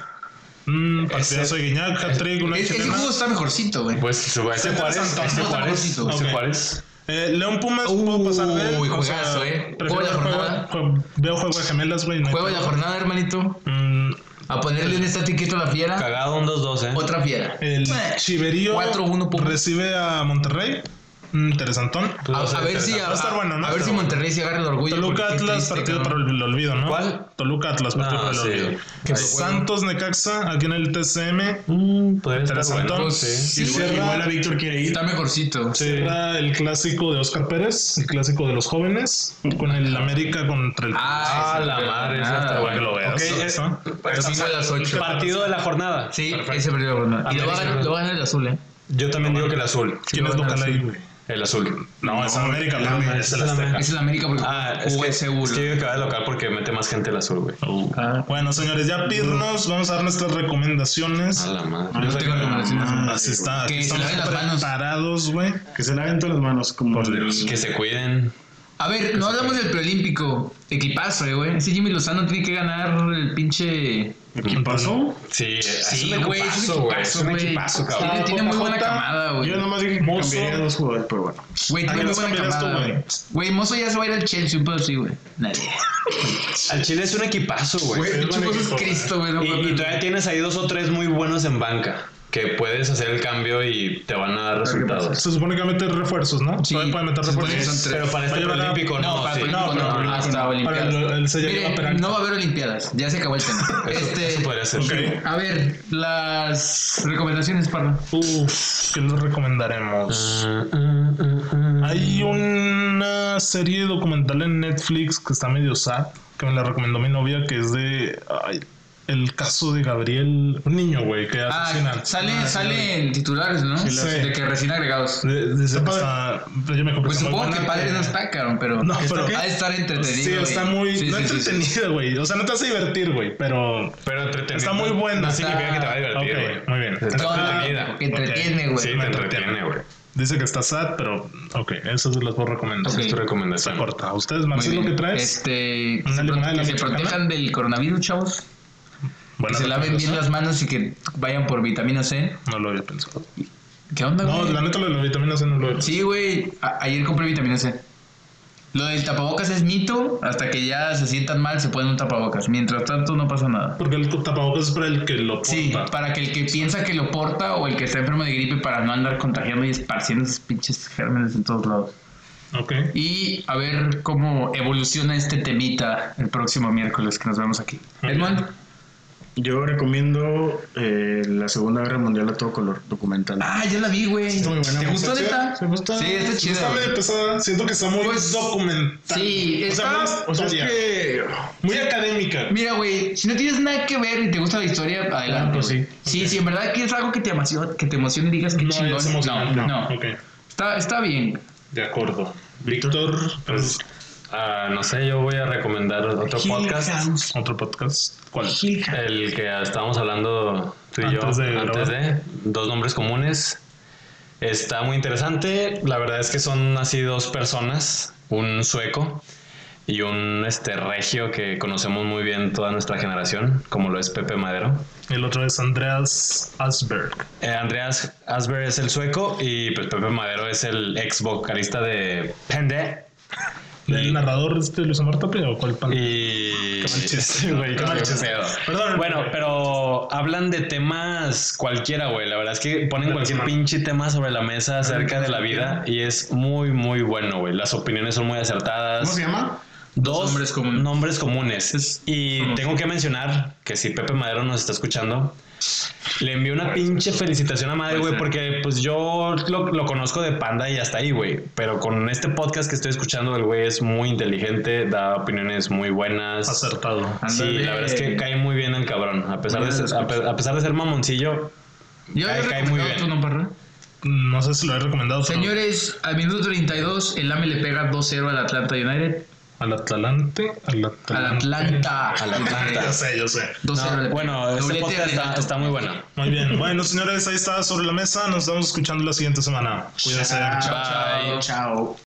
Speaker 1: Mm, partidazo de Guiñac, hat-trick, una
Speaker 2: Es- Ese
Speaker 1: chilena.
Speaker 2: juego está mejorcito, güey.
Speaker 4: Pues ese Juárez. Ese Juárez.
Speaker 1: Santos,
Speaker 4: Ese
Speaker 2: ¿no?
Speaker 4: Juárez.
Speaker 2: Tampoco.
Speaker 4: ese
Speaker 1: Ok.
Speaker 4: Juárez.
Speaker 1: Eh, León Pumas,
Speaker 2: Uy,
Speaker 1: puedo pasar de él. O sea,
Speaker 2: Uh, juegazo, eh.
Speaker 1: prefiero
Speaker 2: Juego de la
Speaker 1: ver juego-
Speaker 2: jornada.
Speaker 1: juego- Veo juego de gemelas, güey. no hay
Speaker 2: Juego de la
Speaker 1: pedo.
Speaker 2: jornada, hermanito.
Speaker 1: Mm,
Speaker 2: A ponerle un estatiquito a la fiera.
Speaker 4: Cagado un 2-2, ¿eh?
Speaker 2: Otra fiera.
Speaker 1: el
Speaker 2: Eh,
Speaker 1: Chiverío
Speaker 2: 4-1 Pumas.
Speaker 1: recibe a Monterrey. Mm, interesantón.
Speaker 2: A, a ver si a,
Speaker 1: Va a estar bueno, ¿no?
Speaker 2: a ver si
Speaker 1: Pero-
Speaker 2: Monterrey se agarra el orgullo.
Speaker 1: Toluca
Speaker 2: porque qué
Speaker 1: Atlas,
Speaker 2: triste,
Speaker 1: partido para
Speaker 2: cabrón.
Speaker 1: el olvido, ¿no?
Speaker 4: ¿Cuál?
Speaker 1: Toluca Atlas, partido
Speaker 4: Ah,
Speaker 1: para el
Speaker 4: sí.
Speaker 1: olvido.
Speaker 2: Qué
Speaker 1: Santos Necaxa, aquí en el TCM.
Speaker 4: Mm, podría estar
Speaker 1: Interesantón.
Speaker 4: bueno.
Speaker 2: Pues,
Speaker 4: Sí.
Speaker 1: Y
Speaker 2: sí, güey,
Speaker 1: cierra-
Speaker 3: Igual a Víctor quiere ir.
Speaker 2: Está mejorcito.
Speaker 1: Cierra el clásico de Oscar Pérez, el clásico de los jóvenes, con el América contra el.
Speaker 4: Ah, la madre, esa está
Speaker 1: para que lo veas.
Speaker 4: Ok,
Speaker 1: ¿no?
Speaker 4: es-
Speaker 1: ¿no?
Speaker 2: Domingo a las 8.
Speaker 4: Partido de la jornada.
Speaker 2: Sí, ese perdió la jornada. Y lo va, a ganar, lo va a ganar el azul, ¿eh?
Speaker 4: Yo también digo que el azul.
Speaker 1: ¿Quién es
Speaker 2: lo van a
Speaker 1: local ahí,
Speaker 2: hacer.
Speaker 1: güey?
Speaker 4: El azul.
Speaker 1: No, es América, la América, es el
Speaker 4: es
Speaker 1: Azteca.
Speaker 4: la América.
Speaker 2: Es el América porque
Speaker 4: Ah, es Uh. que,
Speaker 2: es seguro.
Speaker 4: es que yo digo que va de local porque mete más gente el azul, güey.
Speaker 2: Ah.
Speaker 1: Bueno, señores, ya pirnos, vamos a dar nuestras recomendaciones.
Speaker 4: A la madre.
Speaker 2: Yo tengo recomendaciones.
Speaker 3: Ah,
Speaker 1: Así está,
Speaker 2: Que
Speaker 1: aquí
Speaker 2: se
Speaker 1: estamos
Speaker 2: laven las manos.
Speaker 1: preparados, güey.
Speaker 3: Que se laven todas las manos como
Speaker 1: Pues,
Speaker 4: Que se cuiden.
Speaker 2: A ver, no hablamos del preolímpico. Equipazo, eh, güey. Ese Jimmy Lozano tiene que ganar el pinche.
Speaker 3: equipazo.
Speaker 4: Sí,
Speaker 2: Sí,
Speaker 4: es un
Speaker 2: güey, es
Speaker 4: equipazo,
Speaker 2: un
Speaker 4: güey. Es un
Speaker 2: equipazo,
Speaker 4: equipazo,
Speaker 2: güey.
Speaker 4: cabrón.
Speaker 2: Tiene- Tiene muy buena camada, güey.
Speaker 3: Yo nomás dije que
Speaker 1: Mozo.
Speaker 3: cambiaría dos jugadores, pero bueno.
Speaker 2: Güey,
Speaker 1: ¿A
Speaker 2: tiene
Speaker 1: quién
Speaker 2: muy
Speaker 1: los
Speaker 2: buena
Speaker 1: cambiarías tú,
Speaker 2: camada,
Speaker 1: güey?
Speaker 2: güey. Güey, Mozo ya se va a ir al Chelsea, un pedo así, güey. Nadie.
Speaker 4: Al Chile es un equipazo, güey.
Speaker 2: Güey,
Speaker 1: es
Speaker 2: pinche
Speaker 1: buen
Speaker 2: Mozo es
Speaker 1: equipo, güey.
Speaker 2: Cristo, güey. no
Speaker 4: Y, y
Speaker 2: mames.
Speaker 4: todavía tienes ahí dos o tres muy buenos en banca que puedes hacer el cambio y te van a dar resultados.
Speaker 1: Se supone que va a meter refuerzos, ¿no?
Speaker 2: Sí,
Speaker 1: Todavía puede meter
Speaker 2: se supone que
Speaker 1: refuerzos.
Speaker 2: son tres.
Speaker 4: Pero para este
Speaker 1: Oye, ¿verdad?
Speaker 4: preolímpico no,
Speaker 2: No, para
Speaker 4: sí.
Speaker 2: el preolímpico
Speaker 1: no,
Speaker 2: no,
Speaker 1: para el
Speaker 2: hasta
Speaker 1: preolímpico no.
Speaker 2: Olimpiadas.
Speaker 1: Para el- el sello
Speaker 2: Mire,
Speaker 1: lleva Peralta.
Speaker 2: no va a haber Olimpiadas, ya se acabó el tema.
Speaker 4: Eso,
Speaker 2: este,
Speaker 4: eso podría ser.
Speaker 1: Ok.
Speaker 2: a ver, las recomendaciones, Parra.
Speaker 1: Uf, ¿qué les recomendaremos?
Speaker 2: Ah,
Speaker 1: Hay una serie documental en Netflix que está medio sad, que me la recomendó mi novia, que es de ay, el caso de Gabriel, un niño, güey, que
Speaker 2: Ah,
Speaker 1: asesinan.
Speaker 2: sale, sale en titulares, ¿no?
Speaker 1: lo sé.
Speaker 2: De que recién agregados.
Speaker 1: De- Dice que está, yo me
Speaker 2: Pues supongo que padres no está, cabrón, pero,
Speaker 1: No, pero-
Speaker 2: está- ha de estar entretenido.
Speaker 1: Sí,
Speaker 2: güey.
Speaker 1: está muy
Speaker 2: Sí,
Speaker 1: no
Speaker 2: sí, sí, sí.
Speaker 1: entretenido, güey. O sea, no te vas a divertir, güey, pero
Speaker 4: Pero entretenido.
Speaker 1: Está muy bueno.
Speaker 4: No significa que te va a divertir,
Speaker 1: Ok,
Speaker 4: güey.
Speaker 1: muy bien.
Speaker 4: Está
Speaker 2: No, no,
Speaker 4: entretenida.
Speaker 2: no, que entretiene, güey.
Speaker 4: Sí, te entretiene, güey.
Speaker 1: dice que está sad, pero ok, eso se las voy a recomendar.
Speaker 2: Ok.
Speaker 4: Es tu
Speaker 1: Está
Speaker 4: recomendación.
Speaker 1: corta. ¿Ustedes,
Speaker 2: Muy
Speaker 1: Marcelo,
Speaker 2: bien.
Speaker 1: qué traes?
Speaker 2: Este, que
Speaker 1: Una
Speaker 2: se,
Speaker 1: limonada de la
Speaker 2: que se
Speaker 1: mexicana.
Speaker 2: protejan del coronavirus, chavos. Que
Speaker 1: Buena
Speaker 2: se laven bien
Speaker 1: recomendación.
Speaker 2: las manos y que vayan por vitamina C.
Speaker 1: No lo había pensado.
Speaker 2: ¿Qué onda,
Speaker 1: No,
Speaker 2: güey?
Speaker 1: la neta lo de la vitamina C no lo había pensado.
Speaker 2: Sí, güey. a- Ayer compré vitamina C. Lo del tapabocas es mito, hasta que ya se sientan mal se ponen un tapabocas. Mientras tanto no pasa nada.
Speaker 1: Porque el tapabocas es para el que lo porta.
Speaker 2: Sí, para que el que piensa que lo porta o el que está enfermo de gripe para no andar contagiando y esparciendo esos pinches gérmenes en todos lados.
Speaker 1: Ok.
Speaker 2: Y a ver cómo evoluciona este temita el próximo miércoles que nos vemos aquí.
Speaker 1: Muy
Speaker 2: Edmond.
Speaker 1: bien.
Speaker 3: Yo recomiendo eh, la Segunda Guerra Mundial a todo color, documental.
Speaker 2: Ah, ya la vi, güey.
Speaker 3: Está muy buena,
Speaker 2: ¿Te
Speaker 3: güey.
Speaker 2: gustó
Speaker 1: Sí,
Speaker 2: neta?
Speaker 3: sí, me gusta.
Speaker 2: Sí,
Speaker 1: No
Speaker 2: está
Speaker 1: está
Speaker 2: chida.
Speaker 1: medio
Speaker 2: güey.
Speaker 1: pesada. Siento que está muy
Speaker 2: Pues,
Speaker 1: documental.
Speaker 2: Sí,
Speaker 1: O sea,
Speaker 2: está...
Speaker 1: más
Speaker 3: o sea, es
Speaker 1: historia.
Speaker 3: que
Speaker 1: Muy académica.
Speaker 2: Mira, güey, si no tienes nada que ver y te gusta la historia, adelante.
Speaker 3: Ah, pues
Speaker 2: güey.
Speaker 3: sí.
Speaker 2: Sí,
Speaker 1: Ok.
Speaker 2: si en verdad quieres algo que te emocione, que te emocione y digas que
Speaker 1: No
Speaker 2: chingón.
Speaker 1: es emocional.
Speaker 2: no, no.
Speaker 1: Ok,
Speaker 2: Está, está bien.
Speaker 1: de acuerdo. Víctor, pues,
Speaker 4: Ah, no sé, yo voy a recomendar otro
Speaker 3: Hill
Speaker 4: podcast.
Speaker 3: House.
Speaker 1: otro podcast. ¿Cuál?
Speaker 3: Hill House.
Speaker 4: El que estábamos hablando tú y
Speaker 1: Antes
Speaker 4: yo
Speaker 1: de
Speaker 4: antes de dos nombres comunes. Está muy interesante. La verdad es que son así dos personas, un sueco y un este regio que conocemos muy bien toda nuestra generación, como lo es Pepe Madero.
Speaker 1: El otro es Andreas Asberg.
Speaker 4: Eh, Andreas Asberg es el sueco y pues Pepe Madero es el ex vocalista de Pende.
Speaker 1: ¿Del
Speaker 4: Y-
Speaker 1: narrador este Luis Omar Tapia o cuál pan?
Speaker 4: Y.
Speaker 1: Qué mal chiste.
Speaker 4: *laughs* Sí, güey,
Speaker 1: Qué
Speaker 4: qué
Speaker 1: mal chiste.
Speaker 4: pedo.
Speaker 1: Perdón.
Speaker 4: Bueno, pero hablan de temas cualquiera, güey. La verdad es que ponen
Speaker 1: De
Speaker 4: cualquier
Speaker 1: persona.
Speaker 4: pinche tema sobre la mesa acerca de la vida y es muy, muy bueno, güey. Las opiniones son muy acertadas.
Speaker 3: ¿Cómo se llama?
Speaker 4: Dos
Speaker 2: nombres comunes.
Speaker 4: nombres comunes.
Speaker 2: Es-
Speaker 4: y
Speaker 2: somos-
Speaker 4: tengo que mencionar que si Pepe Madero nos está escuchando, le envío una
Speaker 1: Puede
Speaker 4: pinche
Speaker 1: ser.
Speaker 4: felicitación a madre, güey,
Speaker 2: Puede ser.
Speaker 4: porque pues yo lo, lo conozco de panda y hasta ahí, güey. Pero con este podcast que estoy escuchando, el güey es muy inteligente, da opiniones muy buenas.
Speaker 1: Acertado.
Speaker 4: Sí,
Speaker 2: Ándale.
Speaker 4: la verdad es que cae muy bien el cabrón. A pesar, de
Speaker 2: Buenas
Speaker 4: ser, a,
Speaker 2: escuchas.
Speaker 4: pe- a pesar de ser mamoncillo,
Speaker 2: Yo
Speaker 4: Cae-
Speaker 2: he
Speaker 4: cae muy
Speaker 2: recomendado
Speaker 4: bien.
Speaker 2: tu nombre, ¿verdad?
Speaker 1: No sé si lo he recomendado. pero
Speaker 2: Señores, al minuto 32, el AME le pega 2-0 al Atlanta United.
Speaker 1: Al Atlante. Al Atlante.
Speaker 2: Al Atlanta.
Speaker 4: Al Atlanta.
Speaker 2: *laughs*
Speaker 1: Ya sé, yo sé.
Speaker 2: 2-0
Speaker 4: no,
Speaker 2: le pega.
Speaker 4: bueno, este
Speaker 2: Doblete
Speaker 4: podcast
Speaker 2: de
Speaker 4: está,
Speaker 2: Renato.
Speaker 4: está muy bueno.
Speaker 1: Muy bien. Bueno, señores, ahí está sobre la mesa. Nos estamos escuchando la siguiente semana. Cuídense.
Speaker 3: Chao,
Speaker 4: Bye.
Speaker 3: chao.